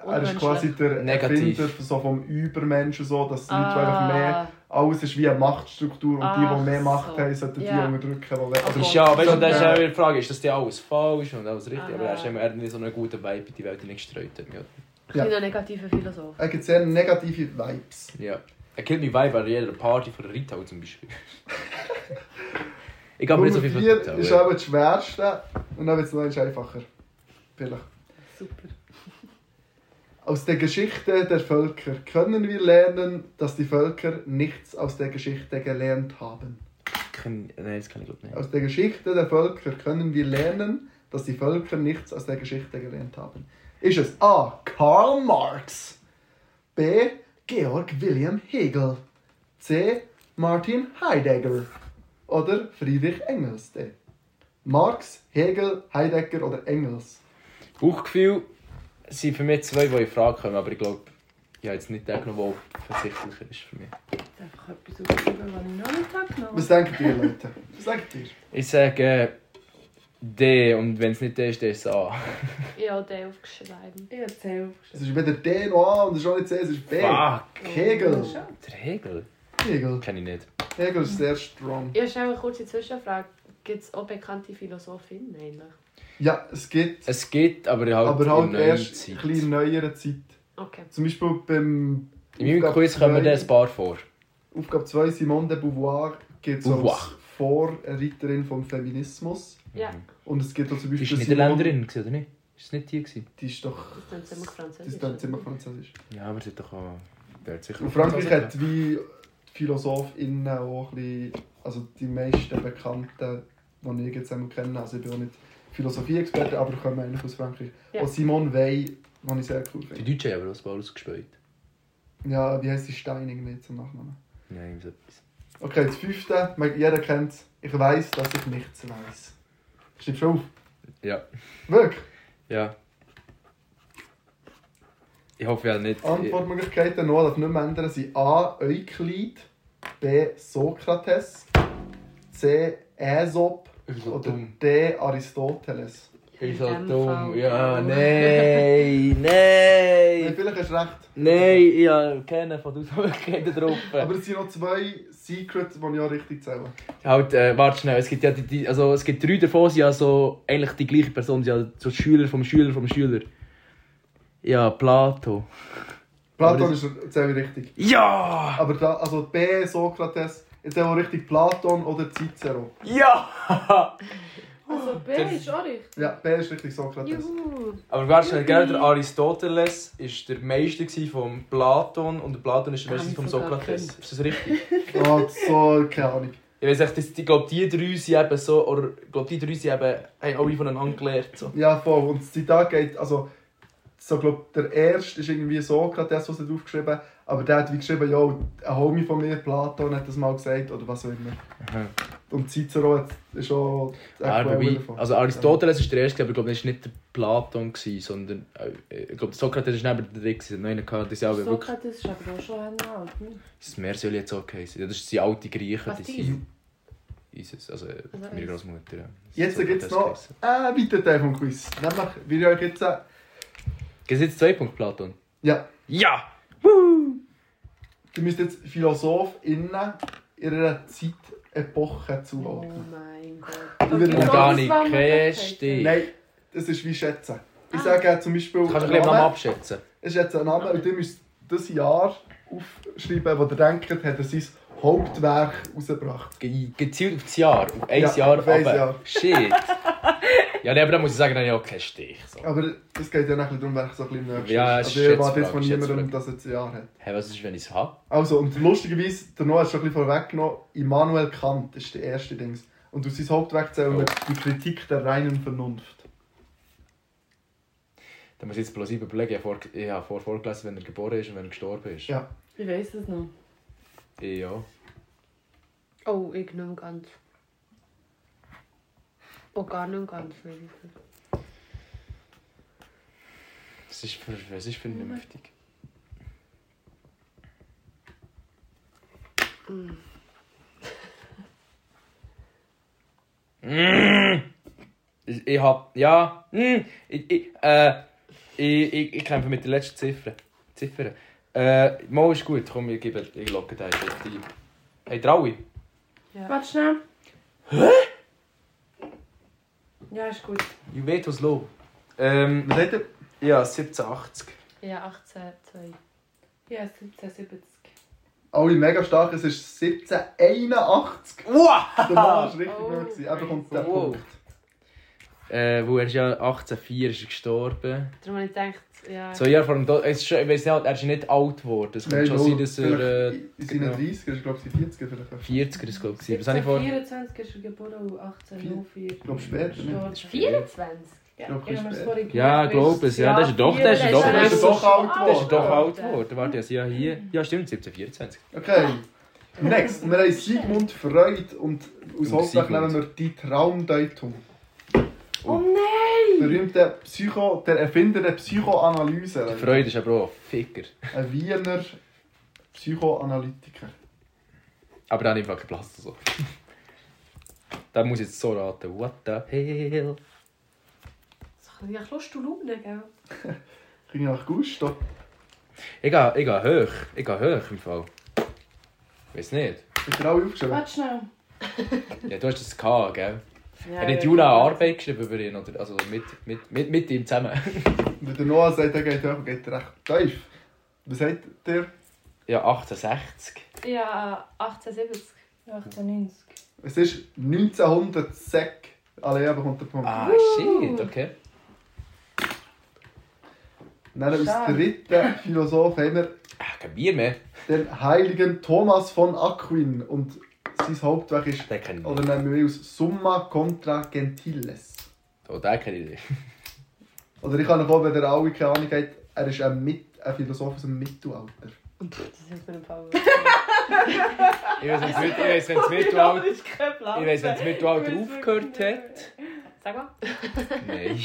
Speaker 5: Er ist
Speaker 6: Unmenschlich.
Speaker 5: quasi der
Speaker 4: Negativ.
Speaker 5: Erfinder so vom Übermensch und so, dass die
Speaker 6: Ah.
Speaker 5: Leute einfach mehr alles ist wie eine Machtstruktur und die, die
Speaker 6: Ach
Speaker 5: mehr Macht
Speaker 6: so.
Speaker 5: haben, sollten die
Speaker 6: Ja.
Speaker 5: unterdrücken. Die
Speaker 4: äh,
Speaker 5: also,
Speaker 4: ist ja, weißt du, das ist
Speaker 5: Ja.
Speaker 4: auch wieder die Frage, ist das dir alles falsch und alles richtig?
Speaker 6: Aha.
Speaker 4: Aber er ist immer irgendwie so einen guten Vibe in die Welt hineingestreut. Ja.
Speaker 5: Ja.
Speaker 6: Ja. Ich bin ein negativer Philosoph.
Speaker 5: er gibt sehr negative Vibes.
Speaker 4: ja. Er killt mich Vibe an jeder Party von der Rittau zum Beispiel. ich glaube nicht so viel von
Speaker 5: vier ist
Speaker 4: Rittau.
Speaker 5: aber das schwerste und dann wird es noch eins einfacher. Vielleicht.
Speaker 6: Super.
Speaker 5: Aus der Geschichte der Völker können wir lernen, dass die Völker nichts aus der Geschichte gelernt haben.
Speaker 4: Nein, das kann ich glaube nicht.
Speaker 5: Aus der Geschichte der Völker können wir lernen, dass die Völker nichts aus der Geschichte gelernt haben. Ist es A. Karl Marx, B. Georg Wilhelm Hegel, C. Martin Heidegger oder Friedrich Engels? D. Marx, Hegel, Heidegger oder Engels?
Speaker 4: Bauchgefühl sind für mich zwei, die in Frage kommen, aber ich glaube, ich habe jetzt nicht den genommen, der versichtlicher ist für mich.
Speaker 1: Jetzt einfach etwas aufgeschrieben, was ich noch nicht habe genommen
Speaker 5: Was denkt ihr, Leute? Was denkt ihr?
Speaker 4: Ich sage äh, D und wenn es nicht D ist, dann ist es A.
Speaker 6: Ich habe den aufgeschrieben.
Speaker 1: Ich habe es selber
Speaker 5: Es ist weder D noch A und es ist auch nicht C, es ist B.
Speaker 4: Fuck!
Speaker 5: Hegel.
Speaker 4: Der Hegel?
Speaker 5: Hegel.
Speaker 4: Ah, Kenne ich nicht.
Speaker 5: Hegel ist sehr strong.
Speaker 6: Ich habe schnell eine kurze Zwischenfrage. Gibt es auch bekannte Philosophinnen eigentlich?
Speaker 5: Ja, es gibt,
Speaker 4: Es gibt, aber halt,
Speaker 5: aber halt
Speaker 4: in neuer
Speaker 5: erst
Speaker 4: Zeit.
Speaker 5: ein bisschen in neuerer Zeit.
Speaker 6: Okay.
Speaker 5: Zum Beispiel beim
Speaker 4: In meinem
Speaker 5: Aufgabe
Speaker 4: Quiz kommen
Speaker 5: zwei-
Speaker 4: dann ein paar vor.
Speaker 5: Aufgabe 2, Simone de Beauvoir, geht so als
Speaker 4: Beauvoir.
Speaker 5: Vorreiterin vom Feminismus.
Speaker 6: Ja,
Speaker 5: Und es gibt auch zum
Speaker 4: Die
Speaker 5: Beispiel
Speaker 4: ist Niederländerin, gewesen, oder nicht? Ist es nicht die? Gewesen?
Speaker 5: die ist doch...
Speaker 6: das ist ziemlich
Speaker 5: Die
Speaker 6: französisch.
Speaker 5: ist dann ziemlich französisch.
Speaker 4: Ja, aber sie hat doch auch... Der hat sicher
Speaker 5: Und Frankreich hat wie PhilosophInnen auch ein bisschen... Also die meisten Bekannten, die ich jetzt einmal kenne, also ich bin auch nicht Philosophie-Experte, aber kommen eigentlich aus Frankreich.
Speaker 6: Ja.
Speaker 5: Und Simone Weil, die ich sehr cool
Speaker 4: Die
Speaker 5: finde.
Speaker 4: Deutschen haben aber auch ein paar ausgespielt.
Speaker 5: Ja, wie heisst sie? Steining nicht zum Nachnamen.
Speaker 4: Nein, so etwas.
Speaker 5: Okay, das fünfte, man- jeder kennt Ich weiß, dass ich nichts weiß. Schreibst du auf?
Speaker 4: Ja.
Speaker 5: Wirklich?
Speaker 4: Ja. Ich hoffe ja nicht...
Speaker 5: Antwortmöglichkeiten noch, darf nicht mehr ändern, sind A. Euklid, B. Sokrates, C. Aesop
Speaker 4: Ich bin so
Speaker 5: oder
Speaker 4: dumm.
Speaker 5: D. Aristoteles.
Speaker 4: Ich so
Speaker 6: In dem
Speaker 4: dumm.
Speaker 6: Fall.
Speaker 4: Ja, nein, nein.
Speaker 5: Nein, vielleicht hast du recht.
Speaker 4: Nein, ich habe keinen von den Möglichkeiten drauf.
Speaker 5: Aber es sind noch zwei Secrets, die ich auch richtig zähle.
Speaker 4: Halt, äh, warte schnell, es gibt ja die, die, also es gibt drei davon, sind ja so, eigentlich die gleiche Person, sind ja so Schüler vom Schüler vom Schüler. Ja, Plato.
Speaker 5: Platon
Speaker 4: Aber
Speaker 5: ist zähle ich richtig.
Speaker 4: Ja!
Speaker 5: Aber da, also B. Sokrates, ich Jetzt haben wir richtig Platon oder Cicero.
Speaker 4: Ja!
Speaker 1: Also B
Speaker 4: Das-
Speaker 1: ist auch richtig.
Speaker 5: Ja, B ist richtig Sokrates.
Speaker 6: Juhu!
Speaker 4: Aber wärst du gerne, der Aristoteles war der Meister gewesen von Platon und der Platon ist der
Speaker 6: Ah,
Speaker 4: Meister
Speaker 6: ich
Speaker 4: von
Speaker 6: sogar
Speaker 4: Sokrates.
Speaker 6: kennt.
Speaker 4: Ist das richtig?
Speaker 5: Oh, so, keine Ahnung.
Speaker 4: Ich weiß echt, dass- ich glaube, die drei sind eben so, oder ich glaube, die drei sind eben, haben alle voneinander gelernt. So.
Speaker 5: Ja, voll. Und das Zitat geht, also, so glaub, der erste ist irgendwie Sokrates, was er aufgeschrieben hat, aber der hat wie geschrieben, ja, ein Homie von mir, Platon, hat das mal gesagt, oder was auch immer.
Speaker 4: Aha.
Speaker 5: Und Cicero hat, ist auch
Speaker 4: Ah,
Speaker 5: Quelle
Speaker 4: wobei, also Aristoteles war der erste, aber ich glaube, das war nicht der Platon, gewesen, sondern äh, ich glaube, Sokrates war neben der dritte, gewesen, noch einen gehabt, das ist aber wirklich...
Speaker 1: Sokrates ist aber auch schon ein alt. ne?
Speaker 4: Das Meer soll jetzt auch heißen. Ja, das sind die alte Griechen,
Speaker 6: Was
Speaker 4: die
Speaker 6: die?
Speaker 4: sind... Isis, also äh,
Speaker 6: Also
Speaker 4: meine
Speaker 6: Isis.
Speaker 4: Großmutter. Ja.
Speaker 5: Jetzt
Speaker 4: So hat
Speaker 5: gibt es
Speaker 4: das
Speaker 5: noch
Speaker 4: geheissen.
Speaker 5: einen weiteren Teil vom Quiz. Nämlich, wie ihr euch jetzt... äh,
Speaker 4: Gibt es jetzt zwei Punkte, Platon?
Speaker 5: Ja,
Speaker 4: Ja!
Speaker 5: ihr müsst jetzt PhilosophInnen ihrer Zeitepoche
Speaker 6: Oh
Speaker 5: zuordnen.
Speaker 6: mein Gott.
Speaker 5: Ich würde
Speaker 1: Okay.
Speaker 5: sagen,
Speaker 4: Organik,
Speaker 1: Gottes Wahl-
Speaker 4: Christi.
Speaker 5: Nein, das ist wie schätzen. Ich
Speaker 6: Ah.
Speaker 5: sage zum Beispiel...
Speaker 4: Du kannst ein bisschen
Speaker 5: Namen.
Speaker 4: Namen abschätzen.
Speaker 5: ist jetzt ein Name und ihr müsst das Jahr aufschreiben, wo ihr denkt, hat er sein Hauptwerk rausgebracht.
Speaker 4: Ge gezielt auf das Jahr, auf ein
Speaker 5: Ja,
Speaker 4: Jahr
Speaker 5: auf ein
Speaker 4: runter.
Speaker 5: Jahr.
Speaker 4: Shit. ja, nee, aber dann muss ich sagen, dann habe ich auch keinen Stich. So.
Speaker 5: Aber es geht ja nachher darum, wer so ein bisschen näher
Speaker 4: Ja, es
Speaker 5: Also
Speaker 4: ist
Speaker 5: ich erwarte
Speaker 4: Schätzfrage,
Speaker 5: jetzt von
Speaker 4: Schätzfrage.
Speaker 5: niemandem, dass er das Jahr hat.
Speaker 4: Hey, was ist, wenn ich es habe?
Speaker 5: Also, und lustigerweise, der Noah hat schon ein bisschen vorweggenommen, Immanuel Kant ist der erste Dings. Und aus seinem Hauptwerk zählen wir die Kritik der reinen Vernunft.
Speaker 4: Da muss ich jetzt bloß überlegen. Ich habe vor, ich habe vor vorgelesen, wenn er geboren ist und wenn er gestorben ist.
Speaker 5: Ja.
Speaker 1: Ich weiß es noch.
Speaker 4: Ich auch.
Speaker 6: Oh, ich nehme ganz. Oh, gar nicht ganz.
Speaker 4: Was ist, für, was ist vernünftig? Mm. Ich, ich hab. Ja. Mm. Ich, ich, äh, ich, ich, ich kämpfe mit der letzten Ziffer. Ziffer. Äh, mal ist gut. Komm, ich, gebe, ich locke den jetzt ein. Hey, Traui.
Speaker 1: Warte schnell. Hä? Ja, ist gut.
Speaker 4: Juventus Low. Ähm,
Speaker 5: Was hat er?
Speaker 4: ja, 1780.
Speaker 6: Ja, eh, 18, 2.
Speaker 1: Ja, 1770.
Speaker 5: Alle mega stark, es ist 1781.
Speaker 4: Wow!
Speaker 5: Der Noah war richtig
Speaker 6: Oh,
Speaker 5: nah. gewesen. Eben kommt der
Speaker 4: wow.
Speaker 5: Punkt.
Speaker 4: Äh, wo er ist ja 1804 ist er gestorben.
Speaker 6: Darum habe ich gedacht, ja.
Speaker 4: So ja, vor allem, da- es ist, schon- ich weiß nicht, er ist nicht alt geworden. Es kann
Speaker 5: Nein,
Speaker 4: schon
Speaker 5: null.
Speaker 4: sein, dass er äh,
Speaker 5: Vielleicht In seinen
Speaker 4: genau.
Speaker 5: 30er, ich glaube, seine 40er vielleicht.
Speaker 4: 40er ist, glaube ich. Was habe ich vor?
Speaker 1: 1724 ist er geboren
Speaker 6: Oh,
Speaker 1: und 1804. Ich
Speaker 5: glaub, später,
Speaker 4: Hm.
Speaker 5: ne?
Speaker 6: 24.
Speaker 1: Ja,
Speaker 5: glaub,
Speaker 1: ich habe es vorhin
Speaker 4: Ja,
Speaker 1: gemerkt,
Speaker 4: ich glaube
Speaker 1: weil
Speaker 4: es. Ja, das ist doch, das ist
Speaker 1: vier-
Speaker 4: doch,
Speaker 5: Der
Speaker 4: das
Speaker 5: ist
Speaker 4: ist
Speaker 5: doch
Speaker 4: doch,
Speaker 5: alt
Speaker 4: das ist
Speaker 5: geworden.
Speaker 4: doch alt geworden. Warte, das ist ja hier. Ja, stimmt, 1724.
Speaker 5: Okay. Next. Und wir haben Sigmund Freud und aus
Speaker 4: Und
Speaker 5: Hauptsache
Speaker 4: Sigmund.
Speaker 5: nehmen wir die Traumdeutung.
Speaker 1: Oh nein!
Speaker 5: Berühmter Psycho, der Erfinder der Psychoanalyse.
Speaker 4: Die Freude ist aber auch ein Ficker.
Speaker 5: Ein Wiener Psychoanalytiker.
Speaker 4: Aber dann einfach Platz so. Da muss ich jetzt so raten. What the hell?
Speaker 1: Ja, Lust und Laune, gell?
Speaker 5: Ging nach Gusto.
Speaker 4: Ich gehe, ich gehe hoch. Ich gehe hoch im Fall. Weiß nicht.
Speaker 5: Habt ihr alle aufgeschrieben?
Speaker 1: Warte schnell.
Speaker 4: Ja, du hast das K, gell?
Speaker 1: Ja,
Speaker 4: Er hat Jura eine Arbeit geschrieben über ihn, oder? Also mit, mit, mit, mit ihm zusammen.
Speaker 5: Und der Noah sagt, er geht hoch, geht recht tief. Was sagt der?
Speaker 4: Ja, 1860.
Speaker 6: Ja, 1870.
Speaker 1: 1890.
Speaker 5: Es ist 1900 Sek. Alle bekommt der Punkt.
Speaker 1: Uh.
Speaker 4: Ah, shit, okay.
Speaker 5: Dann aus
Speaker 1: Schade.
Speaker 5: dem dritten Philosoph haben wir
Speaker 4: Ah, kein Bier mehr.
Speaker 5: den heiligen Thomas von Aquin und sein Hauptwerk ist
Speaker 4: Den kenne ich
Speaker 1: Oh,
Speaker 5: oder
Speaker 4: nicht.
Speaker 5: nehmen wir aus Summa contra Gentiles.
Speaker 4: Oh, den kenne ich nicht.
Speaker 5: Oder ich kann noch wenn ihr alle keine Ahnung habt, er ist ein, Mit ein Philosoph aus dem Mittelalter.
Speaker 6: Das ist mir ein paar
Speaker 4: Ich weiß, wenn das Mittelalter...
Speaker 1: Oh, ist kein Plan.
Speaker 4: Ich weiss, wenn das Mittelalter
Speaker 1: Ich weiss
Speaker 4: aufgehört
Speaker 1: wirklich
Speaker 4: hat.
Speaker 6: Sag mal.
Speaker 4: Nein.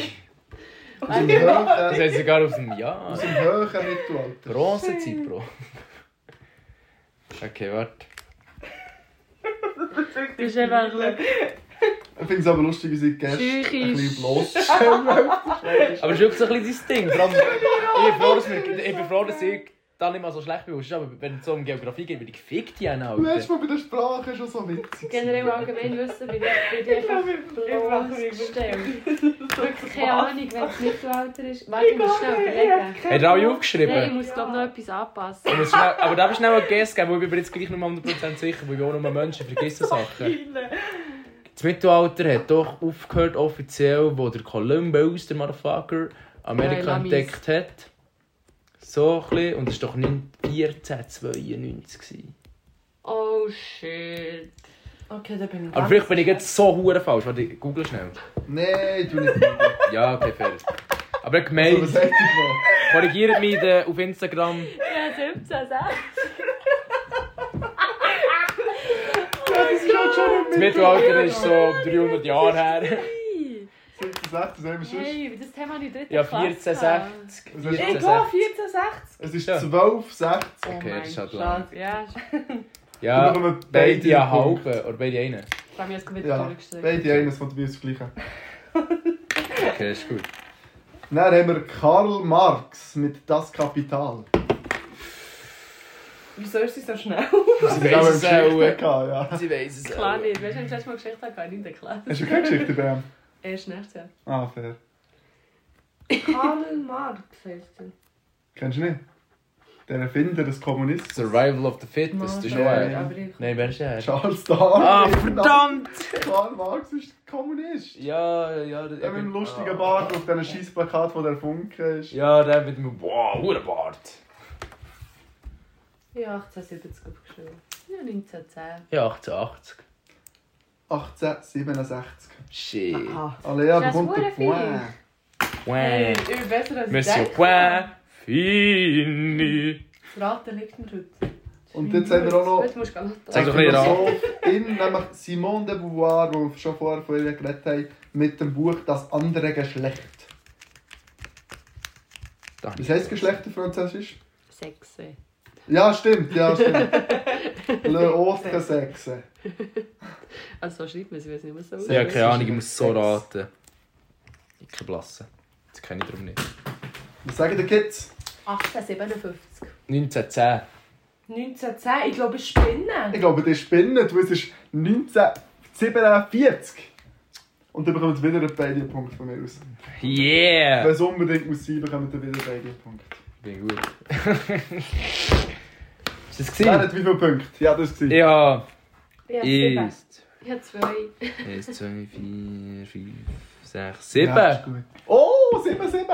Speaker 5: Aus dem höheren,
Speaker 4: Das heißt sogar aus dem Jahr.
Speaker 5: aus dem höheren Mittelalter.
Speaker 4: Bronzezeit, Bro. Okay, warte.
Speaker 6: Du bist einfach
Speaker 5: Ich finde es aber lustig, unsere Gäste ein
Speaker 6: Psychisch.
Speaker 5: bisschen bloßstellen.
Speaker 4: Aber es ist wirklich so ein bisschen dein Ding. Vor allem, ich, bin froh, dass wir, ich bin froh, dass ich da nicht mal so schlecht bin, weil sonst aber wenn es so um Geografie geht, bin ich gefickt hier
Speaker 5: Letztes
Speaker 4: Alter.
Speaker 5: Mal bei der Sprache schon so witzig.
Speaker 6: Generell allgemein wissen, wie ich bin einfach bloßgestellt. Wirklich keine Ahnung, wenn es Mittelalter ist. Warte, ich muss schnell überlegen.
Speaker 4: Hat er alle
Speaker 6: Nein,
Speaker 4: aufgeschrieben?
Speaker 6: ich muss glaube noch etwas anpassen.
Speaker 4: Ich muss schnell, aber darf ich schnell mal Guess geben, weil ich bin jetzt gleich nicht mal 100% sicher, weil ich auch nur Menschen vergessen Sachen. Das Mittelalter hat doch aufgehört offiziell, wo der Columbus, der Motherfucker,
Speaker 6: Nein,
Speaker 4: Amerika
Speaker 6: Lamis.
Speaker 4: entdeckt hat. So ein bisschen. Und das war doch 1492. gewesen.
Speaker 6: Oh shit.
Speaker 1: Okay, da bin ich
Speaker 4: Aber vielleicht bin ich jetzt so hure falsch. Warte, ich google schnell.
Speaker 5: Nein, du nicht.
Speaker 4: Ja, Ah, okay, fair. Aber
Speaker 5: So was hätte
Speaker 4: gemeint,
Speaker 5: ich gemacht.
Speaker 4: korrigiert mich da auf Instagram.
Speaker 6: Ja, 17, 16.
Speaker 5: Ja, das ist halt schon
Speaker 4: Das
Speaker 5: im
Speaker 4: Mittelalter ist so 300 Jahre her.
Speaker 5: 1760 nehmen wir sonst.
Speaker 6: Hey, das Thema in der dritten
Speaker 4: Ja,
Speaker 6: Klasse.
Speaker 4: 1460.
Speaker 5: Es ist-
Speaker 1: Ich gehe 1460.
Speaker 5: Es ist
Speaker 4: Ja.
Speaker 5: 1260.
Speaker 6: Oh
Speaker 4: Okay,
Speaker 6: mein
Speaker 4: das ist halt
Speaker 6: Gott.
Speaker 4: lang.
Speaker 6: Ja,
Speaker 4: Ja,
Speaker 5: Dann bekommen wir
Speaker 4: beide
Speaker 5: beide
Speaker 4: ja
Speaker 5: einen Punkt.
Speaker 4: halben oder beide einen.
Speaker 6: bei mir ist es wieder
Speaker 5: Ja,
Speaker 6: durchgestrichen.
Speaker 5: beide eines von dir ist das Gleiche.
Speaker 4: Okay, das ist gut.
Speaker 5: Dann haben wir Karl Marx mit «Das Kapital».
Speaker 1: Wieso ist sie so schnell?
Speaker 5: Das
Speaker 4: weiss es auch.
Speaker 5: ja.
Speaker 4: Sie weiss es
Speaker 6: Klar nicht. Weißt du, wenn ich das letzte Mal Geschichte hatte, gar nicht in der Klasse.
Speaker 5: Hast du keine Geschichte bei ihm?
Speaker 6: Erst nächstes Jahr.
Speaker 5: Ah, fair.
Speaker 1: Karl Marx heisst sie.
Speaker 5: Kennst du nicht? Der Erfinder des Kommunismus.
Speaker 4: Survival of the Fittest, das ist auch ein.
Speaker 5: Nein.
Speaker 1: Aber ich...
Speaker 4: Nein, wer ist der?
Speaker 5: Charles Darwin.
Speaker 4: Ah, verdammt!
Speaker 5: Karl Marx ist Kommunist.
Speaker 4: Ja, ja,
Speaker 5: Der mit dem
Speaker 4: der.
Speaker 5: lustigen Bart auf diesem scheiß Plakat, wo der Funke ist.
Speaker 4: Ja, der mit dem. Wow, hoher Bart!
Speaker 1: Ja, 1870 aufgeschrieben.
Speaker 6: Ja, 1910.
Speaker 4: Ja, 1880.
Speaker 5: 1867.
Speaker 4: Shit.
Speaker 1: Ah.
Speaker 5: Alea
Speaker 6: Das ist
Speaker 5: bekommt
Speaker 6: verdammt
Speaker 5: den Point.
Speaker 1: Hey,
Speaker 4: Point.
Speaker 6: Äh,
Speaker 1: ich bin besser als
Speaker 4: Monsieur
Speaker 1: ich
Speaker 4: Point. Fini.
Speaker 1: Das Raten liegt mir heute.
Speaker 5: Und jetzt haben wir auch noch
Speaker 6: Jetzt musst du gehen.
Speaker 4: Zeig doch ein bisschen an.
Speaker 5: Philosophin, nämlich Simone de Beauvoir, wo wir schon vorher von ihr geredet haben, mit dem Buch «Das andere Geschlecht». Was heisst Geschlecht in Französisch?
Speaker 6: Sechse.
Speaker 5: Ja, stimmt, ja, stimmt. Le Ostre Sexe.
Speaker 6: Also so schreibt man es, ich weiß nicht mehr so.
Speaker 4: Ja, keine Ahnung, ich muss so raten. Ich kann blassen. Das kenne ich darum nicht.
Speaker 5: Was sagen die Kids?
Speaker 6: 1857.
Speaker 4: 1910.
Speaker 1: 1910, ich glaube, ich spinne.
Speaker 5: Ich glaube, die spinnen, weil es ist 1947. Und dann bekommt wieder einen Beide-Punkt von mir aus. Wenn
Speaker 4: Yeah!
Speaker 5: es unbedingt muss sein, bekommt ihr wieder einen Beide-Punkt.
Speaker 4: Bin gut. Ist das
Speaker 5: Wer
Speaker 4: gesehen?
Speaker 5: hat wie viele Punkte? Ja, das war's.
Speaker 4: Ja.
Speaker 1: Ja,
Speaker 4: Ist.
Speaker 6: Ich habe zwei.
Speaker 4: 1, 2, 4, 5, 6,
Speaker 5: Ja, ist
Speaker 4: 7.
Speaker 5: gut. Oh, 7, 7!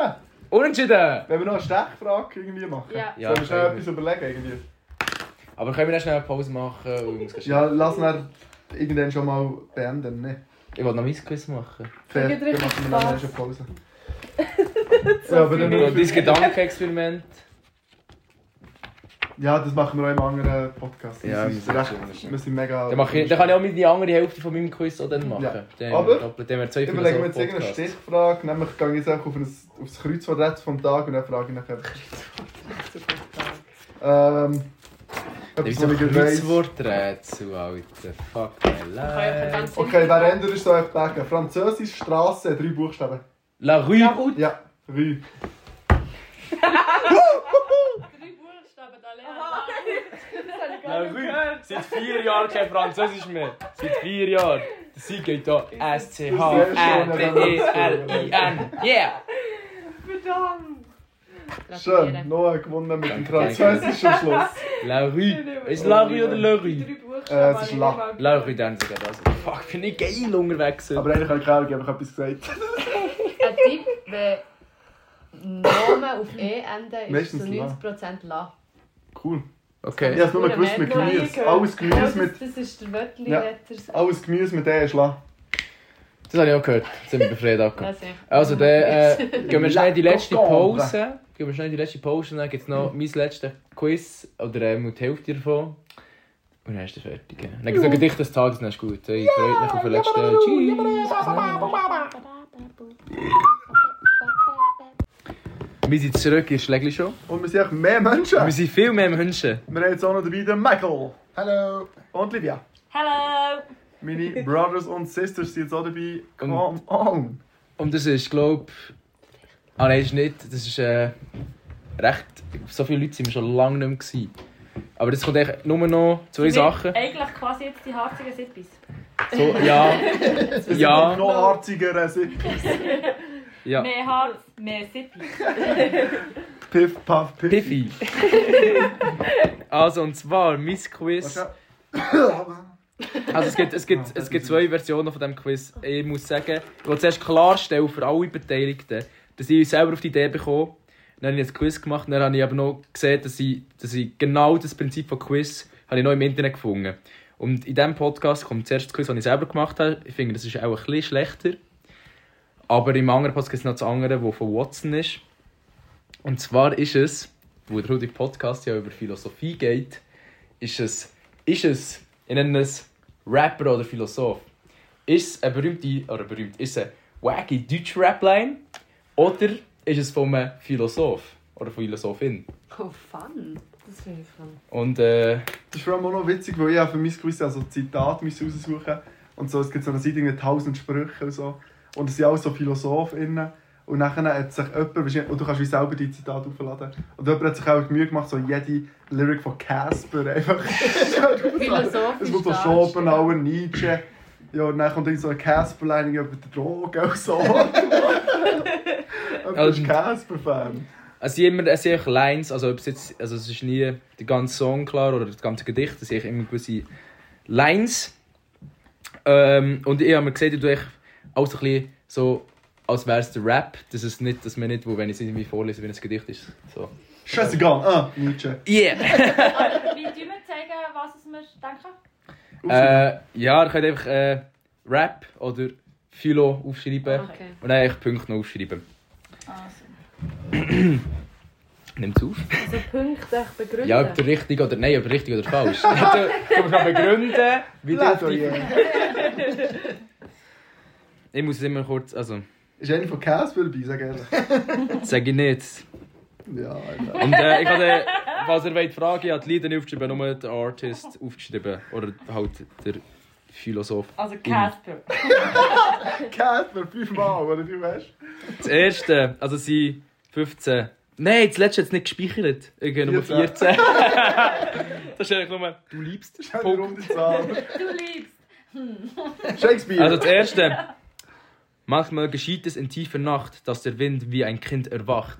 Speaker 4: Unentschieden!
Speaker 5: Wenn wir noch eine Stechfrage irgendwie machen.
Speaker 6: Ja.
Speaker 4: Ja,
Speaker 5: Sollen wir schnell
Speaker 4: können
Speaker 5: etwas überlegen irgendwie?
Speaker 4: Aber können wir dann schnell eine Pause machen? Und uns
Speaker 5: Ja, lass ihn irgendwann schon mal beenden, ne?
Speaker 4: Ich will noch mein Quiz machen.
Speaker 5: Fair,
Speaker 1: Ich
Speaker 5: dann
Speaker 1: gebe dir
Speaker 5: machen wir
Speaker 1: Spaß.
Speaker 5: nachher schon Pause. ja, aber dann
Speaker 4: Dein
Speaker 5: nur für...
Speaker 4: Gedankenexperiment.
Speaker 5: ja, das machen wir auch im anderen Podcast.
Speaker 4: Ja,
Speaker 5: wir sind,
Speaker 4: wir
Speaker 5: recht,
Speaker 4: sind schon-
Speaker 5: wir sind mega...
Speaker 4: Dann, mach ich, dann kann ich auch mit die andere Hälfte von meinem Quiz auch dann machen.
Speaker 5: Ja.
Speaker 4: Dann
Speaker 5: Aber-
Speaker 4: Doppelt, dann haben wir zwei
Speaker 5: Ich überlege mir jetzt irgendeine
Speaker 4: Philosophen-Podcasts.
Speaker 5: Stichfrage, nämlich gehe ich jetzt einfach auf, ein, auf das Kreuzworträtsel vom Tag und dann frage ich nachher...
Speaker 6: Super.
Speaker 5: Ähm...
Speaker 4: Das
Speaker 5: Etwas,
Speaker 4: ist
Speaker 5: was
Speaker 4: ein
Speaker 5: ich gerade weiss.
Speaker 4: Kreuzworträtsel, Alter. Fuck my life.
Speaker 6: Äh, ganz
Speaker 5: Okay, wer ändert ist so euch Berge? Französisch, Straße, drei Buchstaben.
Speaker 4: La Rue.
Speaker 5: Ja, Rue.
Speaker 6: Drei Buchstaben allein.
Speaker 4: La Rue. Seit vier Jahren kein Französisch mehr. Seit vier Jahren. Der Sieg geht da. E S-C-H-R-D-E-R-I-N. Yeah!
Speaker 1: Verdammt.
Speaker 5: Schön, Noah gewonnen mit dem
Speaker 4: Danke, danke.
Speaker 5: Französisch am Schluss.
Speaker 4: La Rue. Ist La Rue oder La Rue?
Speaker 1: Drei
Speaker 5: Äh,
Speaker 1: Buchstaben.
Speaker 5: es ist
Speaker 1: die
Speaker 5: La-
Speaker 1: ich mag.
Speaker 4: La Rue Danziger. Also, fuck, bin ich geil unterwegs.
Speaker 5: Aber eigentlich habe ich keine Ahnung, ich habe einfach etwas gesagt.
Speaker 6: Ein Tipp, wenn Nomen auf E enden, ist
Speaker 5: Meistens
Speaker 6: zu 90% La.
Speaker 5: Cool. Ich
Speaker 4: Okay.
Speaker 5: habe es nur gewusst mit
Speaker 6: Nein,
Speaker 5: Gemüse.
Speaker 1: nein.
Speaker 5: Alles
Speaker 6: Das,
Speaker 5: Gemüse mit...
Speaker 6: das ist der Wörtli,
Speaker 5: Ja.
Speaker 6: hat er
Speaker 5: Alles Gemüse mit E ist la.
Speaker 4: Das habe ich auch gehört. Jetzt sind wir befreit angekommen.
Speaker 6: Das ist-
Speaker 4: Also, dann äh, gehen wir schnell in die letzte
Speaker 5: Lecker.
Speaker 4: Pause. Gehen wir schnell in die letzte Pause und dann gibt es noch mein letztes Quiz. Oder ähm, die Hälfte davon. Und dann ist es fertig. ja. Dann gibt es noch Gedicht des Tages, dann ist gut. Hey, freut mich auf den letzten. Tschüss. Wir sind zurück in Schlägli schon.
Speaker 5: Und wir sind auch mehr Menschen.
Speaker 4: Wir sind viel mehr Menschen.
Speaker 5: Wir haben jetzt auch noch dabei den Michael. Hallo. Und Livia.
Speaker 6: Hello!
Speaker 5: Meine Brothers und Sisters sind jetzt auch dabei.
Speaker 4: Und-
Speaker 5: Come on.
Speaker 4: Und das ist, glaube ich. Ah, nein, ist nicht. Das ist. Äh, recht, so viele Leute sind wir schon lange nicht mehr gewesen. Aber das kommt echt nur noch zwei
Speaker 7: Wir-
Speaker 4: Sachen.
Speaker 7: Eigentlich quasi jetzt die harzigen Sitzbis.
Speaker 4: So, ja, ja,
Speaker 5: Noch harziger sind.
Speaker 4: ja.
Speaker 7: Mehr Harz, mehr Sitzbis.
Speaker 5: Piff, puff, piff.
Speaker 4: Piffy. also, und zwar, mein Quiz. Also es gibt, es gibt, es gibt zwei Versionen von diesem Quiz. Ich muss sagen, ich will zuerst klarstellen für alle Beteiligten, dass ich selber auf die Idee bekomme. Dann habe ich ein Quiz gemacht und dann habe ich aber noch gesehen, dass ich, dass ich genau das Prinzip von Quiz habe ich noch im Internet gefunden. Und in diesem Podcast kommt zuerst das Quiz, das ich selber gemacht habe. Ich finde, das ist auch ein bisschen schlechter. Aber im anderen Podcast gibt es noch das andere, das von Watson ist. Und zwar ist es, wo der heutige Podcast ja über Philosophie geht, ist es, ist es, ich nenne es Rapper oder Philosoph. Ist es eine berühmte, oder berühmt, ist es eine wacky deutsche Rapline oder ist es von einem Philosoph oder Philosophin?
Speaker 6: Oh, fun.
Speaker 1: Das finde ich fun.
Speaker 4: Und äh,
Speaker 5: Das ist vor allem auch noch witzig, weil ich ja für mein Quiz also Zitate musste raussuchen und so. Es gibt so eine Seite, irgendwie 1000 Sprüche und so. Und es sind auch so PhilosophInnen. Und nachher hat sich jemand, wahrscheinlich- und du kannst wie selber die Zitate aufladen. Und jemand hat sich auch die Mühe gemacht, so jede Lyric von Casper einfach.
Speaker 6: Philosophisch.
Speaker 5: Es wird so Schopenhauer, Nietzsche. Ja, und dann kommt irgend so eine Casper-Line über die Drogen und so. Aber du bist Casper-Fan.
Speaker 4: es sind immer es sind einfach Lines, also, ob es jetzt, also es ist nie der ganze Song klar oder das ganze Gedicht, es sind immer gewisse Lines. Ähm, und ich habe mir gesagt, ich tue echt auch so ein bisschen so, als wäre es der Rap, dass, es nicht, dass man nicht, wo, wenn ich es irgendwie vorlese, wenn es ein Gedicht ist. So.
Speaker 5: Scheißegal, ah, Nietzsche.
Speaker 4: Yeah!
Speaker 7: Wie tun wir zeigen, was es mir denken?
Speaker 4: Äh, ja, ihr könnt einfach äh, Rap oder Philo aufschreiben
Speaker 6: Okay.
Speaker 4: und dann einfach Punkte noch aufschreiben.
Speaker 7: Also.
Speaker 4: Nimmt's auf.
Speaker 1: Also Punkte echt begründen.
Speaker 4: Ja, ob der richtig oder nein, ob richtig oder falsch. Also, Du musst noch begründen, wie du auf die...
Speaker 5: Plädoyer.
Speaker 4: Ich muss es immer kurz... Also,
Speaker 5: Ist einer von Casper dabei, sag ehrlich.
Speaker 4: sag ich nicht.
Speaker 5: Ja, Alter.
Speaker 4: Und äh, ich habe, falls ihr wollt fragen, ich habe die Lieder nicht aufgeschrieben, nur den Artist aufgeschrieben. Oder halt der Philosoph.
Speaker 7: Also Casper.
Speaker 5: Casper, fünfmal, oder wie weißt
Speaker 4: Das erste, also sie 15. Nein, das letzte hat es nicht gespeichert. Irgendwie Nummer 14.
Speaker 5: 14.
Speaker 4: das ist eigentlich nur, du liebst.
Speaker 5: du?
Speaker 4: Punkt.
Speaker 5: Runde Zahl.
Speaker 7: Du Hm. liebst.
Speaker 5: Shakespeare.
Speaker 4: Also das erste. Manchmal geschieht es in tiefer Nacht, dass der Wind wie ein Kind erwacht.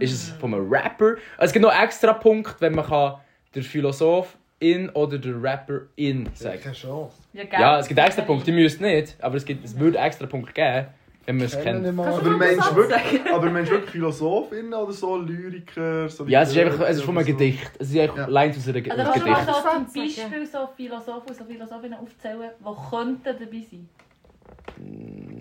Speaker 4: Ist es von einem Rapper? Also Es gibt noch extra Punkt, wenn man kann der Philosoph in oder der Rapper in sagt.
Speaker 8: Keine Chance.
Speaker 4: Ja, es gibt extra Punkte, ihr müsst nicht, aber es, gibt, es würde extra Punkte geben, wenn man es kennt.
Speaker 5: aber meinst du wirklich, aber meinst du wirklich Philosophinnen oder so, Lyriker? So
Speaker 4: Ja, es ist einfach es ist von einem Gedicht. Es ist einfach
Speaker 5: Ja.
Speaker 4: Lines aus einem Ge-
Speaker 7: Also
Speaker 4: aus
Speaker 7: kannst du mal
Speaker 4: Gedicht.
Speaker 7: so zum
Speaker 1: Gedicht.
Speaker 7: Beispiel so Philosophen und so Philosophinnen aufzählen, die könnten dabei sein.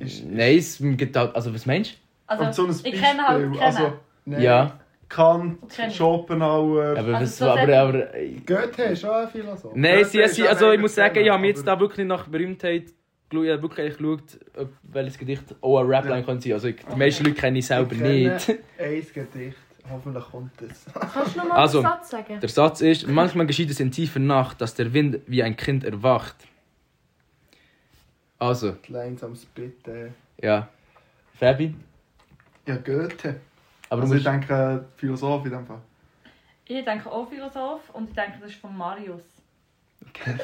Speaker 5: Ist-
Speaker 4: Nein, es gibt halt, also was meinst
Speaker 5: Und so
Speaker 7: Also
Speaker 5: ein
Speaker 7: ich kenne halt
Speaker 5: Beispiel,
Speaker 7: kennen.
Speaker 5: also-
Speaker 4: du?
Speaker 8: Nein.
Speaker 4: Ja,
Speaker 5: Kant,
Speaker 7: Okay.
Speaker 5: Schopenhauer.
Speaker 4: aber
Speaker 7: Also
Speaker 4: was,
Speaker 7: so
Speaker 4: aber,
Speaker 7: sehr-
Speaker 4: aber... äh,
Speaker 8: Goethe ist auch ein Philosoph.
Speaker 4: Nein,
Speaker 5: Das
Speaker 4: sie,
Speaker 5: ist
Speaker 4: sie,
Speaker 5: ja
Speaker 4: also ich
Speaker 5: mega
Speaker 4: muss sagen, ich habe
Speaker 5: spannend,
Speaker 4: mir jetzt da
Speaker 5: aber-
Speaker 4: wirklich nach Berühmtheit geschaut, ich habe wirklich eigentlich geschaut, ob welches Gedicht auch ein Rapline
Speaker 5: Ja.
Speaker 4: könnte sein. Also ich, die meisten Leute kenne ich selber
Speaker 8: Ich kenne-
Speaker 4: nicht.
Speaker 8: Ein Gedicht. Hoffentlich kommt es.
Speaker 1: Kannst du nochmal
Speaker 4: Also-
Speaker 1: einen Satz sagen?
Speaker 4: Der Satz ist, manchmal geschieht es in tiefer Nacht, dass der Wind wie ein Kind erwacht. Also,
Speaker 8: Die Lines am Spitten.
Speaker 4: ja. Fabi?
Speaker 5: Ja, Goethe.
Speaker 4: Aber
Speaker 5: also
Speaker 4: du musst...
Speaker 5: ich denke, Philosoph in dem Fall.
Speaker 7: Ich denke auch Philosoph und ich denke, das ist von Marius.
Speaker 1: Ich kann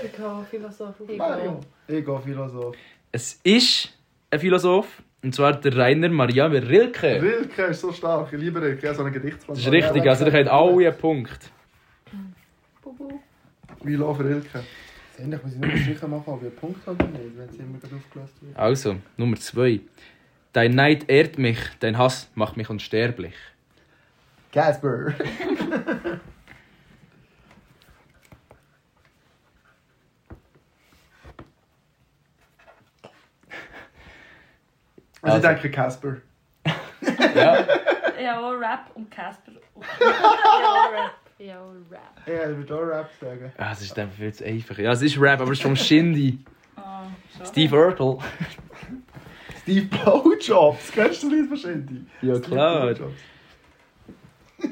Speaker 1: Philosophen.
Speaker 8: Mario. Ich gehe Philosoph.
Speaker 4: Es ist ein Philosoph, und zwar der Rainer Maria Rilke.
Speaker 5: Rilke ist so stark. Ich liebe Rilke. Er hat so einen Gedichtsband.
Speaker 4: Das ist richtig, also ihr habt alle einen Punkt.
Speaker 5: We love Rilke.
Speaker 8: Endlich muss ich nur sicher machen, ob ich einen Punkt habe oder nicht, wenn es immer gerade aufgelöst wird.
Speaker 4: Also, Nummer zwei. Dein Neid ehrt mich, dein Hass macht mich unsterblich.
Speaker 8: Gasper.
Speaker 5: Also,
Speaker 4: Also.
Speaker 5: ich denke Casper.
Speaker 4: Ja,
Speaker 7: Ich habe auch Rap und Casper.
Speaker 6: Ja, Rap.
Speaker 8: Ja, ich würde auch Rap sagen.
Speaker 4: ah, das ist einfach viel zu einfach. Ja, es ist Rap, aber es ist vom Shindy.
Speaker 7: Ah, schade.
Speaker 4: Steve Urkel.
Speaker 5: Steve Blowjobs. Kennst du das Lied wahrscheinlich?
Speaker 4: Ja, klar.
Speaker 5: Steve Blowjobs.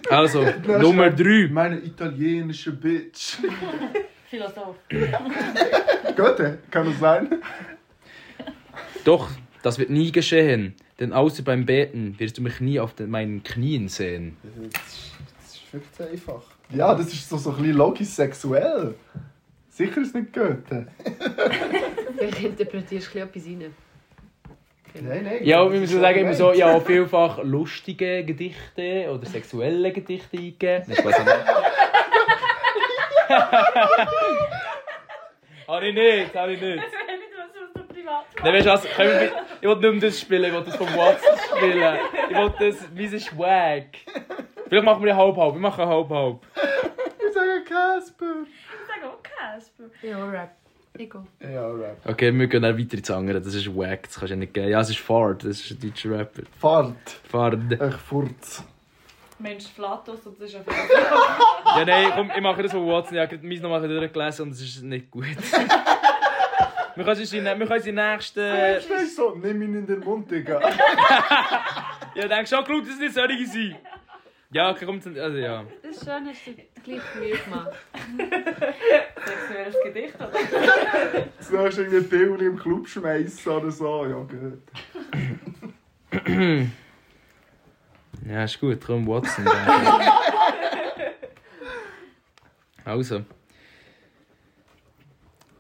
Speaker 4: Also, Nummer drei.
Speaker 5: Meine italienische Bitch.
Speaker 7: Philosoph.
Speaker 5: Goethe, kann das sein?
Speaker 4: Doch, das wird nie geschehen. Denn außer beim Beten wirst du mich nie auf den, meinen Knien sehen.
Speaker 8: Das ist, das ist wirklich zu einfach.
Speaker 5: Ja, das ist so, so ein bisschen logisch sexuell. Sicher ist nicht Goethe.
Speaker 6: Vielleicht interpretierst du ein bisschen etwas rein.
Speaker 5: Nein, nein.
Speaker 4: Ja,
Speaker 5: das
Speaker 4: und wir
Speaker 5: ist
Speaker 4: müssen
Speaker 5: schon
Speaker 4: sagen, immer so,
Speaker 5: gemeint.
Speaker 4: ja, vielfach lustige Gedichte oder sexuelle Gedichte eingeben. Nein, Spaß nicht. Habe ich nicht, habe ich nicht.
Speaker 7: Wenn ich das aus dem Privat
Speaker 4: Nein, weißt du was, können wir, bitte- ich will nicht mehr das spielen, ich will das vom WhatsApp spielen. Ich will das, mein Schwag. Vielleicht machen wir ja halb-halb, wir machen halb-halb.
Speaker 5: Ich sage Casper.
Speaker 7: sage auch Casper.
Speaker 6: Ja, Rap. Ich gehe.
Speaker 8: Ja, Rap.
Speaker 4: Okay, wir gehen dann weiter zu anderen, das ist Wack, das kannst du ja nicht geben. Ja, es ist Fard, das ist ein deutscher Rapper.
Speaker 5: Fahrt.
Speaker 4: Fard.
Speaker 5: Euch Furz.
Speaker 7: Mensch, Flatus, das ist ein Flatus.
Speaker 4: Ja, nein, komm, ich mache das von Watson. Ich habe gerade meins noch mal durchgelesen und es ist nicht gut. wir können es in wir können es in der nächsten...
Speaker 5: Ich weiß so, nimm ihn in den Mund, Digga.
Speaker 4: Ja, ich denke schon, schau, dass es nicht solche sind. Ja, okay, kommt Also ja.
Speaker 6: Das ist schön, hast du dir gleich Mühe gemacht.
Speaker 7: Sexuelles Gedicht, oder?
Speaker 5: Zuerst irgendwie Bilder im Club schmeißen oder so. Ja, gut.
Speaker 4: Ja, ist gut, komm, Watson. also.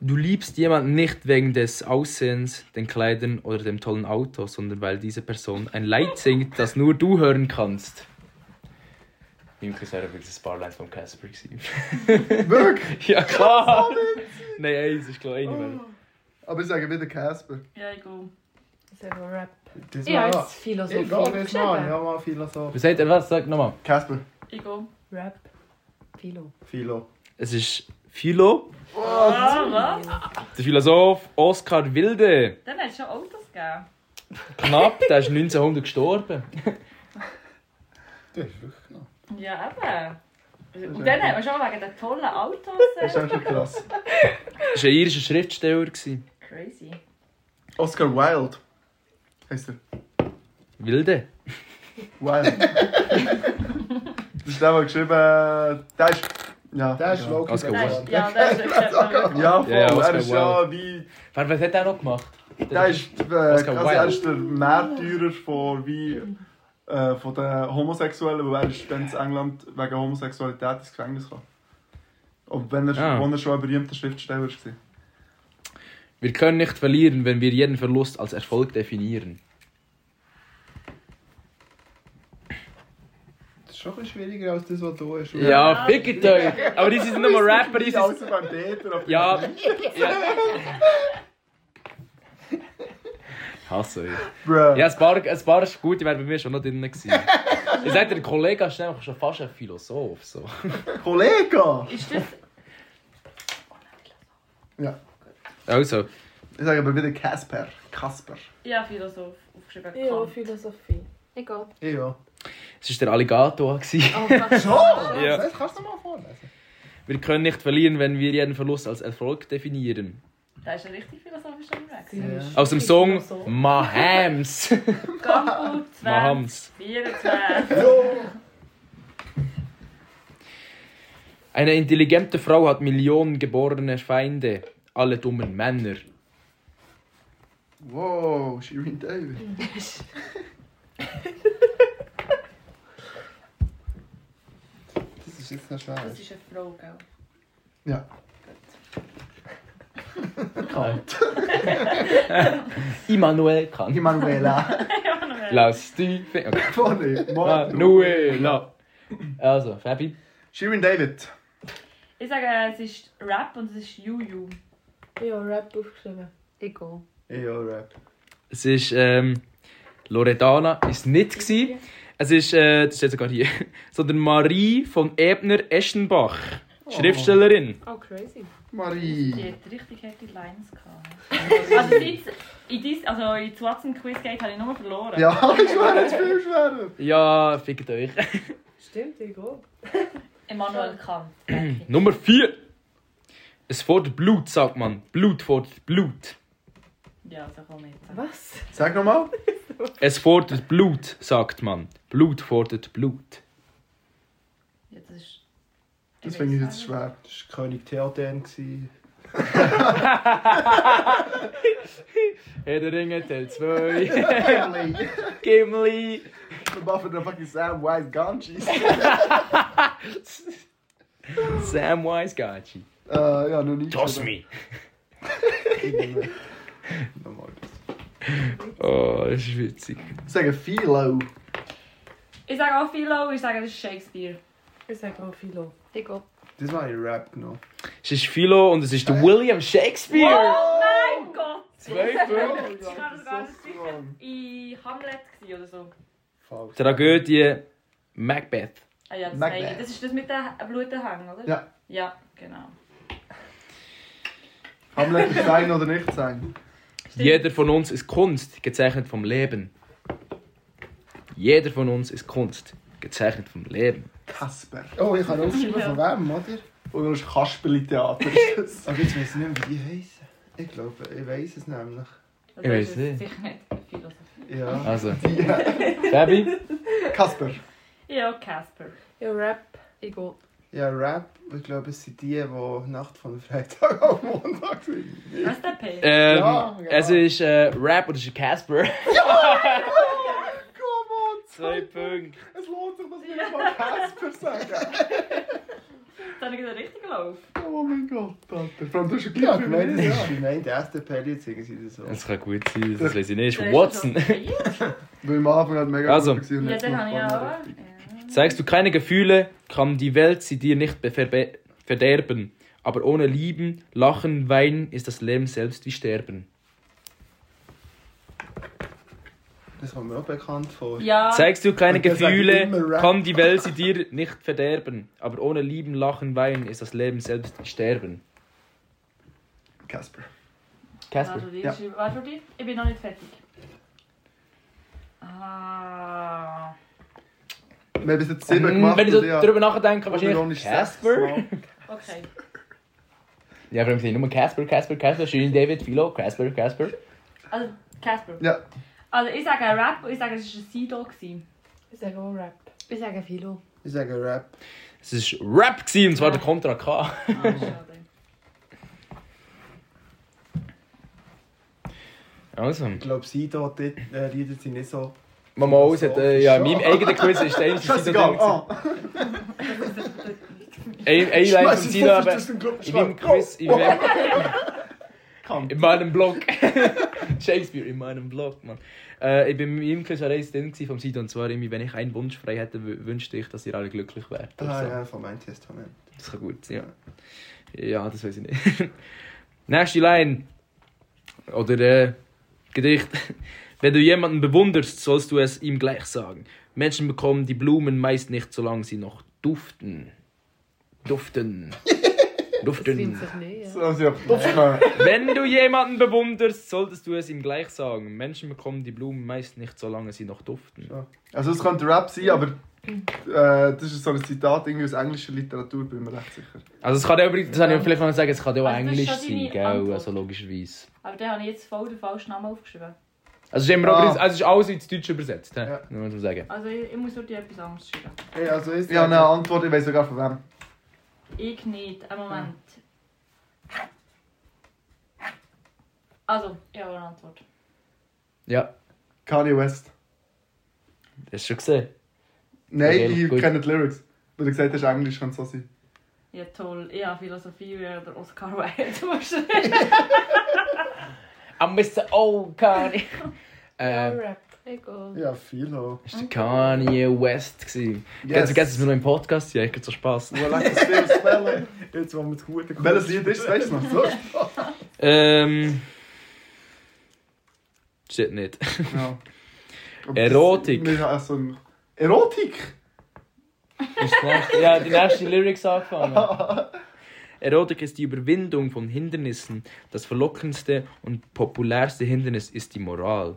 Speaker 4: Du liebst jemanden nicht wegen des Aussehens, den Kleidern oder dem tollen Auto, sondern weil diese Person ein Leid singt, das nur du hören kannst. Mimke war übrigens ein paar Lines vom Casper.
Speaker 5: Wirklich?
Speaker 4: ja, klar! Nein, eins ist klar, eine mehr.
Speaker 5: Aber ich sage wieder Casper.
Speaker 7: Ja, ich gehe.
Speaker 6: Ich sage Rap.
Speaker 8: Das Also,
Speaker 6: Ich habe
Speaker 8: ja.
Speaker 6: jetzt
Speaker 8: Ich
Speaker 6: Philosophie
Speaker 8: gehe nicht mal. Ich
Speaker 6: geschrieben.
Speaker 8: habe mal Philosoph.
Speaker 4: Was sagt er was? Sag nochmal.
Speaker 5: Casper.
Speaker 7: Ich gehe.
Speaker 6: Rap. Philo.
Speaker 8: Philo.
Speaker 4: Es ist Philo,
Speaker 7: Ah, was?
Speaker 4: der Philosoph Oscar Wilde.
Speaker 7: Dann hättest du schon Autos gegeben.
Speaker 4: Knapp, der ist 1900 gestorben.
Speaker 8: Du hast wirklich noch.
Speaker 7: Ja, eben. Und dann hat man schon wegen den tollen Autos.
Speaker 5: Das ist
Speaker 7: Äh,
Speaker 5: auch schon krass.
Speaker 4: Das war ein irischer Schriftsteller. gewesen.
Speaker 7: crazy.
Speaker 5: Oscar Wilde. Heißt er.
Speaker 4: Wilde.
Speaker 5: Wilde. das ist der, der geschrieben Der ist. Ja.
Speaker 8: Der ist
Speaker 5: ja.
Speaker 8: logisch.
Speaker 4: Oscar
Speaker 7: Das
Speaker 8: geworden.
Speaker 7: ist, ja, das ist wirklich
Speaker 5: Ja, voll.
Speaker 4: Ja, ja,
Speaker 5: er
Speaker 4: Oscar
Speaker 5: ist ja wie.
Speaker 4: Wer, was hat der noch gemacht?
Speaker 5: Der ist, äh,
Speaker 4: Oscar
Speaker 5: quasi, er
Speaker 4: Wilde.
Speaker 5: ist der Märtyrer von, wie, äh, von den Homosexuellen, weil er ist dann in England wegen Homosexualität ins Gefängnis gekommen. Und wenn er,
Speaker 4: Ah.
Speaker 5: wenn er schon ein berühmter Schriftsteller war.
Speaker 4: Wir können nicht verlieren, wenn wir jeden Verlust als Erfolg definieren.
Speaker 8: Das ist schon ein bisschen schwieriger als das, was du hast. oder?
Speaker 4: Ja, fickt euch! Aber die sind nicht mal Rapper, die
Speaker 5: Ich
Speaker 4: sind...
Speaker 5: außer beim Peter. aber-
Speaker 4: Ja. ja. Ich hasse euch.
Speaker 5: Bruh.
Speaker 4: Ja, ein paar, ein paar ist gut, die wären bei mir schon noch drin gewesen. Ich sag dir, der Kollege ist nämlich schon fast ein Philosoph. So.
Speaker 5: Kollege!
Speaker 7: Ist das
Speaker 4: Also,
Speaker 5: Ich sage aber wieder Casper. Casper.
Speaker 7: ja Philosoph aufgeschrieben?
Speaker 1: Ja,
Speaker 7: Kant.
Speaker 1: Philosophie.
Speaker 6: Ich gehe.
Speaker 8: Ich ja.
Speaker 4: es war der Alligator. gewesen.
Speaker 6: Oh, fuck.
Speaker 8: Schon?
Speaker 4: Ja.
Speaker 8: Das kannst du mal vorlesen.
Speaker 4: Wir können nicht verlieren, wenn wir jeden Verlust als Erfolg definieren.
Speaker 7: Da ist ein richtig philosophischer Weg.
Speaker 8: Ja.
Speaker 4: Aus dem Song Mahams.
Speaker 7: Gambo 20,
Speaker 4: Mahams.
Speaker 7: 24.
Speaker 4: Eine intelligente Frau hat Millionen geborene Feinde. Alle dummen Männer.
Speaker 5: Wow, Shirin David.
Speaker 8: Das ist jetzt noch schwer.
Speaker 7: Das ist eine Frau, gell?
Speaker 5: Ja.
Speaker 4: Immanuel kann.
Speaker 5: Emanuela.
Speaker 4: Lass die Finger. Okay. Ah,
Speaker 5: Vorne.
Speaker 4: Manuela. Also, Fabi.
Speaker 5: Shirin David.
Speaker 7: Ich sage, äh, es ist Rap und es ist Juju.
Speaker 1: Ich habe Rap aufgeschrieben.
Speaker 6: Ich gehe.
Speaker 8: Ich ja, Rap.
Speaker 4: Es ist ähm, Loredana ist nicht gsi. Es ist, äh, das steht sogar hier, sondern Marie von Ebner-Eschenbach. Schriftstellerin.
Speaker 6: Oh, crazy.
Speaker 7: Die
Speaker 5: Marie.
Speaker 7: hat richtig harte Lines gehabt. Also, seit in dies, also in Watson Quiz Gate habe ich nur verloren.
Speaker 5: Ja, ich war jetzt viel schwerer.
Speaker 4: Ja, fickt euch.
Speaker 1: Stimmt, ich auch.
Speaker 7: Immanuel Kant.
Speaker 4: Nummer 4. Es fordert Blut, sagt man. Blut fordert Blut.
Speaker 7: Ja, so komm jetzt.
Speaker 1: Was?
Speaker 5: Sag nochmal.
Speaker 4: Es fordert Blut, sagt man. Blut fordert Blut.
Speaker 7: Ja, das ist.
Speaker 5: Das finde ich jetzt schwer.
Speaker 8: Das war König Theoden. gewesen.
Speaker 4: Herr der Ringe, Teil 2.
Speaker 5: Gimli.
Speaker 4: Gimli.
Speaker 5: The Buffer, the fucking Samwise Ganges.
Speaker 4: Samwise Gachi.
Speaker 5: Äh, ja, noch nie.
Speaker 4: Oh, das ist witzig.
Speaker 5: Sagen Philo.
Speaker 7: Ich sage auch Philo, ich sage das ist Shakespeare.
Speaker 1: Ich sage auch Philo.
Speaker 6: Ich glaube,
Speaker 8: Diesmal habe ich Rap genommen.
Speaker 4: Es ist Philo und es ist der William Shakespeare.
Speaker 7: Oh mein Gott!
Speaker 4: Zwei Punkte.
Speaker 7: Ich kann das gar nicht sicher. In Hamlet gewesen oder so.
Speaker 8: Falsch.
Speaker 4: Tragödie Macbeth.
Speaker 7: Ah ja, das,
Speaker 5: Macbeth.
Speaker 7: Heilige. das ist das mit den Blutenhängen, oder?
Speaker 5: Ja.
Speaker 7: Ja, genau.
Speaker 5: Hamlet ist sein oder nicht sein.
Speaker 4: Jeder von uns ist Kunst, gezeichnet vom Leben. Jeder von uns ist Kunst, gezeichnet vom Leben.
Speaker 5: Kasper.
Speaker 8: Oh, ich kann aufschreiben von wem, oder?
Speaker 5: Oder das Kasperli-Theater.
Speaker 8: Aber jetzt weiß ich nicht mehr, wie die heißen. Ich glaube, ich weiß es nämlich.
Speaker 7: Das
Speaker 4: Ich weiß
Speaker 7: ist
Speaker 4: nicht.
Speaker 7: Sicher nicht Philosophie.
Speaker 8: Ja.
Speaker 4: Also,
Speaker 5: Ja.
Speaker 4: Fabi?
Speaker 5: Kasper.
Speaker 7: Ja, Casper.
Speaker 1: Ja, Rap.
Speaker 6: ich glaube.
Speaker 8: Ja, Rap, ich glaube, es sind die, die Nacht von Freitag auf Montag sind.
Speaker 7: Was ist der P?
Speaker 4: Ähm,
Speaker 8: Ja, ja.
Speaker 4: Es ist äh, Rap und es ist Casper.
Speaker 5: Come on,
Speaker 4: Zwei Punkte.
Speaker 5: Es lohnt sich, dass wir jetzt mal Kasper sagen.
Speaker 7: Jetzt habe ich den richtigen Lauf.
Speaker 5: Oh mein Gott, Alter. Vor allem, du hast ja
Speaker 8: Ja,
Speaker 5: gleich
Speaker 8: ich meine,
Speaker 5: wie
Speaker 8: das
Speaker 5: mir.
Speaker 8: ist wie meine die SDP, jetzt singen sie das so.
Speaker 4: Das kann gut sein, das weiß ich nicht.
Speaker 7: Der
Speaker 4: Ist
Speaker 7: ist
Speaker 4: Watson.
Speaker 7: schon so-
Speaker 5: Weil am Anfang hat mega
Speaker 4: Also.
Speaker 5: gut gewesen und
Speaker 7: Ja,
Speaker 5: jetzt
Speaker 7: den
Speaker 5: noch
Speaker 7: habe ich
Speaker 5: vorne.
Speaker 7: auch.
Speaker 4: Zeigst du keine Gefühle, kann die Welt sie dir nicht verbe- verderben. Aber ohne Lieben, Lachen, Weinen ist das Leben selbst wie Sterben.
Speaker 8: Das kommt mir auch bekannt vor.
Speaker 7: Ja,
Speaker 4: Zeigst du keine
Speaker 8: Und der sagt
Speaker 4: Gefühle,
Speaker 8: immer Rap.
Speaker 4: kann die Welt sie dir nicht verderben. Aber ohne Lieben, Lachen, Weinen ist das Leben selbst wie Sterben.
Speaker 5: Kasper.
Speaker 4: Casper.
Speaker 7: warte,
Speaker 5: Ja.
Speaker 7: ja. warte, warte, ich bin noch nicht fertig. Ah.
Speaker 5: Wir haben bis jetzt sieben
Speaker 4: Hm,
Speaker 5: gemacht.
Speaker 4: Wenn ich so
Speaker 5: und ja,
Speaker 4: darüber nachdenke,
Speaker 5: Oberon
Speaker 4: wahrscheinlich
Speaker 5: ist
Speaker 4: Casper.
Speaker 5: sechs Mal.
Speaker 7: Okay.
Speaker 4: Ja, aber ich nur Casper, Casper, Casper, Shirin David, Philo, Casper, Casper.
Speaker 7: Also, Casper.
Speaker 5: Ja.
Speaker 7: Also, ich sage Rap und ich sage, es war ein Sido. gewesen.
Speaker 1: Ich sage auch Rap.
Speaker 6: Ich sage Philo.
Speaker 8: Ich sage Rap.
Speaker 4: Es ist Rap gewesen, und zwar der Contra K.
Speaker 7: Ah, schade.
Speaker 4: Also.
Speaker 8: Ich glaube, sie da die, äh, Lieder sind nicht so.
Speaker 4: Mama Aus hat, äh, ja, in meinem eigenen Quiz ist der einzige Sido
Speaker 5: Scheißegal.
Speaker 4: drin. gewesen.
Speaker 5: Ah,
Speaker 4: Ein, ein Line vom
Speaker 5: schmeiß
Speaker 4: Sido,
Speaker 5: es
Speaker 4: aber
Speaker 5: aus dem Club.
Speaker 4: in meinem Quiz, in meinem,
Speaker 5: Komm.
Speaker 4: in meinem Blog. Shakespeare in meinem Blog, Mann. Äh, ich bin in meinem Quiz war eins drin gewesen vom Sido und zwar irgendwie, wenn ich einen Wunsch frei hätte, wü- wünschte ich, dass ihr alle glücklich wärt. oder
Speaker 8: Ah
Speaker 4: so.
Speaker 8: ja, von meinem Testament.
Speaker 4: Das kann gut sein, ja. Ja, das weiß ich nicht. Nächste Line. Oder äh, Gedicht. Wenn du jemanden bewunderst, sollst du es ihm gleich sagen. Menschen bekommen die Blumen meist nicht, solange sie noch duften. Duften.
Speaker 6: Das
Speaker 4: Duften.
Speaker 6: findet sich nicht,
Speaker 5: So,
Speaker 6: ja.
Speaker 5: sie haben Duft genommen.
Speaker 4: Wenn du jemanden bewunderst, solltest du es ihm gleich sagen. Menschen bekommen die Blumen meist nicht, solange sie noch duften.
Speaker 5: Also, das könnte Rap sein, aber äh, das ist so ein Zitat irgendwie aus englischer Literatur, bin ich mir recht sicher.
Speaker 4: Also es kann ja übrigens, das habe ich vielleicht noch sagen, es kann ja auch
Speaker 7: Also das ist
Speaker 4: Englisch
Speaker 7: schon
Speaker 4: sein,
Speaker 7: deine
Speaker 4: gell?
Speaker 7: Antwort.
Speaker 4: Also logischerweise.
Speaker 7: Aber dann habe ich jetzt voll den falschen Namen aufgeschrieben.
Speaker 4: Also es ist, immer
Speaker 5: Ah.
Speaker 4: übrigens, also es ist alles ins Deutsche übersetzt, hä?
Speaker 8: Ja.
Speaker 4: nur muss man sagen.
Speaker 7: Also, ich, ich muss nur dir etwas anderes schreiben.
Speaker 8: Hey, also ich
Speaker 5: Ich habe eine
Speaker 8: sage-
Speaker 5: Antwort, ich weiß sogar von wem.
Speaker 7: Ich nicht. Einen Moment. Also, ich habe eine Antwort.
Speaker 4: Ja,
Speaker 5: Kanye West.
Speaker 4: das hast du schon gesehen.
Speaker 5: Nein,
Speaker 4: Okay,
Speaker 5: ich
Speaker 4: gut.
Speaker 5: kenne die Lyrics. Weil du gesagt hast, Englisch kann so sein.
Speaker 7: Ja, toll. Ich habe Philosophie wie der Oscar Wilde zum Beispiel.
Speaker 4: I'm Mr. Oh, Kanye.
Speaker 1: Ja,
Speaker 4: ähm,
Speaker 1: Rap.
Speaker 6: Ich glaube.
Speaker 8: Ja, Philo.
Speaker 4: das war Kanye West. Yes. Ganz vergessen, dass wir noch im Podcast sind. Ich hab so Spass.
Speaker 8: Wo lag das Phil spellen? Jetzt, wo wir das gute Quiz-
Speaker 5: Welches Lied ist es, weißt du noch? So?
Speaker 4: Ähm. Steht nicht.
Speaker 5: Ja. Und
Speaker 4: Erotik.
Speaker 5: Das, wir haben so ein Erotik?
Speaker 4: Ist die nächste- ja, die nächste Lyrics angefangen. Erotik ist die Überwindung von Hindernissen. Das verlockendste und populärste Hindernis ist die Moral.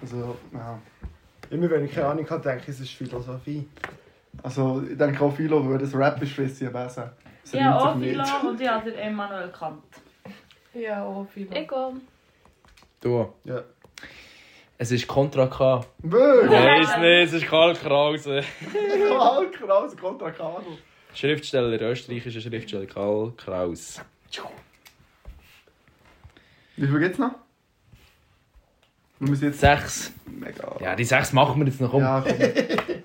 Speaker 5: Also, ja.
Speaker 8: Immer wenn ich keine Ahnung habe, denke ich, es ist Philosophie.
Speaker 5: also ich denke auch Philo, weil das Rap ist, weiss ich besser. Das
Speaker 7: Ich habe
Speaker 5: reimt sich
Speaker 7: auch
Speaker 5: nicht.
Speaker 7: Philo und ich habe den Emmanuel Kant.
Speaker 1: Ja, auch Philo.
Speaker 6: Ich glaube.
Speaker 4: Du.
Speaker 8: Ja.
Speaker 4: Es ist Kontra K.
Speaker 5: Böh!
Speaker 4: Nein, es ist nicht. Es ist Karl Krause.
Speaker 5: Karl Kraus, Kontra Karl.
Speaker 4: Schriftsteller, österreichischer Schriftsteller Karl Kraus.
Speaker 5: Wie viel gibt's noch? Wir müssen jetzt...
Speaker 4: Sechs.
Speaker 5: Mega.
Speaker 4: Ja, die sechs machen wir jetzt noch um.
Speaker 5: Ja, komm.
Speaker 7: Sechs.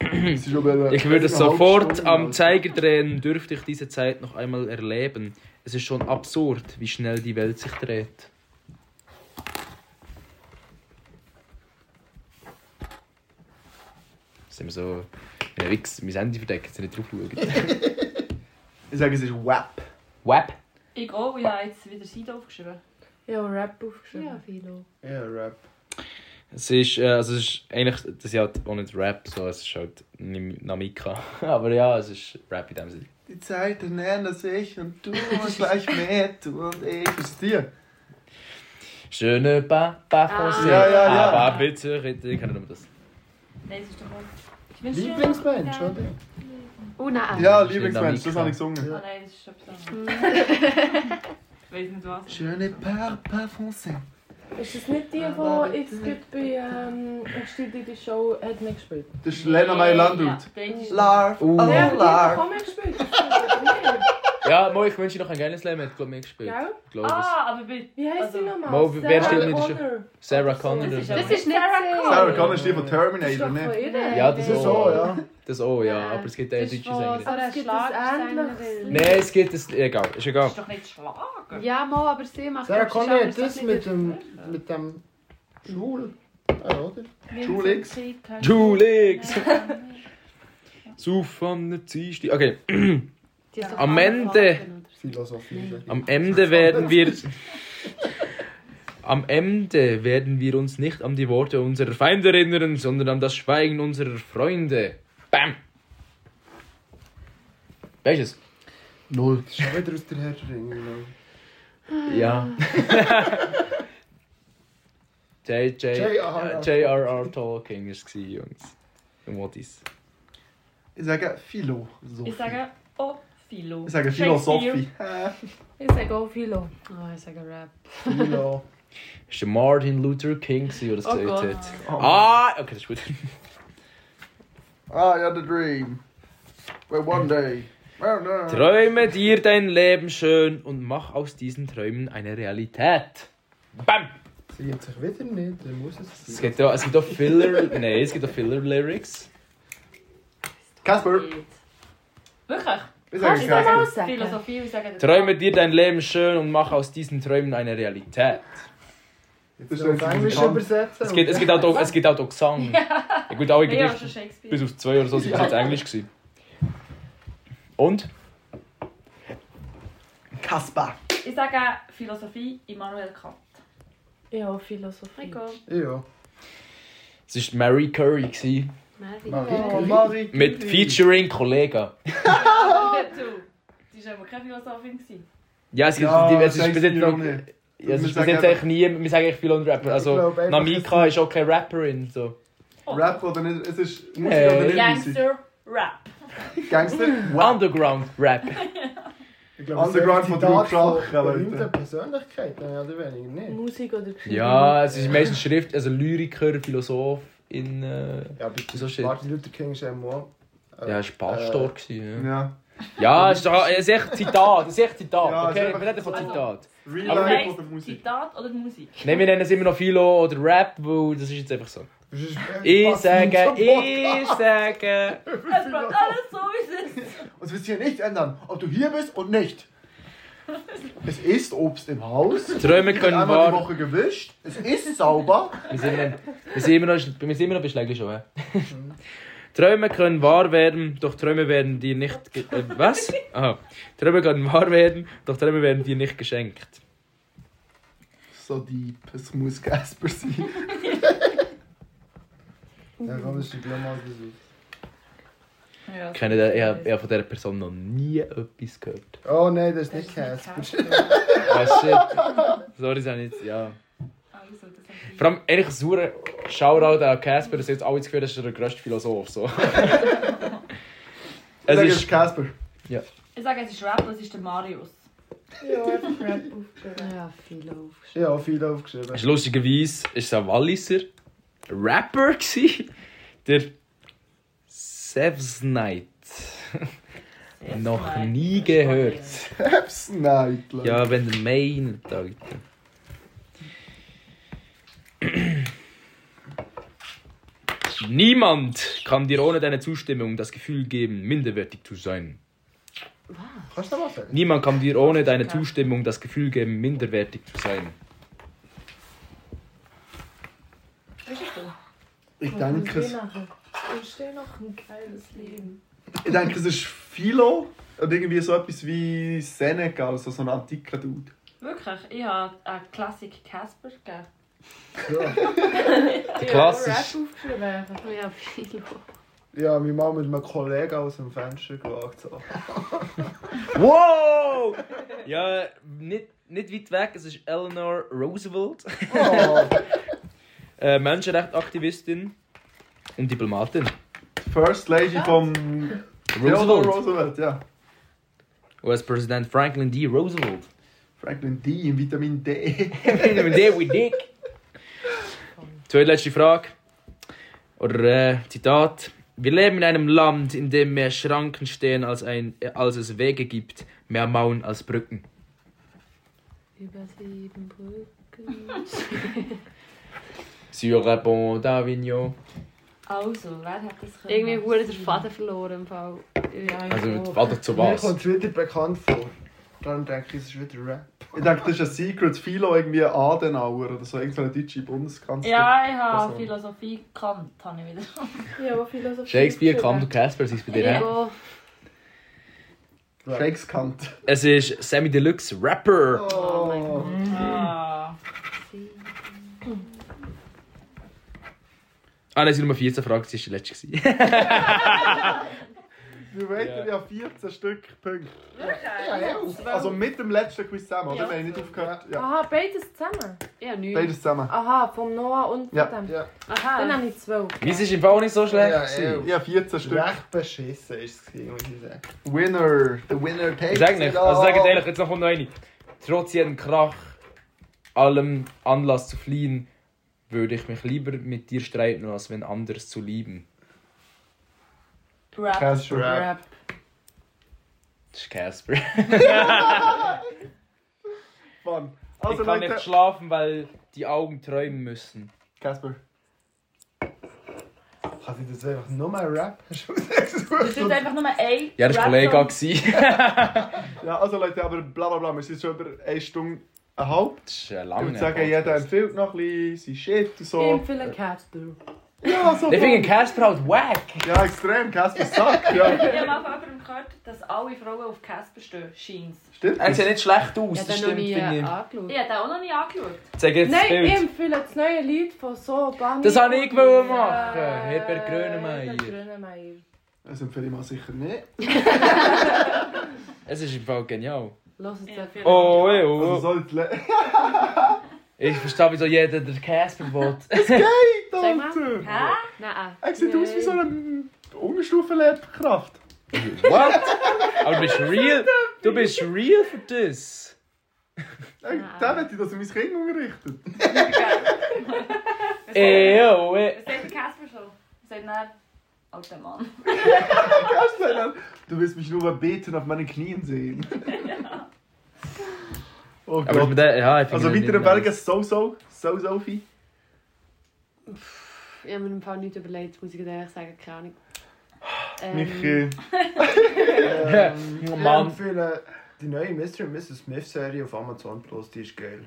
Speaker 5: Es ist schon wieder-
Speaker 4: Ich würde
Speaker 5: es ist eine halbe
Speaker 4: sofort
Speaker 5: Stunde, also.
Speaker 4: am
Speaker 5: Alter.
Speaker 4: Zeiger drehen, dürfte ich diese Zeit noch einmal erleben. Es ist schon absurd, wie schnell die Welt sich dreht. Sind wir so. Wir haben Wichs, mein Handy verdeckt, jetzt nicht drauf schauen.
Speaker 5: Ich sage, es ist WAP.
Speaker 4: Web!
Speaker 7: Ich auch, ich habe jetzt wieder Seite aufgeschrieben.
Speaker 1: Ich habe Rap aufgeschrieben.
Speaker 6: Ja, Philo.
Speaker 8: Ja, Rap.
Speaker 4: Es ist, äh, also es ist eigentlich, das ist ja halt auch nicht Rap, so, es ist halt Nim- Namika. Aber ja, es ist Rap in dem Sinne.
Speaker 5: Die Zeiten ändern sich und du und gleich mit, du und ich. Was ist dir?
Speaker 4: Schöne Ba, Ba,
Speaker 6: Ah.
Speaker 4: José.
Speaker 5: Ja, ja, ja.
Speaker 4: Aber bitte, bitte, ich kann nicht mehr das.
Speaker 7: Nein, es ist doch auch. Ich wünsche dir-
Speaker 8: Lieblingsband,
Speaker 7: Ja.
Speaker 8: oder?
Speaker 6: Oh nein.
Speaker 5: Ja,
Speaker 4: Das ist
Speaker 5: Lieblingsmensch, das
Speaker 4: Dynamik.
Speaker 5: habe ich gesungen.
Speaker 7: Ah, nein, es ist etwas anderes. Ich weiß nicht was.
Speaker 5: Je ne parle pas français.
Speaker 1: Ist das nicht die, die jetzt gerade bei ähm, «Ich stehe dir die Show» hat mitgespielt?
Speaker 5: Das ist Lena May Landrut.
Speaker 7: Ja, beide ist-
Speaker 5: Larv,
Speaker 4: Uh.
Speaker 5: oh
Speaker 1: Oh, ja, die hat doch
Speaker 5: Larv.
Speaker 1: auch mitgespielt. Das ist nicht.
Speaker 4: Ja, Mo, ich wünsche dir noch ein geiles Leben, hat gut mitgespielt.
Speaker 1: Gell?
Speaker 5: Oh,
Speaker 4: Glaube
Speaker 7: Ah, aber bitte.
Speaker 1: Wie nou heisst sie
Speaker 7: Also-
Speaker 1: nochmal?
Speaker 4: Mo, wer
Speaker 1: Sarah
Speaker 4: steht mir die Show?
Speaker 1: Connor.
Speaker 4: ich. Sarah Connor oder so.
Speaker 7: aber-
Speaker 6: Das ist nicht
Speaker 5: Sarah Connor ist die von
Speaker 1: Das ist
Speaker 5: Terminator,
Speaker 1: doch von
Speaker 5: ne?
Speaker 1: ihr.
Speaker 4: Ja, das
Speaker 8: Das ist so, ja.
Speaker 4: Das auch, ja.
Speaker 6: Nein.
Speaker 4: Aber es gibt eine
Speaker 6: Das
Speaker 4: deutsche
Speaker 6: ist von so
Speaker 4: Sängerin.
Speaker 1: Aber
Speaker 6: einer
Speaker 1: es gibt ein
Speaker 6: Schlagersängerin.
Speaker 1: ähnliches
Speaker 4: Nein, es gibt es. Egal, ist
Speaker 7: Das
Speaker 4: egal.
Speaker 7: ist doch nicht Schlager.
Speaker 6: Ja, mal, aber sie macht
Speaker 8: Sarah
Speaker 6: das
Speaker 8: Connor
Speaker 6: schon,
Speaker 8: hat das
Speaker 6: aber
Speaker 8: mit
Speaker 6: sie
Speaker 8: dem,
Speaker 6: nicht-
Speaker 8: mit dem Schwul.
Speaker 5: Ah,
Speaker 8: Ja, oder?
Speaker 5: Julix.
Speaker 4: Julix! Sauf am Dienstag. Okay,
Speaker 6: Die ist doch
Speaker 4: Am Ende.
Speaker 6: Anfang, oder?
Speaker 8: Philosophie. sag ich.
Speaker 4: am Ende werden wir. Am Ende werden wir uns nicht an die Worte unserer Feinde erinnern, sondern an das Schweigen unserer Freunde. Bam! Welches?
Speaker 8: Null. Das ist schon wieder aus der Herr der Ringe, genau.
Speaker 4: Ja.
Speaker 6: Ah.
Speaker 4: JJ.
Speaker 8: J.R.R.
Speaker 4: J.R.R. Tolkien war es, Jungs. Und Modis.
Speaker 5: Ich sage Philosophie.
Speaker 7: Ich sage auch Philo.
Speaker 5: Ich sage
Speaker 7: Shakespeare.
Speaker 5: Philosophie.
Speaker 1: Ich sage auch Philo.
Speaker 6: Oh, ich sage Rap.
Speaker 8: Philo.
Speaker 4: Es war Martin Luther King, der das
Speaker 6: Oh
Speaker 4: gesagt
Speaker 6: Gott.
Speaker 4: hat.
Speaker 5: Ah,
Speaker 4: Ah! Okay, das ist gut.
Speaker 5: ah, ja, the dream. Well, one day. Well, no.
Speaker 4: Träume dir dein Leben schön und mach aus diesen Träumen eine Realität. Bam!
Speaker 8: Sie gibt sich wieder nicht, dann muss es
Speaker 4: Es
Speaker 8: sein.
Speaker 4: gibt auch, es gibt auch Filler... Nein, es gibt auch Filler-Lyrics.
Speaker 5: Casper.
Speaker 7: Wirklich?
Speaker 5: Ich sage
Speaker 1: Kannst du mal
Speaker 5: Casper.
Speaker 1: sagen?
Speaker 7: Philosophie, ich sage das.
Speaker 4: Träume dir dein Leben schön und mach aus diesen Träumen eine Realität.
Speaker 8: Jetzt
Speaker 5: Das
Speaker 8: ist
Speaker 5: ist
Speaker 8: auf
Speaker 5: jetzt
Speaker 8: Englisch
Speaker 5: bekannt.
Speaker 8: übersetzen.
Speaker 4: Es gibt, es gibt, auch, es gibt auch Gesang. Ja gut, alle
Speaker 7: Ja,
Speaker 4: Gedichte.
Speaker 7: schon Shakespeare.
Speaker 4: Bis auf zwei oder so sind es jetzt Englisch gewesen. Und?
Speaker 5: Casper.
Speaker 7: Ich sage Philosophie Immanuel Kant.
Speaker 1: Ja, Philosophie.
Speaker 6: Rico.
Speaker 8: Ja.
Speaker 4: Es war Mary Curry. Gewesen,
Speaker 6: Marvin.
Speaker 5: Oh,
Speaker 8: Marie.
Speaker 5: Marie.
Speaker 4: mit Featuring Kollegen.
Speaker 7: Du. Sie war aber keine Philosophin. gewesen.
Speaker 4: Ja, es gibt
Speaker 5: Ja,
Speaker 4: die, es ist
Speaker 5: sag's
Speaker 4: bis jetzt
Speaker 5: mir auch
Speaker 4: noch-
Speaker 5: nicht.
Speaker 4: ja, es
Speaker 5: Wir
Speaker 4: ist bis
Speaker 5: sagen
Speaker 4: jetzt eigentlich nie, wir sagen eigentlich viel und Rapper.
Speaker 8: Ich
Speaker 4: Also,
Speaker 8: glaub einfach,
Speaker 4: Namika ist auch keine Rapperin. So.
Speaker 7: Oh.
Speaker 5: Rap oder nicht? Es ist Musik
Speaker 4: Hey.
Speaker 5: oder nicht Musik?
Speaker 7: Gangster Rap.
Speaker 5: Gangster? Wow.
Speaker 4: Underground Rap.
Speaker 8: Ich glaube,
Speaker 5: Underground
Speaker 8: es ist ein
Speaker 5: von Drew
Speaker 8: Zitat von
Speaker 5: Kracher, Leute.
Speaker 8: berühmten Persönlichkeiten, ja, oder weniger nicht.
Speaker 1: Musik oder Geschichte.
Speaker 4: Ja, es ist meistens Schrift, also Lyriker, Philosoph in. Äh,
Speaker 8: Ja, aber
Speaker 4: So shit.
Speaker 8: Martin Luther King ist eben auch... äh,
Speaker 4: ja, es war Pastor. gewesen, ja.
Speaker 5: Ja.
Speaker 4: ja, es ist, doch- es ist echt Zitat. Es ist echt Zitat.
Speaker 5: Ja, es ist
Speaker 4: okay,
Speaker 5: einfach-
Speaker 4: wir reden von
Speaker 7: Also-
Speaker 4: Zitat.
Speaker 5: Real
Speaker 4: Aber
Speaker 5: Life
Speaker 7: Heißt,
Speaker 5: oder Musik?
Speaker 7: Zitat oder Musik?
Speaker 4: Nein, wir nennen es immer noch Philo oder Rap, weil das ist jetzt einfach so.
Speaker 8: das ist-
Speaker 4: Ich
Speaker 8: passt nicht
Speaker 4: sage,
Speaker 8: zum
Speaker 4: ich
Speaker 8: Podcast.
Speaker 4: sage.
Speaker 7: Es bleibt alles so, wie es ist.
Speaker 5: Es wird sich hier nicht ändern, ob du hier bist und nicht. Es ist Obst im Haus.
Speaker 4: Träume
Speaker 5: Es wird
Speaker 4: können
Speaker 5: einmal die
Speaker 4: wahr.
Speaker 5: Woche gewischt. Es ist sauber.
Speaker 4: Wir sind, immer- wir sind immer noch, wir sind immer noch bei Schlägli schon. hä? Träume können wahr werden, doch Träume werden dir nicht. Ge äh, was? Aha. Träume können wahr werden, doch Träume werden dir nicht geschenkt.
Speaker 5: So deep. Es muss Casper sein.
Speaker 8: Ja, komm, das ist gleich mal das
Speaker 7: Ja,
Speaker 4: Ich kenne den, ich habe ich habe von dieser Person noch nie etwas gehört.
Speaker 8: aus. Oh nein, das ist nicht Casper.
Speaker 4: Ah, shit. Sorry, das habe ich jetzt. Ja.
Speaker 7: Also, das hat
Speaker 4: Vor allem, eigentlich, sauer Shoutout an Casper, dass jetzt alle das Gefühl haben, das ist der grösste Philosoph. So.
Speaker 5: Ich
Speaker 4: es
Speaker 5: sage,
Speaker 4: ist.
Speaker 5: Casper.
Speaker 7: Ich sage, es ist Rap, es ist der Marius.
Speaker 1: Ja, einfach Rap aufgeschrieben.
Speaker 6: Ja, Philo aufgeschrieben.
Speaker 8: Ich habe viel aufgeschrieben.
Speaker 4: ist lustigerweise ist es ein Walliser Rapper gsi, der Sevs Night.
Speaker 7: Jetzt
Speaker 4: Noch
Speaker 7: mal.
Speaker 4: nie gehört.
Speaker 5: Hebs Night, Leute.
Speaker 4: Ja, wenn ihr meint, Alter. Niemand kann dir ohne deine Zustimmung das Gefühl geben, minderwertig zu sein.
Speaker 8: Kannst du noch mal sagen?
Speaker 4: Niemand kann dir ohne deine Zustimmung das Gefühl geben, minderwertig zu sein.
Speaker 5: Ich denke, es,
Speaker 1: Ich stehe noch ein geiles Leben.
Speaker 5: ich denke, es ist Philo und irgendwie so etwas wie Seneca, also so ein antiker Dude.
Speaker 7: Wirklich, ich habe einen Klassik Casper gegeben.
Speaker 4: Klassisch.
Speaker 6: Oh, Ja, viel.
Speaker 8: Ja, meine Mama mit einem Kollegen aus dem Fenster geschaut. So.
Speaker 4: Wow! Ja, nicht, nicht weit weg, es ist Eleanor Roosevelt.
Speaker 8: Oh,
Speaker 4: Äh, Menschenrechtsaktivistin und Diplomatin.
Speaker 5: First Lady vom
Speaker 4: Roosevelt.
Speaker 5: Theodore Roosevelt, ja.
Speaker 4: US-Präsident Franklin D. Roosevelt.
Speaker 5: Franklin D in Vitamin D.
Speaker 4: Vitamin D wie Dick. Zweitletzte Frage. Oder äh, Zitat. Wir leben in einem Land, in dem mehr Schranken stehen, als, ein, äh, als es Wege gibt, mehr Mauern als Brücken.
Speaker 6: Über sieben Brücken.
Speaker 4: Sur un pont d'Avignon.
Speaker 7: Also, wer hat das können?
Speaker 6: Irgendwie wurde der Faden verloren im Fall. Ja,
Speaker 4: Also, warte zu
Speaker 8: mir
Speaker 4: was?
Speaker 8: kommt es wieder bekannt vor. Darum denke ich, es ist wieder Rap.
Speaker 5: Ich denke, das ist ein Secret. Philo irgendwie Adenauer oder so. Irgendeine deutsche Bundeskanzlerin.
Speaker 7: Ja, ich habe
Speaker 5: Also.
Speaker 7: Philosophie gekannt, habe ich wieder.
Speaker 1: Ja, aber Philosophie.
Speaker 4: Shakespeare,
Speaker 1: geschrieben.
Speaker 4: Kant und Casper sind bei dir. hä?
Speaker 6: Ja,
Speaker 5: Shakes Kant.
Speaker 4: Es ist Sammy Deluxe Rapper.
Speaker 6: oh mein Gott.
Speaker 7: Ah.
Speaker 4: Ah, nein, es sind nur 14 Fragen, das war die letzte. gewesen.
Speaker 5: Wir weiter
Speaker 4: Ja.
Speaker 5: ja 14 Stück Punkte. Also mit dem letzten Quiz zusammen, oder?
Speaker 6: Ja.
Speaker 5: Wir haben nicht aufgehört. Ja.
Speaker 1: Aha, beides zusammen.
Speaker 6: Ja, nichts.
Speaker 5: Beides
Speaker 7: Ah,
Speaker 5: zusammen.
Speaker 1: Aha, vom Noah und von
Speaker 5: Ja,
Speaker 1: dem.
Speaker 8: Ja,
Speaker 1: Dann
Speaker 6: Aha.
Speaker 1: habe ich zwölf.
Speaker 4: Meins ist im Fall auch nicht so schlecht.
Speaker 8: Ja,
Speaker 4: gewesen.
Speaker 8: ew.
Speaker 5: Ja, 14 Stück.
Speaker 8: recht beschissen war es, muss ich sagen.
Speaker 5: Winner.
Speaker 8: The winner
Speaker 4: Ich
Speaker 8: takes
Speaker 4: sag nicht, also sag ehrlich, jetzt noch kommt noch eine. Trotz jedem Krach, allem Anlass zu fliehen, würde ich mich lieber mit dir streiten, als wenn anders zu lieben.
Speaker 7: Rap.
Speaker 5: Cash Rap.
Speaker 6: Rap.
Speaker 4: Das ist Casper.
Speaker 5: Also, Fun. Also
Speaker 4: ich kann nicht
Speaker 5: Leute.
Speaker 4: schlafen, weil die Augen träumen müssen.
Speaker 5: Casper.
Speaker 8: Kann ich das einfach nur mal Rap?
Speaker 7: Das ist einfach nur ein.
Speaker 4: Ja, das war
Speaker 7: Rap-Song.
Speaker 4: Kollega. gewesen.
Speaker 5: Ja, also Leute, aber bla bla bla. Wir sind schon über eine Stunde eine halbe.
Speaker 4: Das ist ein
Speaker 5: Ich
Speaker 4: langer
Speaker 5: würde sagen, jeder
Speaker 4: Podcast.
Speaker 5: empfiehlt noch ein bisschen, sein Shit und
Speaker 1: Ich
Speaker 5: so.
Speaker 1: empfehle Casper.
Speaker 5: Ja, so.
Speaker 4: Ich finde Casper halt wack.
Speaker 5: Ja, extrem. Casper sagt, ja.
Speaker 7: Ich habe mal von jemandem gehört, dass alle Frauen auf Casper stehen. Scheint's.
Speaker 5: Stimmt.
Speaker 4: Er sieht nicht schlecht aus,
Speaker 6: Ich
Speaker 4: das
Speaker 6: habe den noch
Speaker 4: stimmt,
Speaker 6: nie
Speaker 4: finde
Speaker 6: äh,
Speaker 4: ich.
Speaker 6: angeschaut.
Speaker 7: Ich habe den auch noch nie angeschaut.
Speaker 4: Sag jetzt das
Speaker 1: Nein, ich
Speaker 4: Bild.
Speaker 1: empfehle das neue Lied von so Bunny.
Speaker 4: Das wollte ich wollen machen.
Speaker 1: Äh,
Speaker 4: Herbert Grönemeyer.
Speaker 1: Herbert Grönemeyer.
Speaker 5: Das empfehle ich mal sicher nicht.
Speaker 4: Es ist im Fall genial.
Speaker 1: Lass es
Speaker 6: eh,
Speaker 1: einfach.
Speaker 4: Oh,
Speaker 8: eh,
Speaker 4: ey,
Speaker 5: Also
Speaker 4: oh.
Speaker 5: so die Le-
Speaker 4: Ich verstehe, wieso jeder der Casper will.
Speaker 6: Sag mal.
Speaker 5: Alter.
Speaker 7: Hä?
Speaker 6: Nein.
Speaker 8: ah,
Speaker 5: Er sieht aus wie so eine Unterstufenlehrkraft.
Speaker 4: What? Aber du bist real? Du bist real für das?
Speaker 5: Ey,
Speaker 8: ah.
Speaker 5: Der möchte ich, dass er mein Kind unterrichtet.
Speaker 8: Eh,
Speaker 4: Ey,
Speaker 8: oh,
Speaker 4: yo, ey.
Speaker 7: Was sagt der Casper so? Was sagt er? Alter Mann.
Speaker 5: Casper, du willst mich nur beten auf meinen Knien sehen. Oh
Speaker 4: Aber mit
Speaker 5: Gott.
Speaker 4: der, ja, ich
Speaker 5: Also weiter im Bergen, so so, so so viel.
Speaker 6: Ich habe mir im Fall nichts überlegt, muss ich dir ehrlich sagen. Keine Ahnung.
Speaker 5: Mich,
Speaker 6: Ähm,
Speaker 5: äh,
Speaker 8: Ähm,
Speaker 4: oh, Mann.
Speaker 8: Ich empfehle die neue Mr. und Mrs. Smith Serie auf Amazon Plus, die ist geil.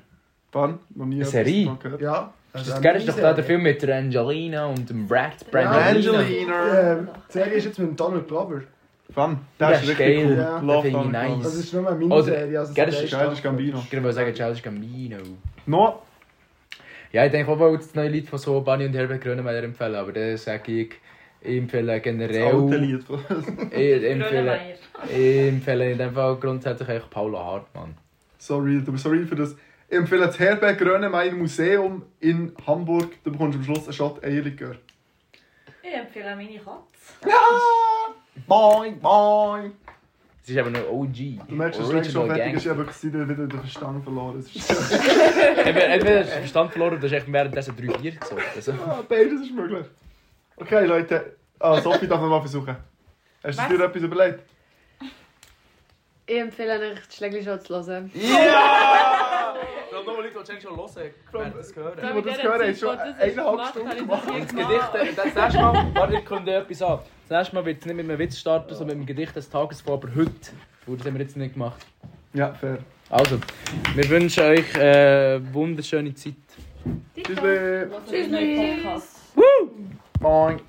Speaker 5: Bann, noch nie
Speaker 4: Eine
Speaker 5: etwas
Speaker 4: Serie?
Speaker 5: davon gehört.
Speaker 8: Ja.
Speaker 4: Das ist geil, ist doch da der Film mit der Angelina und dem Brad. Brangelina.
Speaker 5: Brangelina.
Speaker 6: Ehm,
Speaker 8: Ähm, die Serie ist jetzt mit dem Donald Glover.
Speaker 5: Bann,
Speaker 4: Der
Speaker 5: das ist
Speaker 4: ist
Speaker 5: richtig
Speaker 4: geil.
Speaker 5: cool.
Speaker 8: Ja.
Speaker 5: Love
Speaker 4: Den finde ich
Speaker 5: Donald
Speaker 4: nice.
Speaker 8: Das ist nur eine
Speaker 4: Also,
Speaker 8: Miniserie. Also
Speaker 4: gell, das
Speaker 8: drei
Speaker 4: ist-
Speaker 5: geil, das ist
Speaker 8: Staffeln.
Speaker 5: Gambino.
Speaker 4: Ich würde mal sagen, Charles Gambino.
Speaker 5: Glover. Noch,
Speaker 4: Ja, ich denke, ich wollte das neue Lied von So Bunny und Herbert Grönemeyer empfehlen, aber das sage ich, ich empfehle
Speaker 5: das alte
Speaker 4: generell.
Speaker 5: Lied.
Speaker 4: Ich empfehle,
Speaker 7: Grönemeyer.
Speaker 4: ich empfehle in dem Fall grundsätzlich eigentlich Paula Hartmann.
Speaker 5: Sorry, du bist sorry für das. Ich empfehle das Herberg Grönemeyer Museum in Hamburg. Du bekommst am Schluss einen Shot Eierlikör.
Speaker 7: Ich empfehle meine Katze.
Speaker 5: Moin, moin!
Speaker 4: Es ist aber nur OG.
Speaker 5: Du merkst, dass es schon fertig ist, ich habe wirklich wieder wieder den Verstand verloren. Es ist-
Speaker 4: Entweder entweder hast du den Verstand verloren oder hast du echt währenddessen drei Bier gezogen. Also.
Speaker 5: Ah, Beides ist möglich. Okay, Leute, Ah, Sophie darf noch mal versuchen. Hast du
Speaker 7: Was?
Speaker 5: dir etwas überlegt?
Speaker 6: Ich empfehle euch, die Schlägli schon zu hören.
Speaker 4: Ja! Ich glaube, nur Leute, die Cenk schon hören, werden das hören.
Speaker 5: die das gehört haben, ist schon eineinhalb Stunden
Speaker 4: Und das Gedicht, äh, das nächste Mal, warte, ich komme dir etwas an. Das nächste Mal wird es nicht mit einem Witz starten, sondern mit einem Gedicht des Tages vor, aber heute. Und das haben wir jetzt nicht gemacht.
Speaker 5: Ja, fair.
Speaker 4: Also, wir wünschen euch äh, wunderschöne Zeit.
Speaker 5: Tschüss.
Speaker 7: Tschüss.
Speaker 5: Moin.